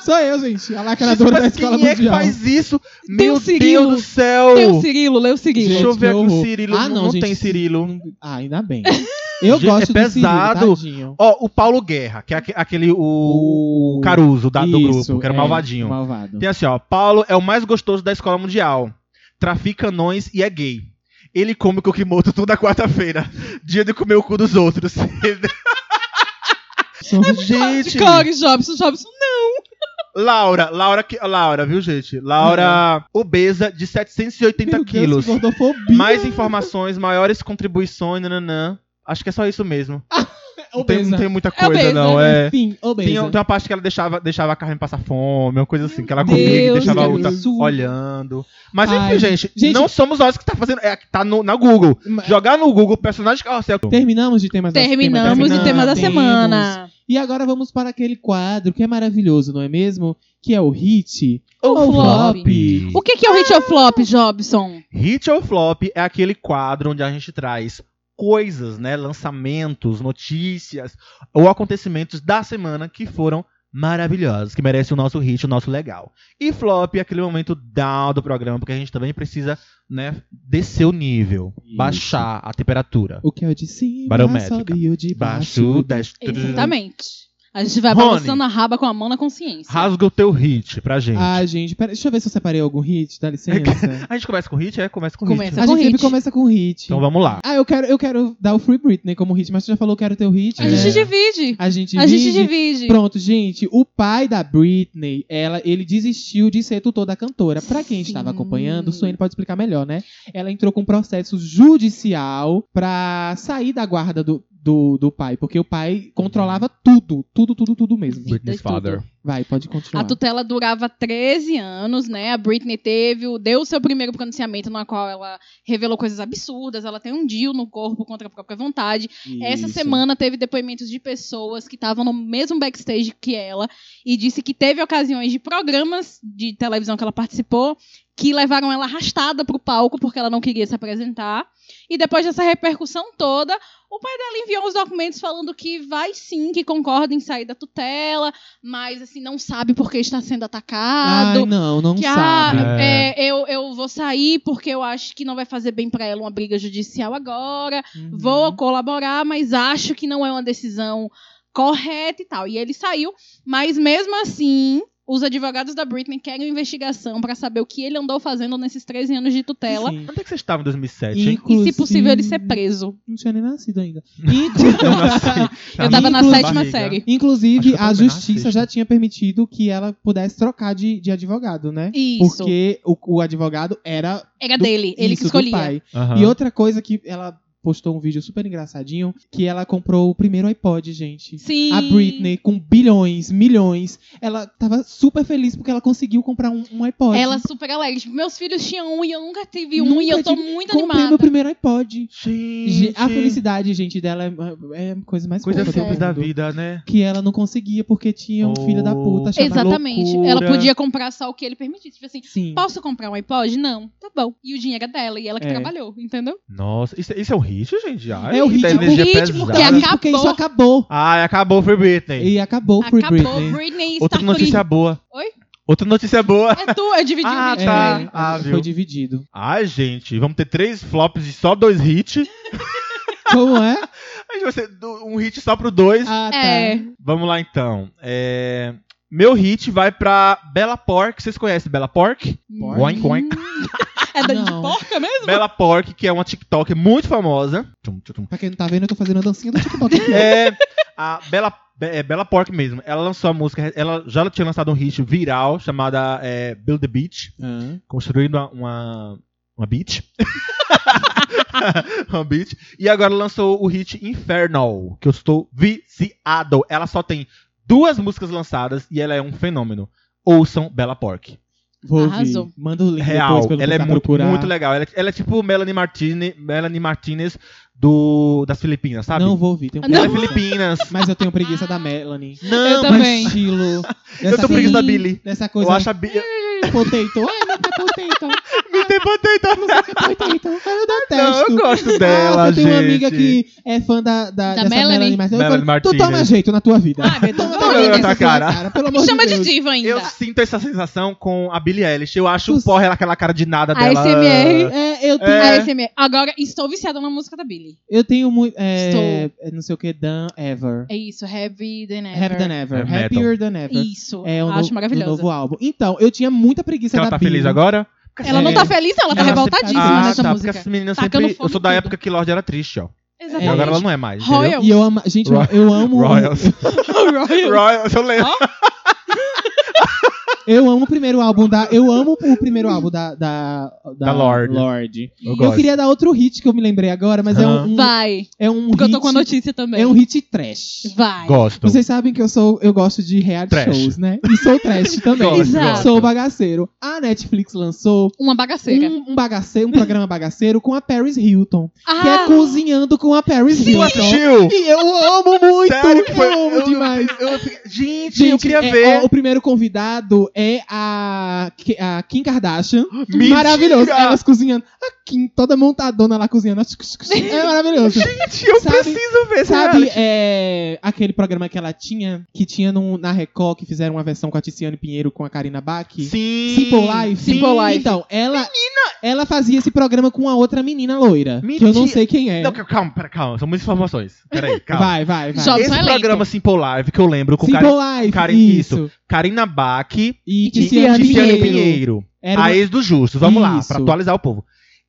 S3: Sou eu, gente. A lacradora da
S1: Mas
S3: escola
S1: quem é que
S3: mundial.
S1: faz isso?
S2: Tem
S1: Meu
S2: o
S1: Deus
S2: Cirilo.
S1: do céu!
S2: Tem o Cirilo, leu o Cirilo.
S1: Deixa eu ver
S3: que
S1: aqui o
S3: horror.
S1: Cirilo.
S3: Ah,
S1: não,
S3: não,
S1: não
S3: gente,
S1: tem Cirilo.
S3: Ah, ainda bem. Eu
S1: Gente,
S3: gosto
S1: é
S3: do Cirilo,
S1: pesado.
S3: tadinho.
S1: Ó, o Paulo Guerra, que é aque- aquele o,
S3: O
S1: o Caruso da- do
S3: Isso,
S1: grupo, que era
S3: é,
S1: malvadinho.
S3: Malvado.
S1: Tem assim, ó. Paulo é o mais gostoso da escola mundial. Trafica anões e é gay. Ele come coquimoto toda quarta-feira. Dia de comer o cu dos
S3: <laughs>
S1: outros.
S3: Sou-
S1: é gente!
S2: Core, Jobson, Jobson.
S1: Laura, Laura, que, Laura, viu, gente? Laura obesa de 780
S3: Uhum. Meu Deus,
S1: quilos.
S3: que gordofobia.
S1: Mais informações, maiores contribuições, nananã. Acho que é só isso mesmo. Não tem,
S3: Obesa. né?
S1: não tem muita
S2: É
S1: coisa,
S2: obesa,
S1: não. É.
S3: Enfim, obesa.
S1: Tem, tem uma parte que ela deixava, deixava a Carmen passar fome, uma coisa assim, que ela
S2: Meu
S1: comia e
S2: Deus,
S1: deixava a
S3: que
S1: outra
S3: absurdo.
S1: olhando. Mas enfim,
S3: Ai,
S1: gente,
S3: gente- É.
S1: não somos nós que tá fazendo. É, que tá no, na Google.
S3: Ma-
S1: Jogar no Google personagem é de carrossel.
S3: Terminamos de temas
S2: Terminamos
S1: de
S2: o tema da
S3: Temos.
S2: semana.
S3: E agora vamos para aquele quadro que é maravilhoso, não é mesmo? Que é o hit
S2: Ou
S3: ou
S2: flop. O que, que é o hit ou flop, Jobson?
S1: Hit ou flop é aquele quadro onde a gente traz coisas, né? Lançamentos, notícias ou acontecimentos da semana que foram maravilhosos, que merecem o nosso hit, o nosso legal. E flop é aquele momento down do programa, porque a gente também precisa, né, descer o nível,
S3: Isso.
S1: baixar a temperatura.
S3: O que é o de cima
S1: Barométrica.
S3: sobe o de
S1: Baixo,
S3: baixo.
S1: desce.
S2: Exatamente. A gente vai
S1: Rony.
S2: balançando a raba com a mão na consciência.
S1: Rasga o teu hit pra gente.
S3: Ah, gente, pera, deixa eu ver se eu separei algum hit, dá licença.
S1: A gente <laughs> começa com hit? É, começa com
S2: Começa.
S1: hit.
S2: assim.
S3: a
S2: com
S3: gente sempre
S2: hit.
S3: começa com hit.
S1: Então vamos lá.
S3: Ah, eu quero, eu quero dar o Free Britney como hit, mas tu já falou que era o teu hit.
S2: A
S3: né?
S2: gente divide.
S3: A gente
S2: A gente
S3: divide.
S2: divide.
S3: Pronto, gente, o pai da Britney, ela, ele desistiu de ser tutor da cantora. Pra quem estava
S2: Sim.
S3: acompanhando, Suene pode explicar melhor, né? Ela entrou com um processo judicial pra sair da guarda do, do, do pai, porque o pai controlava tudo, tudo, tudo, tudo mesmo.
S1: Britney's
S2: tudo.
S1: Father.
S3: Vai, pode
S2: A
S3: continuar.
S2: tutela durava 13 anos, né? A Britney teve, o- deu o seu primeiro pronunciamento, na qual ela revelou coisas absurdas. Ela tem um DIU no corpo contra a própria vontade. Essa
S3: Isso.
S2: semana teve depoimentos de pessoas que estavam no mesmo backstage que ela e disse que teve ocasiões de programas de televisão que ela participou que levaram ela arrastada pro palco porque ela não queria se apresentar. E depois dessa repercussão toda, o pai dela enviou os documentos falando que vai sim, que concorda em sair da tutela, mas assim não sabe porque está sendo atacado
S3: Ai, não, não
S2: que ah,
S3: sabe.
S1: É.
S2: é, eu, eu vou sair porque eu acho que não vai fazer bem pra ela uma briga judicial agora.
S3: Uhum.
S2: Vou colaborar, mas acho que não é uma decisão correta e tal. E ele saiu, mas mesmo assim, os advogados da Britney querem investigação pra saber o que ele andou fazendo nesses 13 anos de tutela.
S3: Sim.
S1: Onde é que você estava em 2007, hein?
S3: Inclusive-
S2: E se possível ele ser preso.
S3: Não tinha nem nascido ainda.
S1: <laughs> Eu nasci.
S2: Eu tava na
S3: Inclusive-
S2: sétima
S1: Barriga.
S2: série.
S1: Acho que
S3: Inclusive,
S1: eu tô bem
S3: a
S1: na
S3: justiça
S1: sexta.
S3: já tinha permitido que ela pudesse trocar de, de advogado, né?
S2: Isso.
S3: Porque o, o advogado era
S2: Era
S3: do-
S2: dele, ele que
S3: isso, do
S2: escolhia.
S3: pai.
S1: Aham.
S3: E outra coisa que ela postou um vídeo super engraçadinho, que ela comprou o primeiro iPod, gente.
S2: Sim.
S3: A Britney, com bilhões, milhões, ela tava super feliz porque ela conseguiu comprar um, um iPod.
S2: Ela super alegre. Tipo, Meus filhos tinham um e eu nunca tive um e
S3: Nunca
S2: eu tô
S3: tive-
S2: muito
S3: comprou
S2: animada.
S3: meu primeiro iPod.
S1: Gente,
S3: A felicidade, gente, dela é, é a coisa mais
S1: Coisa
S3: fofa do
S1: simples da
S3: mundo.
S1: vida, né?
S3: Que ela não conseguia porque tinha um
S1: Oh.
S3: filho da puta chamado
S2: Exatamente.
S1: loucura.
S2: Ela podia comprar só o que ele permitisse. Tipo assim,
S3: Sim.
S2: posso comprar um iPod? Não, tá bom. E o dinheiro é dela, e ela que
S3: É.
S2: trabalhou, entendeu?
S1: Nossa, isso, isso é um hit, gente? Ai,
S3: É o hit,
S1: da
S3: é um
S1: energia
S2: hit, porque
S1: pesada.
S2: acaba-
S3: Porque
S2: acabou.
S3: isso acabou.
S1: Ai, acabou o Free Britney.
S3: E acabou o Free
S2: Acabou,
S3: Britney.
S2: Britney, está
S1: Outra notícia boa.
S2: Oi?
S1: Outra notícia boa.
S2: free. É tu, eu dividi
S1: Ah,
S2: o vídeo
S1: tá.
S2: com ele.
S1: Ah, viu.
S3: É, foi dividido.
S1: Ai, gente, vamos ter três flops e só dois hits.
S3: Como é?
S1: A gente vai ser do- um hit só pro dois.
S3: Ah, tá.
S2: É,
S1: Vamos lá, então. É, Meu hit vai pra Bella Pork. Vocês conhecem Bella Pork? Oink, oink.
S2: Hum, é da de
S3: Ah, Não.
S2: porca mesmo?
S1: Bella Pork, que é uma TikTok muito famosa. Tchum, tchum, tchum.
S3: Pra quem não tá vendo, eu tô fazendo a dancinha do TikTok. né? <laughs>
S1: É a Bela, é Bela Pork mesmo. Ela lançou a música, ela já tinha lançado um hit viral chamada é, Build the Beach,
S3: Ah.
S1: construindo uma uma, uma beach. <laughs> uma beach. E agora lançou o hit Infernal, que eu estou viciado. Ela só tem duas músicas lançadas e ela é um fenômeno. Ouçam Bella Pork.
S3: Vou ouvir.
S2: Arrasou.
S3: Manda o link
S1: Real.
S3: depois pra eu
S1: Ela é
S3: tentar
S1: muito,
S3: procurar.
S1: muito legal. Ela, é- ela é tipo Melanie Martinez, Melanie Martinez do, das Filipinas, sabe?
S3: Não vou ouvir, tenho
S2: Não.
S1: Ela é
S3: preguiça. <laughs>
S1: Filipinas.
S3: Mas eu tenho preguiça da Melanie.
S1: Não,
S2: Eu
S1: mas-
S2: também.
S3: Do estilo.
S1: Eu
S3: dessa
S1: tô preguiça da
S3: coisa-
S1: Billy.
S3: Dessa
S1: Eu
S3: coisa.
S1: acho a Billy.
S3: Potato. Ai, não é potato.
S1: Me tem potato.
S3: Não sei o que é potato. Ai, eu detesto.
S1: Não, eu gosto dela,
S3: Nossa, eu
S1: gente.
S3: tenho Ah, uma amiga que é fã da, da,
S2: Da
S3: dessa
S2: Melanie?
S3: Melanie, mas eu
S1: Melanie
S3: falo, tu toma
S1: Martinez.
S3: jeito na tua vida.
S2: Ah, meu Deus,
S3: Toma
S2: toma
S1: na
S3: jeito nessa
S1: tua
S3: tua
S1: cara.
S3: cara. Pelo amor
S2: Me chama de
S3: Deus.
S2: diva ainda.
S1: Eu sinto essa sensação com a Billie Eilish. Eu acho
S3: Tu-
S1: porra ela, aquela cara de nada
S2: A
S1: dela.
S2: ASMR.
S3: É, eu tenho,
S1: É.
S2: ASMR. Agora, estou viciada na música da Billy.
S3: eu tenho muito. É,
S2: Estou.
S3: é, não sei o que, Dan Ever.
S2: É isso, Heavy Than Ever.
S3: Heavier than
S1: É
S3: Ever.
S1: metal.
S3: Happier than Ever.
S2: Isso,
S3: É o
S2: acho
S3: novo, do
S2: maravilhosa.
S3: novo álbum. Então, eu tinha muita preguiça
S1: Ela
S3: da
S1: tá
S3: Billie.
S1: feliz agora?
S2: Ela não
S3: É.
S2: tá feliz, não, ela tá
S3: Ela
S2: revoltadíssima
S3: tá-
S1: Ah,
S2: nessa
S1: tá, porque
S2: música.
S1: essas meninas
S2: Tacando
S1: sempre...
S2: fogo
S1: Eu sou da
S2: em tudo.
S1: época que Lorde era triste, ó. E
S3: É.
S1: agora
S2: Exatamente.
S1: ela não é mais, entendeu?
S2: Royals.
S3: E eu amo. Gente,
S1: Roy-
S3: eu amo.
S1: <laughs>
S3: <laughs>
S1: Royals. Royals, eu lembro.
S3: Eu amo o primeiro álbum da. Eu amo o primeiro álbum da. Da,
S1: Da Lorde.
S3: Lorde.
S1: Eu
S3: Eu
S1: gosto.
S3: queria dar outro hit que eu me lembrei agora, mas é
S1: Ah.
S3: um. um-
S2: Vai.
S3: é um
S2: Porque
S3: hit,
S2: eu tô com a notícia também.
S3: É um hit trash.
S2: Vai.
S1: Gosto.
S3: Vocês sabem que eu sou, eu gosto de reality
S1: Então. Trash.
S3: shows, né? E sou
S1: <laughs>
S3: trash também.
S1: Gosto,
S2: Exato.
S3: Sou bagaceiro. A Netflix lançou
S2: Uma bagaceira.
S3: um, um bagaceiro, um programa bagaceiro com a Paris Hilton,
S2: ah,
S3: que é cozinhando com a Paris
S1: Tu
S3: Hilton.
S1: assistiu?
S3: E eu amo muito,
S1: <laughs> Sério que foi?
S3: eu amo
S1: <laughs>
S3: demais.
S1: eu- eu- gente, eu queria
S3: é,
S1: ver.
S3: ó, o primeiro convidado é a, Ki- a Kim Kardashian.
S1: <gasps> Mentira!
S3: Maravilhoso. Elas cozinhando. A manequim toda montadona lá cozinhando.
S1: <laughs>
S3: É maravilhoso.
S1: Gente, eu
S3: Sabe-
S1: preciso ver esse
S3: Sabe
S1: reality.
S3: é, aquele programa que ela tinha, que tinha num- na Record, que fizeram uma versão com a Tiziane Pinheiro com a Karina Bach?
S1: Sim.
S3: Simple Life?
S1: Sim.
S3: Então, ela, ela fazia esse programa com a outra menina loira. Que eu não
S1: Mentira.
S3: sei quem é.
S1: Não, calma, pera, calma. São muitas informações. Peraí, calma.
S3: Vai, vai, vai.
S2: Só-
S1: Esse
S2: Não, elenco.
S1: programa Simple Live que eu lembro com
S3: Simple
S1: Karen,
S3: Life,
S1: Karen-
S3: isso.
S1: Karina Bach e
S3: E Tiziane,
S1: Tiziane Pinheiro.
S3: Pinheiro. Era, uma-
S1: A ex do Justo. Vamos lá,
S3: Isso.
S1: pra atualizar o povo.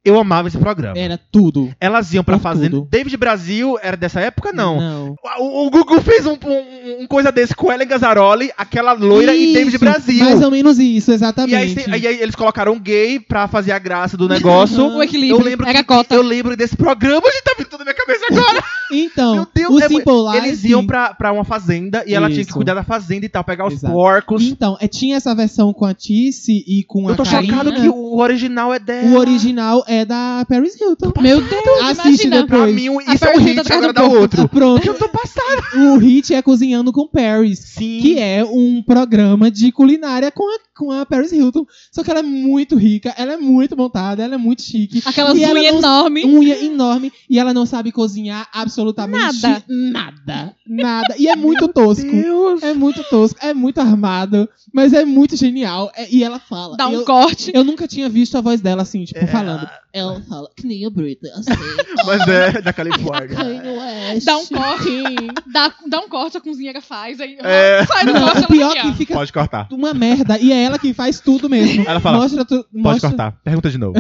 S1: Eu amava esse programa.
S3: era tudo.
S1: Elas iam pra
S3: Por
S1: fazenda.
S3: tudo.
S1: David Brasil era dessa época? Não.
S3: Não.
S1: O, o Google fez um, um- um coisa desse com Ellen Gazzaroli, aquela loira e David
S3: Isso,
S1: Brasil.
S3: Mais ou menos isso, exatamente.
S1: E aí, se- aí eles colocaram um gay pra fazer a graça do
S3: <laughs>
S1: negócio.
S2: O equilíbrio.
S1: Eu lembro
S2: Era
S1: que-
S2: a cota.
S1: Eu lembro desse programa, gente, tá vindo tudo na minha cabeça agora.
S3: Então,
S1: Meu Deus,
S3: o
S1: é-
S3: Simple Life...
S1: Eles iam pra, pra uma fazenda e ela tinha que
S3: Isso.
S1: cuidar da fazenda e tal, pegar os
S3: Exato.
S1: porcos.
S3: Então, é, tinha essa versão com a Tice e com
S1: Eu
S3: a
S1: tô
S3: Karina.
S1: chocado que o original é dela.
S3: O original é da Paris Hilton.
S2: Meu Deus,
S3: Assiste
S2: imagina.
S1: Pra
S3: depois.
S1: mim, um-
S2: A
S1: isso é um
S2: pergunta
S1: hit,
S3: tá
S2: atrás
S1: agora
S2: do
S1: dá
S2: porco.
S3: <laughs>
S1: outro.
S3: Pronto,
S1: <laughs> Eu tô passada.
S3: o hit é Cozinhando com Paris.
S1: Sim.
S3: Que é um programa de culinária com a, com a Paris Hilton. Só que ela é muito rica, ela é muito montada, ela é muito chique.
S2: Aquelas
S3: E ela
S2: unhas
S3: não-
S2: enormes.
S3: Unha enorme e ela não sabe cozinhar absolutamente
S2: Nada.
S3: Nada. Nada. E é muito tosco.
S1: Deus.
S3: É muito tosco, é muito armado, mas é muito genial. É- e ela fala.
S2: Dá um
S3: eu,
S2: corte.
S3: eu nunca tinha visto a voz dela assim, tipo,
S1: É.
S3: falando.
S5: Ela fala que nem a Britney, assim.
S1: Mas é da
S3: <laughs>
S1: Califórnia.
S5: Kanye West.
S2: Dá um corte. Dá, dá um corte, a cozinheira faz. Aí
S1: É.
S2: sai do
S3: Não,
S2: corte,
S3: o
S2: ela
S3: pior
S2: aqui,
S3: que
S2: ó.
S3: fica
S1: Pode cortar.
S3: uma merda. E é ela que faz tudo mesmo.
S1: Ela fala,
S3: mostra, tu,
S1: Pode
S3: mostra,
S1: cortar. Pergunta de novo.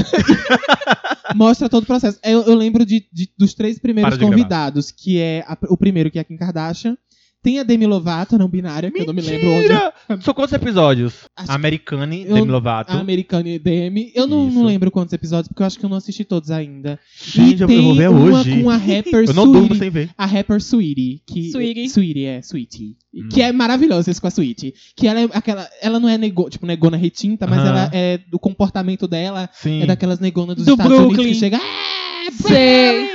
S3: mostra todo o processo. Eu, eu lembro de, de- dos três primeiros
S1: Para de
S3: convidados, que é a- o primeiro que é a Kim Kardashian. Tem a Demi Lovato, não binária, que eu não me lembro onde. é.
S1: Mentira! São quantos episódios?
S3: Acho que-
S1: Americani,
S3: eu-
S1: Demi Lovato.
S3: A americana e Demi. Eu não,
S1: Isso.
S3: não lembro quantos episódios, porque eu acho que eu não assisti todos ainda.
S1: Gente,
S3: e
S1: eu,
S3: tem
S1: eu vou ver
S3: uma
S1: hoje. <laughs>
S3: com É a rapper
S1: Eu não durmo
S3: Sweetie.
S1: sem ver.
S3: A rapper Sweetie. Que,
S2: Sweetie.
S3: é. Sweetie.
S1: Hum.
S3: Que é maravilhosa isso com a Sweetie. Que ela é aquela... Ela não é nego, tipo, negona retinta, mas
S1: Aham.
S3: ela é... do comportamento dela
S1: Sim.
S3: é daquelas negonas dos
S2: Do
S3: Estados Unidos
S2: Brooklyn.
S3: que chega... "Ah,
S2: <laughs> Sei.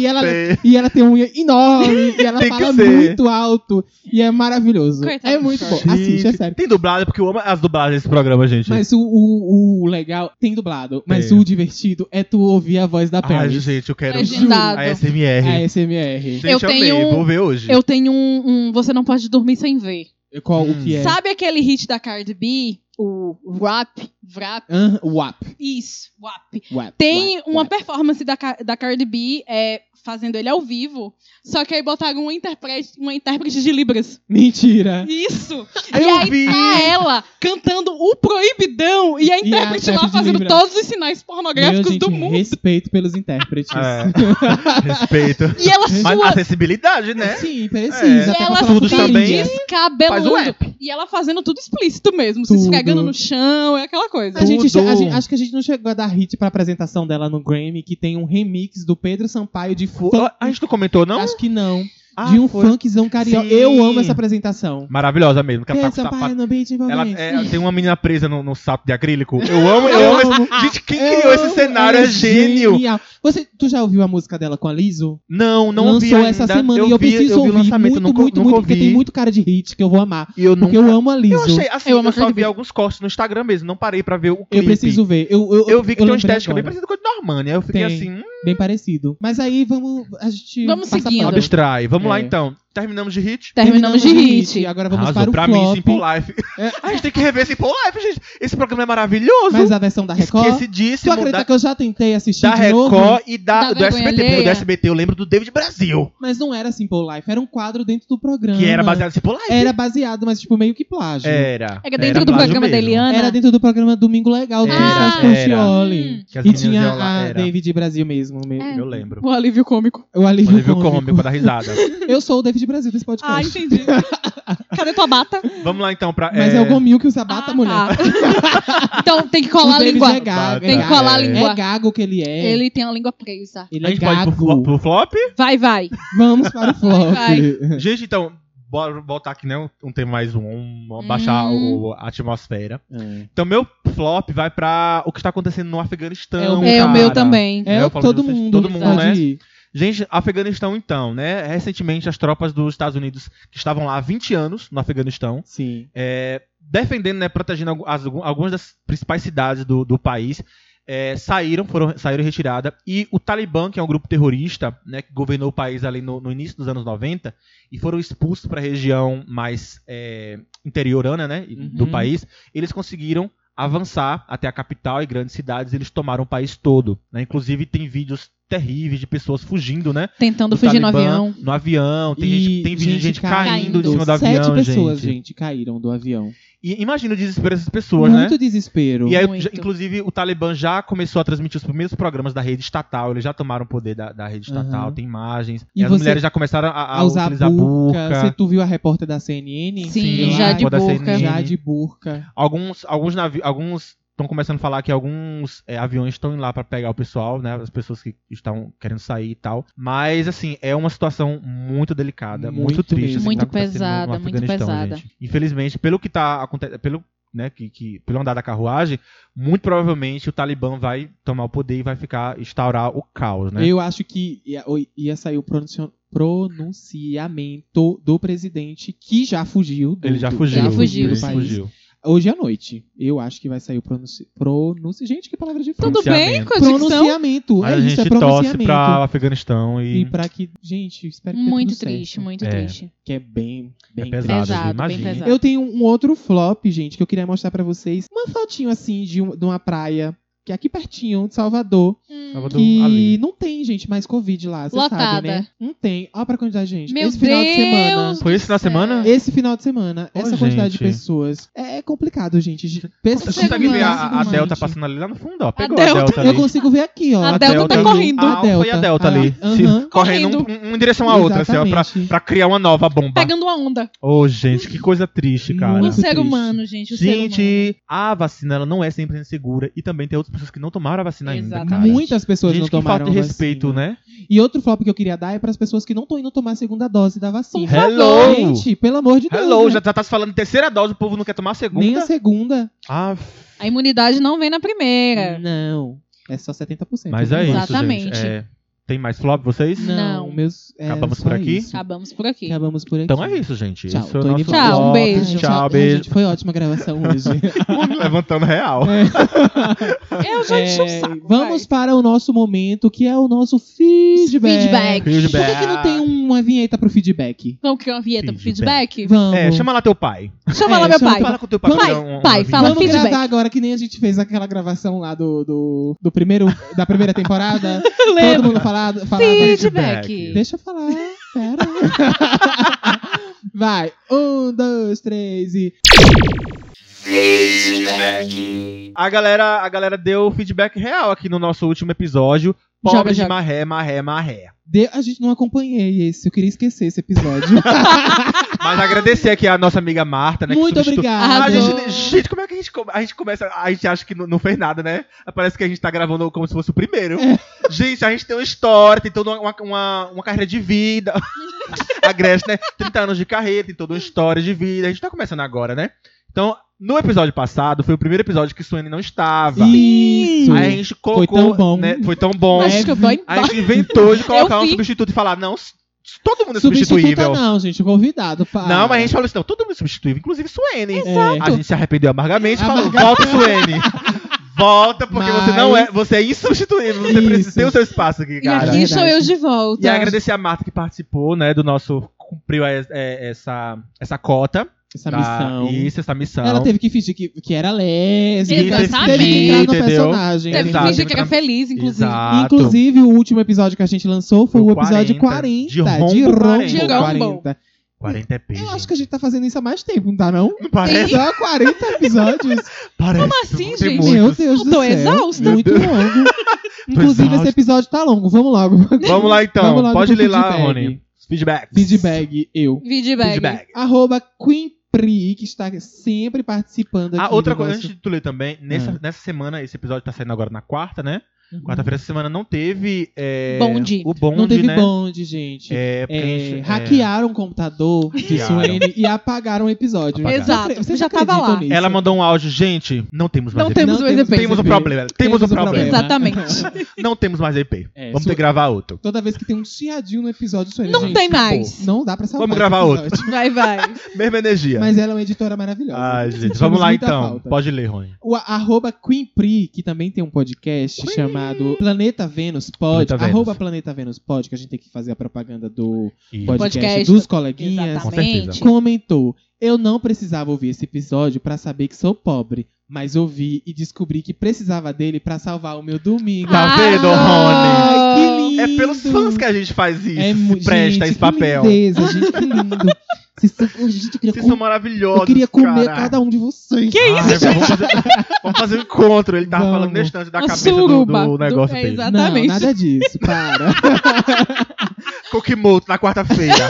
S3: E ela,
S1: Sei.
S3: e ela tem unha enorme, e ela
S1: <laughs> Tem que
S3: fala
S1: ser.
S3: muito alto, e é maravilhoso.
S2: Coitado
S3: é
S2: do
S3: muito bom.
S2: Charles.
S3: Assiste, é
S1: Gente,
S3: sério.
S1: Tem dublado, porque eu amo as dublagens desse programa, gente.
S3: Mas o, o, o legal, tem dublado, mas
S1: Tem.
S3: o divertido é tu ouvir a voz da
S1: Ai,
S3: Paris.
S1: gente, eu quero é
S2: Legendado.
S1: a SMR.
S3: a SMR.
S1: Gente,
S2: Eu
S1: amei.
S2: tenho um-
S1: Vou ver hoje.
S2: Eu tenho um, um Você Não Pode Dormir Sem Ver.
S3: Qual
S1: Hum.
S3: o que é?
S2: Sabe aquele hit da Cardi B? O rap? Vrap?
S3: Hã? Wap.
S2: Isso, WAP.
S3: Wap.
S2: Tem
S3: wap,
S2: uma
S3: wap.
S2: performance da, Ca- da Cardi B é, fazendo ele ao vivo, só que aí botaram uma intérprete, uma intérprete de Libras.
S3: Mentira.
S2: Isso! e
S1: Eu
S2: aí
S1: vi.
S2: tá ela cantando o proibidão e a intérprete lá
S3: intérprete de
S2: fazendo
S3: Libras.
S2: todos os sinais
S3: Meu,
S2: pornográficos
S3: gente, é
S2: do mundo.
S3: respeito pelos intérpretes.
S1: É. <laughs> Respeito.
S2: E ela
S1: Mas
S2: sua.
S1: acessibilidade, né?
S3: Sim, precisa.
S1: É.
S3: até
S2: E ela
S3: pra falar com
S1: tudo também.
S3: carinha.
S1: Faz o app.
S2: Descabelando. E ela fazendo tudo explícito mesmo, se
S3: Tudo.
S2: esfregando no chão, é aquela coisa.
S3: A gente, che- a
S1: Tudo.
S3: gente- acho que a gente não chegou a dar hit pra apresentação dela no Grammy, que tem um remix do Pedro Sampaio de
S1: Pô,
S3: funk.
S1: A gente não comentou, não?
S3: Acho que não.
S1: Ah,
S3: Tá de um
S1: foi.
S3: funkzão carioca.
S1: Sim.
S3: Eu amo essa apresentação.
S1: Maravilhosa mesmo, que ela tá
S3: Pedro
S1: com sapato.
S3: Sampaio no beat
S1: Ela
S3: envolvente.
S1: é, tem uma menina presa no, no sapo de acrílico. Eu amo, eu amo. esse- Gente, quem
S3: Eu
S1: criou esse
S3: amo,
S1: cenário é
S3: ela
S1: gênio.
S3: genial. Você, tu já ouviu a música dela com a Liso?
S1: Não, não
S3: Lançou
S1: ouvi ainda.
S3: essa semana
S1: eu
S3: e eu
S1: vi,
S3: preciso
S1: eu vi
S3: ouvir
S1: o lançamento,
S3: muito,
S1: nunca,
S3: muito,
S1: nunca
S3: muito,
S1: ouvi.
S3: porque tem muito cara de hit que eu vou amar.
S1: E eu
S3: Porque
S1: nunca...
S3: eu amo a Liso.
S1: Eu
S3: Eu,
S1: achei, assim,
S2: Eu
S1: eu,
S2: amo a
S1: só
S2: Cardi
S1: vi
S2: B.
S1: alguns cortes no Instagram mesmo, não parei pra ver o clipe.
S3: preciso ver. Eu, eu,
S1: Eu vi que tem uma
S3: lembrei
S1: estética bem
S3: agora.
S1: parecida com a de Normani, aí eu fiquei
S3: Tem.
S1: assim, hum,
S3: Bem parecido. Mas aí vamos. A gente.
S2: Vamos
S3: passa
S2: seguindo.
S3: pano.
S1: abstrai. Vamos lá
S3: É.
S1: então. Terminamos de hit?
S2: Terminamos de hit.
S3: Agora vamos
S1: Arrasou.
S3: para
S1: pra
S3: o flop.
S1: mim, Simple Life.
S3: É.
S1: <laughs> A gente tem que rever Simple Life, gente. Esse programa é maravilhoso.
S3: Mas a versão da Record. Tu
S1: Esquecidíssimo.
S3: acredita
S1: Da,
S3: que eu já tentei assistir
S1: da
S3: de novo?
S1: Record e da,
S2: Da
S1: do SBT.
S2: vergonha
S1: Porque do
S2: alheia.
S1: SBT eu lembro do David Brasil,
S3: Mas não era Simple Life, era um quadro dentro do programa.
S1: que era baseado É. em Simple Life.
S3: Uhum. Era baseado, mas tipo meio que plágio.
S1: Era.
S2: Era É dentro do
S1: plágio
S2: programa
S1: mesmo.
S2: da Eliana.
S3: Era dentro do programa Domingo Legal do
S1: Era,
S3: Celso
S1: era.
S2: Hum.
S3: Portiolli.
S1: Que as
S3: E
S1: meninas
S3: tinha
S1: iam lá,
S3: a
S1: era.
S3: David Brasil mesmo. me-
S2: É.
S1: Eu lembro.
S2: O alívio cômico.
S3: O alívio,
S1: Quando ele viu o
S3: cômico.
S1: cômico pra dar risada.
S3: Eu sou o David Brasil desse
S2: Ah,
S3: podcast.
S2: entendi. <laughs> Ah, tá. Cadê tua bata?
S1: Vamos lá então pra.
S3: <laughs> Mas é, o Gominho que usa
S2: Ah, <laughs>
S3: bata, mulher.
S2: tá. então tem que colar
S3: O
S2: a
S3: David
S2: língua.
S3: é gago.
S2: Tem que
S3: é
S2: colar
S1: É.
S2: a
S3: gago.
S2: língua.
S3: É gago que ele é.
S2: Ele tem a língua presa.
S3: Ele
S1: A
S3: é
S1: gente pode ir pro, flo-
S3: gago.
S1: pro flop?
S2: Vai, vai.
S3: Vamos para o flop.
S2: Vai.
S3: Uhum.
S1: Gente, então, bora botar aqui, né? Um, um tema mais um, um baixar
S2: Uhum.
S1: o- a atmosfera.
S3: É.
S1: Então, meu flop vai pra o que está acontecendo no Afeganistão.
S3: É o meu-
S2: É o meu
S1: cara.
S2: também.
S3: É,
S1: É, eu
S3: o que
S1: falo
S3: todo
S1: de vocês,
S3: mundo,
S1: todo mundo,
S3: pode
S1: né?
S3: ir.
S1: Gente, Afeganistão, então, né? Recentemente, as tropas dos Estados Unidos, que estavam lá há 20 anos no Afeganistão,
S3: Sim.
S1: é, defendendo, né? Protegendo algu- as- algumas das principais cidades do, do país. é, saíram, foram, saíram em retirada. E o Talibã, que é um grupo terrorista, né, que governou o país ali no, no início dos anos 90, e foram expulsos para a região mais é, interiorana né, e- do
S3: Uhum.
S1: país, eles conseguiram avançar até a capital e grandes cidades, eles tomaram o país todo. né. Inclusive, tem vídeos terríveis de pessoas fugindo, né?
S2: Tentando
S1: do
S2: fugir no
S1: Talibã,
S2: avião.
S1: No avião, tem, gente, tem vídeo de gente caindo, de
S2: caindo.
S1: cima do avião,
S3: Sete pessoas,
S1: gente.
S3: gente. caíram do avião.
S1: E imagina o desespero dessas pessoas, né?
S3: Muito desespero.
S1: E aí,
S2: Muito.
S1: já- inclusive, o Talibã já começou a transmitir os primeiros programas da rede estatal. Eles já tomaram o poder da, da rede estatal,
S3: Aham.
S1: tem imagens.
S3: E
S1: E as
S3: você-
S1: mulheres já começaram a, a
S3: a usar
S1: utilizar
S3: burca.
S1: burca.
S3: Você, tu viu a repórter da CNN?
S2: Sim,
S3: Lá,
S2: já de
S1: pode dar
S2: boca.
S1: CNN.
S3: Já de burca.
S1: Alguns alguns navios, alguns estão começando a falar que alguns é, aviões estão indo lá para pegar o pessoal, né? As pessoas que estão querendo sair e tal. Mas assim, é uma situação muito delicada, muito,
S3: Muito
S1: triste,
S3: mesmo.
S1: assim,
S2: Muito
S1: que tá acontecendo no- no
S2: pesada, muito
S1: Afeganistão,
S2: pesada.
S1: gente. Infelizmente, pelo que tá acontecendo, pelo né, que, que- pelo andar da carruagem, muito provavelmente o Talibã vai tomar o poder e vai ficar instaurar o caos, né?
S3: Eu acho que ia, oi, ia sair o pronuncio- pronunciamento do presidente que já fugiu. do-
S1: Ele já
S3: do-
S1: fugiu.
S2: Já fugiu,
S3: do
S1: ele
S2: sim.
S3: país. Hoje à noite. Eu acho que vai sair o pronunci... pronunci... Gente, que palavra difícil.
S2: Tudo bem
S1: Pronunciamento.
S2: com a dicção?
S3: Pronunciamento.
S1: Mas
S3: é
S1: a
S3: isso, é
S1: gente torce
S3: pronunciamento.
S1: pra Afeganistão e,
S3: E pra que... Gente, espero que dê
S2: Muito
S3: tudo certo.
S2: triste, muito
S1: É.
S2: triste.
S3: Que é bem, bem
S1: é pesado,
S2: pesado, bem
S1: imagina.
S2: pesado.
S3: Eu tenho um outro flop, gente, que eu queria mostrar pra vocês. Uma fotinho assim de, um- de uma praia, que é aqui pertinho, de Salvador.
S1: Salvador,
S3: Que
S1: ali.
S3: não tem, gente, mais Covid lá, você
S2: Lotada.
S3: sabe, né? Não tem. Olha pra quantidade de gente.
S2: Meu
S3: Esse final de semana.
S2: Deus!
S1: Foi esse na semana?
S3: Esse final de semana,
S1: Ô,
S3: essa quantidade de
S1: gente.
S3: pessoas. É complicado, gente. Gente,
S1: Você
S3: pessoas-
S1: consegue ver a, a
S3: gente.
S1: Delta passando ali lá no fundo, ó. Pegou
S2: Delta.
S1: a Delta ali.
S3: Eu consigo ver aqui, ó.
S2: A Delta tá
S1: ali.
S2: correndo.
S1: A Alfa e a Delta ali.
S3: Ah,
S1: se-
S3: aham.
S1: correndo
S2: Correndo.
S1: um- um- uma em direção à outra, assim, ó, pra,
S3: Exatamente.
S1: pra criar uma nova bomba.
S2: Pegando uma onda.
S1: Ô, gente, que coisa triste, cara.
S2: O
S3: Muito
S2: ser
S3: triste.
S2: humano, gente. O ser humano.
S1: Gente, a vacina ela não é 100% segura e também tem outras pessoas que não tomaram a vacina ainda, cara.
S3: Muitas pessoas
S1: gente,
S3: não
S1: que
S3: tomaram
S1: falta de
S3: a
S1: respeito,
S3: vacina.
S1: né?
S3: E outro flop que eu queria dar é pras pessoas que não estão indo tomar a segunda dose da vacina.
S1: Por favor. Hello!
S3: Gente, pelo amor de Deus.
S1: Hello,
S3: né?
S1: já, já tá se falando em terceira dose, o povo não quer tomar a segunda.
S3: Nem a segunda.
S1: Ah,
S2: A imunidade não vem na primeira.
S3: Não. É só 70%.
S1: mas é isso,
S2: Exatamente.
S1: gente. É, tem mais flop, vocês?
S3: Não,
S2: Não.
S3: meus. é
S1: Acabamos
S3: só
S1: por aqui?
S3: isso.
S2: Acabamos por aqui.
S3: Acabamos por aqui.
S1: Então é isso, gente.
S3: Tchau,
S1: Esse foi o
S3: tô
S1: nosso
S3: indo embora.
S2: Tchau, um
S1: flop.
S2: beijo.
S1: Tchau, beijo.
S3: Gente, foi ótima
S1: <laughs>
S3: a gravação hoje. É,
S1: Levantando real.
S2: Eu já enchi o saco.
S3: vamos para o nosso momento, que é o nosso feedback.
S2: Feedback.
S3: Por que, que não tem uma vinheta pro feedback?
S2: Vamos criar uma vinheta pro feedback?
S3: Vamos.
S1: É, chama lá teu pai.
S2: Chama
S3: É,
S2: lá meu
S3: chama
S2: pai. <laughs>
S1: Fala com teu
S3: Vamos-
S1: patrão.
S2: Pai,
S1: uma
S2: pai,
S1: vinheta.
S2: fala
S3: Vamos
S2: feedback.
S3: gravar agora que nem a gente fez aquela gravação lá do, do, do primeiro da primeira
S2: <laughs>
S3: temporada. Todo mundo falado, falava.
S2: Feedback.
S3: Deixa eu falar, pera. <laughs> Vai, um, dois, três e.
S1: A galera, a galera deu feedback real aqui no nosso último episódio.
S2: Joga,
S1: Pobre de
S2: joga.
S1: marré, marré, marré.
S3: De- A gente não acompanhei esse, eu queria esquecer esse episódio.
S1: Mas agradecer aqui a nossa amiga Marta, né? que
S3: Muito
S1: substitu-
S3: obrigado.
S1: Ah, gente,
S2: Adoro.
S1: gente, como é que a gente, come- a gente começa? A gente acha que não, não fez nada, né? Parece que a gente tá gravando como se fosse o primeiro. gente, a gente tem uma história, tem toda uma, uma, uma carreira de vida. <laughs> a Gretchen, né? 30 anos de carreira, tem toda uma história de vida. A gente tá começando agora, né? Então, no episódio passado, foi o primeiro episódio que Suene não estava.
S3: Isso.
S1: Aí a gente colocou.
S3: tão bom.
S1: né, foi tão bom.
S2: Acho que eu tô em
S1: A gente inventou de colocar
S2: Eu
S1: um
S2: vi.
S1: substituto e falar, não, s- todo mundo é
S3: Substituta
S1: substituível.
S3: não, gente, convidado. Para.
S1: Não, mas a gente falou assim, não, todo mundo é substituível, inclusive Suene.
S3: Exato.
S1: A gente se arrependeu amargamente e falou,
S3: Amarga-
S1: volta,
S3: <laughs>
S1: Suene. Volta, porque você não é,
S3: Mas-
S1: você é insubstituível, você
S3: Isso. tá.
S1: precisa ter o seu espaço aqui,
S2: E
S1: cara.
S2: aqui
S1: E,
S3: Verdade.
S2: estou eu de volta.
S1: agradecer a Marta que participou, né, do nosso, cumpriu a- é, essa, essa cota.
S3: Essa
S1: tá?
S3: missão.
S1: Isso, essa missão.
S3: Ela teve que fingir que, que era lésbica.
S2: Exatamente.
S3: Teve que entrar no
S1: Entendeu?
S3: personagem.
S2: Teve que
S1: Exato.
S2: fingir que era feliz, inclusive.
S1: Exato.
S3: Inclusive, o último episódio que a gente lançou foi o episódio
S1: 40,
S3: 40.
S1: de Rombo
S3: de
S1: 40.
S3: Rombo 40.
S2: Rombo.
S1: 40 é peixe.
S3: Eu acho que a gente tá fazendo isso há mais tempo, não
S2: <laughs>
S3: tá não?
S1: Não parece?
S3: Só 40
S1: <laughs>
S3: episódios.
S1: Parece.
S2: assim,
S1: tem
S2: gente?
S1: muitos.
S3: Meu Deus
S2: Eu
S3: do
S2: tô
S3: céu.
S2: exausta.
S1: Hum.
S3: Muito
S1: <laughs>
S3: longo. Inclusive,
S1: exausta.
S3: esse episódio tá longo. Vamos logo. <laughs>
S1: Vamos lá então,
S3: Vamos logo
S1: pode
S3: pro
S1: ler lá,
S3: feedback.
S1: Rony. Feedback.
S3: Feedback, eu.
S2: Feedback.
S1: Feedback.
S3: Arroba Queenpri, que está sempre participando aqui.
S1: Ah, outra
S3: do
S1: coisa,
S3: nosso-
S1: antes de tu ler também, nessa,
S3: Ah.
S1: nessa semana, esse episódio tá saindo agora na quarta, né? Quarta-feira essa semana não teve é,
S2: Bonde.
S1: o bonde,
S3: Uhum. Não teve
S1: né?
S3: bonde, gente.
S1: É, porque a
S3: É,
S1: gente- é,
S3: hackearam o computador de
S1: Hackearam.
S3: Suene e apagaram o episódio.
S1: Apagaram.
S3: Vocês acre-
S2: Exato,
S3: vocês
S2: já tava
S3: acreditam
S2: lá.
S3: nisso?
S1: Ela mandou um áudio, gente, não temos mais
S2: Não
S1: EP.
S2: temos
S3: Não
S2: mais
S3: temos
S2: EP.
S1: temos um
S3: EP.
S1: problema. Temos um problema.
S2: Exatamente.
S1: Não temos mais EP.
S3: É,
S1: Vamos
S3: su-
S1: ter que gravar outro.
S3: Toda vez que tem um chiadinho no episódio, Suene,
S2: Não
S3: gente,
S2: tem mais.
S3: Não dá pra salvar.
S1: Vamos
S3: esse
S1: gravar outro. Ah,
S3: episódio.
S2: Vai, vai.
S1: Mesma energia.
S3: <laughs> Mas ela é uma editora maravilhosa.
S1: Ai, gente,
S3: Sentimos
S1: vamos lá
S3: muita
S1: então.
S3: falta.
S1: Pode ler, Rony.
S3: O a- arroba Queen Pri, que também tem um podcast chamado Planeta Vênus Pod.
S1: Planeta Vênus.
S3: arroba Planeta Vênus Pod, que a gente tem que fazer a propaganda do
S1: E-
S3: podcast,
S2: Podcast.
S3: dos coleguinhas.
S1: Com certeza.
S2: Exatamente.
S3: Comentou: Eu não precisava ouvir esse episódio pra saber que sou pobre, mas ouvi e descobri que precisava dele pra salvar o meu domingo.
S1: Tá vendo, Rony?
S2: Ah,
S3: Ai, que lindo!
S1: É pelos fãs que a gente faz isso.
S3: é, mu-
S1: se presta
S3: gente,
S1: esse papel.
S3: Que lindeza, gente, que lindo.
S1: <laughs>
S3: Vocês são- oh, gente, eu queria,
S1: Vocês
S3: com-
S1: são maravilhosos.
S3: eu queria comer
S1: cara.
S3: cada um de vocês.
S1: Que isso, gente? Ah, é, Vamos fazer, <laughs> vamos fazer um encontro. Ele tava
S3: Vamos.
S1: falando neste instante da
S2: Uma
S1: cabeça do,
S2: Um suruba.
S1: do negócio
S2: Do- é,
S1: dele.
S2: exato.
S3: Não,
S2: Exatamente.
S3: nada disso, para.
S1: <laughs> Kokimoto na
S3: <laughs>
S1: quarta-feira.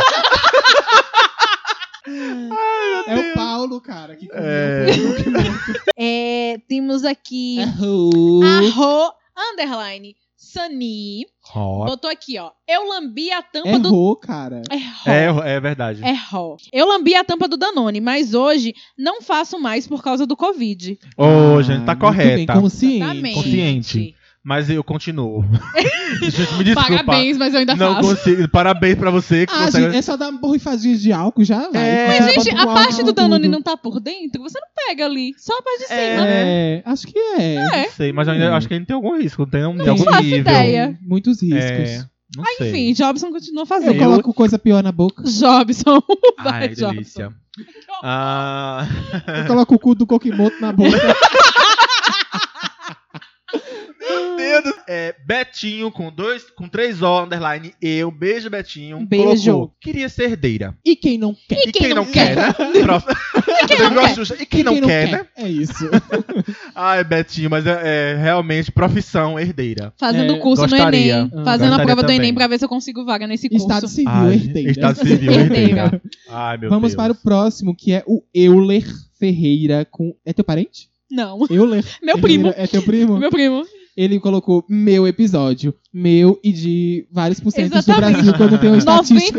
S3: É o Paulo, cara, que comeu.
S1: É.
S2: <laughs> É, temos aqui
S3: Arro.
S2: arro, underline, Sani.
S1: Ó,
S2: Botou aqui, ó. Eu lambi a tampa do...
S3: Errou, cara.
S2: É ro.
S1: é, é verdade.
S2: É ro. Eu lambi a tampa do Danone, mas hoje não faço mais por causa do Covid.
S1: Ô, gente, tá
S3: Ah, muito bem,
S1: correta.
S3: consciente.
S2: Exatamente.
S1: Consciente. Mas eu
S2: <laughs>
S1: continuo. gente, me desculpa.
S2: Parabéns, mas eu ainda
S1: Não
S2: faço.
S1: consigo. Parabéns pra você que
S3: Ah,
S1: consegue.
S3: gente, é só dar borrifadinhas de álcool já vai.
S1: É,
S3: Mas,
S2: Gente, a parte do Danone não tá por dentro? Você não pega ali. Só a parte de
S1: É.
S2: cima.
S3: É, acho que é.
S2: É.
S1: Não sei, mas eu ainda
S3: Hum.
S1: acho que ainda tem algum risco. Tem, um-
S2: Não
S1: algum
S2: faço
S1: nível.
S2: ideia.
S3: Muitos
S1: É,
S3: riscos.
S1: não sei.
S2: Enfim, Jobson continua
S3: Eu,
S2: fazendo.
S1: Eu-
S3: coloco coisa pior
S1: <laughs>
S3: na boca.
S2: Jobson.
S1: Ai,
S2: Vai, Jobson.
S1: delícia. Ah,
S3: Eu coloco o cu do coquimoto
S1: <laughs>
S3: na boca.
S1: meu Deus. do- É, Betinho com dois, com três O underline eu. Beijo, Betinho.
S2: Beijo.
S1: Colocou, Queria ser herdeira.
S3: e quem não quer?
S1: E, quem, não quer, né? Próximo. E quem não quer, e quem não quer né?
S3: É isso.
S2: <laughs>
S1: Ai, Betinho, mas é, é realmente profissão herdeira.
S2: Fazendo
S3: É,
S2: curso
S1: gostaria.
S2: no
S3: Ah,
S2: Enem. Fazendo a
S1: gostaria
S2: prova
S1: também.
S2: do Enem pra ver se eu consigo vaga nesse curso.
S3: Estado civil,
S1: Ai,
S3: herdeira.
S1: Estado civil,
S2: Herdeira.
S1: herdeira. Ai, meu
S3: Vamos
S1: Deus.
S3: para o próximo, que é o Euler Ferreira com... É teu parente?
S2: Não.
S3: Euler
S2: Meu
S3: Ferreira
S2: primo.
S3: É teu primo?
S2: Meu primo.
S3: Ele colocou meu episódio, meu e de vários por cento do
S2: Exatamente.
S3: Brasil, que eu não tenho estatística.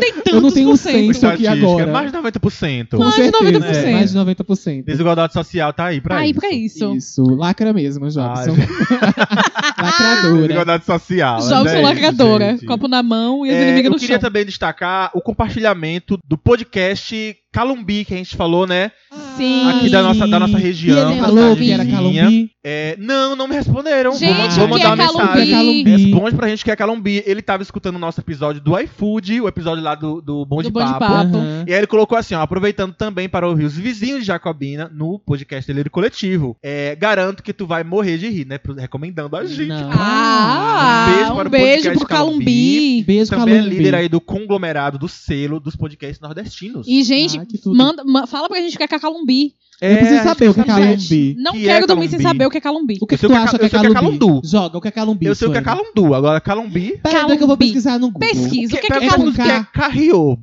S2: 90 e tantos
S3: Eu não tenho
S2: por
S1: o
S2: cento.
S3: senso. isso aqui agora.
S1: é Mais de 90%.
S3: Com
S2: Mais de
S3: certeza, é,
S1: 90%.
S3: mais de 90%.
S1: Desigualdade social tá aí pra
S2: Tá aí
S1: isso.
S2: pra isso. Ah,
S3: Isso, lacra mesmo, Jobson.
S1: gente. Ah,
S3: Lacradora.
S1: Desigualdade social. né?
S2: Jobson
S1: É isso,
S2: lacradora.
S1: gente.
S2: Copo na mão e as
S1: É,
S2: inimigas
S1: eu
S2: no
S1: queria
S2: chão.
S1: também destacar o compartilhamento do podcast Calumbi, que a gente falou, né?
S2: Sim.
S1: Aqui da nossa, da nossa
S3: E
S1: região.
S3: ele falou que
S1: cidadezinha.
S3: era Calumbi.
S1: É, não, não me responderam.
S2: Gente,
S1: vou,
S3: o
S1: vou
S3: que
S1: mandar uma
S3: é
S1: mensagem.
S2: Calumbi?
S3: Calumbi.
S1: Responde pra gente que é Calumbi. Ele tava escutando o nosso episódio do iFood, o episódio lá do, do Bom de
S2: Do Bom de
S1: Papo.
S2: Papo.
S3: Aham.
S1: E aí ele colocou assim, ó, aproveitando também para ouvir os vizinhos de Jacobina no podcast Deleiro Coletivo. É, garanto que tu vai morrer de rir, né? pro- Recomendando a gente.
S3: Não.
S2: Ah,
S1: Um beijo
S2: um
S1: para o
S2: beijo
S1: podcast
S2: pro Calumbi.
S3: Beijo,
S1: Também é
S3: Calumbi.
S1: líder aí do conglomerado, do selo dos podcasts nordestinos.
S2: E, gente,
S3: Ah, que tudo.
S2: manda, ma- fala pra gente o que é Calumbi.
S1: É,
S3: Eu preciso
S1: a gente
S3: saber o que é
S1: precisa saber.
S3: Calumbi.
S2: Não
S1: Que é
S2: quero dormir sem
S1: Calumbi?
S2: saber o que é Calumbi.
S3: O que,
S1: Eu
S3: que
S1: sei
S3: tu
S1: o que é ca-
S3: acha que
S1: eu
S3: é
S1: sei o que é
S3: Calumbi?
S1: Calundu.
S3: Joga o que é Calumbi.
S1: Eu sei o que é
S3: Sueli.
S1: Calundu. Agora, Calumbi.
S3: Pera aí que eu vou
S2: Calumbi.
S3: pesquisar no Google.
S2: Pesquisa. O que é
S1: pera-
S3: Calumbi?
S1: que é carriô.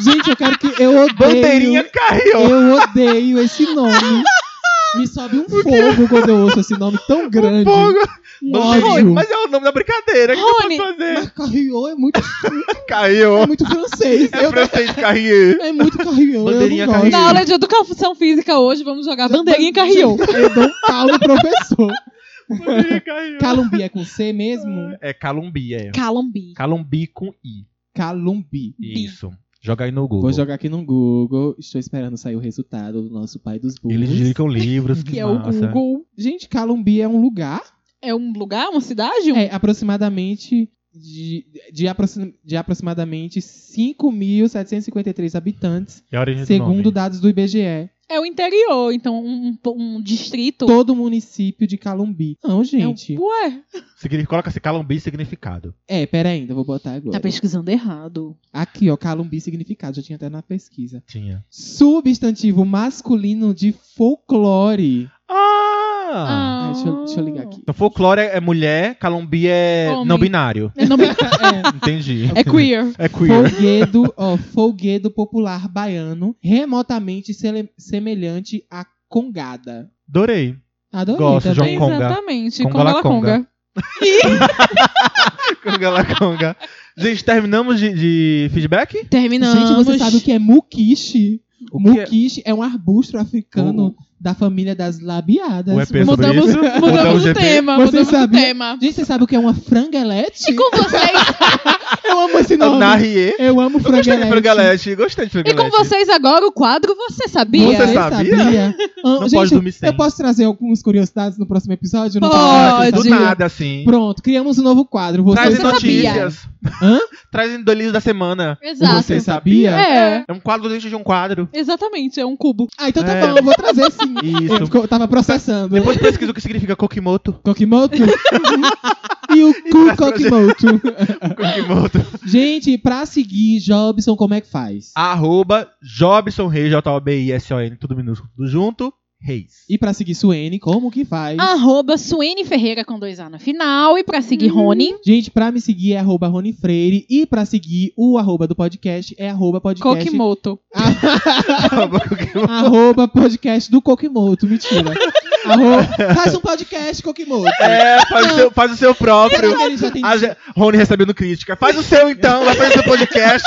S3: Gente, eu quero que... <laughs> Eu odeio...
S1: Bandeirinha carriô.
S3: Eu odeio esse nome. Me sobe um fogo quando eu ouço esse nome tão grande.
S1: Fogo.
S3: Um
S1: Bandeirinha.
S3: ódio.
S1: Mas é o nome da brincadeira. O que
S2: Rony.
S1: eu posso fazer?
S3: Mas Carriô é muito, é
S1: Carriô.
S3: muito francês.
S1: É
S3: Eu- <laughs>
S1: francês carriô.
S3: é muito carriô.
S1: Bandeirinha
S3: eu não
S1: Carriô.
S3: gosto.
S2: Na aula de educação física hoje, vamos jogar
S1: tá
S2: bandeirinha e carriou.
S3: Eu dou um pau no professor.
S1: Bandeirinha carriô.
S3: Calumbi é com C mesmo?
S1: É Calumbi, é.
S2: Calumbi.
S1: Calumbi com I.
S3: Calumbi.
S1: Isso. Joga aí no Google.
S3: Vou jogar aqui no Google. Estou esperando sair o resultado do nosso pai dos burros.
S1: Eles indicam livros, que, um
S2: <laughs> Que é o
S1: massa.
S2: Google.
S3: Gente, Calumbi é um lugar.
S2: É um lugar, uma cidade? Um-
S3: É, aproximadamente de, de, aproxim, de aproximadamente 5.753 habitantes,
S1: É a origem do
S3: segundo
S1: nome.
S3: dados do IBGE.
S2: É o interior, então um, um po- um distrito.
S3: Todo o município de Calumbi. Não,
S2: É um-
S3: gente.
S2: Ué,
S1: Signi- Coloca assim, Calumbi significado.
S3: É, pera ainda, vou botar agora.
S2: tá pesquisando errado.
S3: Aqui, ó, Calumbi significado, já tinha até na pesquisa.
S1: Tinha.
S3: Substantivo masculino de folclore.
S1: Ah!
S3: Ah, deixa, eu, deixa eu ligar aqui.
S1: Então folclore é mulher, Calumbi é
S2: Homem.
S1: não
S2: <laughs>
S1: binário.
S2: É, nome-
S1: Entendi.
S2: é queer.
S1: É queer.
S3: Folguedo, ó, folguedo popular baiano, remotamente sele- semelhante à congada.
S1: Adorei.
S3: Adorei
S1: Gosto,
S3: também.
S1: John Conga.
S2: Exatamente.
S1: Conga
S2: Conga
S1: la
S2: la Conga.
S1: Conga la conga. Gente, terminamos de, de feedback?
S4: Terminamos.
S3: Gente, você sabe o que é muquiche?
S1: que é?
S3: Muquiche é um arbusto africano da família das labiadas.
S1: O EP sobre
S2: Mudamos,
S1: isso? Mudamos
S2: mudamos
S1: o
S2: o tema.
S3: Você
S2: mudamos
S3: sabia?
S2: o tema.
S3: Gente, você sabe o que é uma frangalete?
S4: E com vocês,
S3: Eu amo esse nome.
S1: Narie.
S3: Eu amo
S1: Eu gostei de
S3: frangalete.
S1: frangalete. Gostei de
S4: e
S1: frangalete.
S4: com vocês agora o quadro Você Sabia?
S1: Você
S3: Você
S1: sabia?
S3: sabia?
S1: Não
S3: Ah, gente,
S1: pode dormir sem.
S3: eu posso trazer algumas curiosidades no próximo episódio? Não
S1: Ah,
S3: pode.
S1: Do
S4: Pode.
S1: nada, assim.
S3: Pronto, criamos um novo quadro. Você
S1: Trazem
S4: sabia?
S1: notícias.
S3: Hã?
S1: Trazem dolinhos da semana.
S4: Exato.
S3: Você sabia?
S4: É.
S1: É um quadro dentro de um quadro.
S2: Exatamente, é um cubo.
S3: Ah, então tá
S1: É.
S3: bom, eu vou trazer sim. Eu
S1: Isso.
S3: fico- tava processando.
S1: Depois pesquisa o que significa Kokimoto.
S3: Kokimoto? Uhum. e o cu <laughs> Kokimoto.
S1: Kokimoto.
S3: Gente, pra seguir, Jobson, como é que faz?
S1: Ah. Arroba Jobson Reis, J-O-B-I-S-O-N, tudo minúsculo, tudo junto.
S3: <laughs>
S1: Reis.
S3: E pra seguir Suene, como que faz?
S2: Arroba Suene Ferreira com dois A no final. E pra seguir Rony,
S3: Gente, pra me seguir é arroba Rony Freire. E pra seguir o arroba do podcast é arroba podcast...
S2: Kokimoto.
S1: Arroba Kokimoto.
S3: arroba podcast do
S2: <laughs>
S3: Kokimoto. Mentira. Arroba... Faz um podcast, Kokimoto.
S1: É, faz o seu, faz o seu próprio.
S3: Será que, ele já tem...
S1: A Ge- Rony recebendo crítica. Faz o seu então, vai fazer o seu podcast.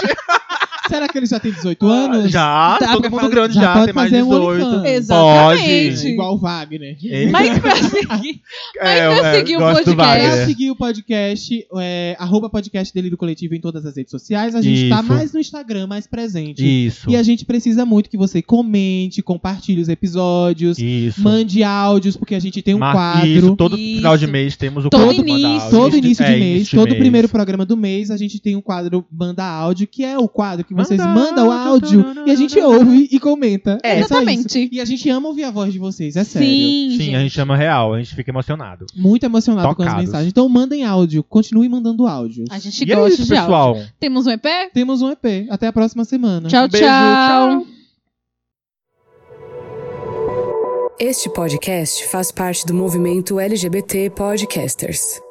S3: Será que ele já tem 18 anos?
S1: Ah, Já,
S3: Dá
S1: todo
S3: pra
S1: mundo
S3: fazer-
S1: grande
S3: já
S1: já,
S3: pode
S1: tem mais
S3: fazer um
S1: 18.
S3: OnlyFans.
S2: Exatamente.
S3: É, igual o Wagner.
S1: Ele-
S2: Mas pra seguir.
S1: É,
S2: Mas pra
S1: é,
S2: seguir o
S1: gosto do
S2: podcast,
S3: Pra
S1: Wagner.
S3: seguir o podcast, é, arroba podcast Delírio Coletivo em todas as redes sociais. A gente tá
S1: Isso.
S3: mais no Instagram, mais presente.
S1: Isso.
S3: E a gente precisa muito que você comente, compartilhe os episódios,
S1: Isso.
S3: mande áudios, porque a gente tem um
S1: Mar-
S3: quadro.
S1: Isso, todo
S2: Isso.
S1: final de mês temos o
S2: Todo
S1: quadro
S2: início,
S1: mandar áudio.
S3: Todo início de
S1: É,
S3: mês,
S1: início de
S3: todo
S1: mês.
S3: primeiro programa do mês, a gente tem um quadro Manda Áudio, que é o quadro que vocês
S1: Manda
S3: mandam o
S1: áudio, tá,
S3: áudio e a gente ouve e comenta.
S1: É.
S3: só isso.
S2: Exatamente.
S3: E a gente ama ouvir a voz de vocês, é sério.
S2: Sim,
S1: Sim,
S2: gente.
S1: a gente chama real, a gente fica emocionado.
S3: Muito emocionado com as
S1: Tocados.
S3: mensagens. Então mandem áudio, continue mandando áudios.
S2: A gente
S1: e é
S2: gosta
S1: isso,
S2: de áudio.
S1: pessoal.
S2: Temos um EP?
S3: Temos um EP. Até a próxima semana.
S2: Tchau,
S1: um Beijo,
S2: tchau.
S6: Este podcast faz parte do movimento LGBT Podcasters.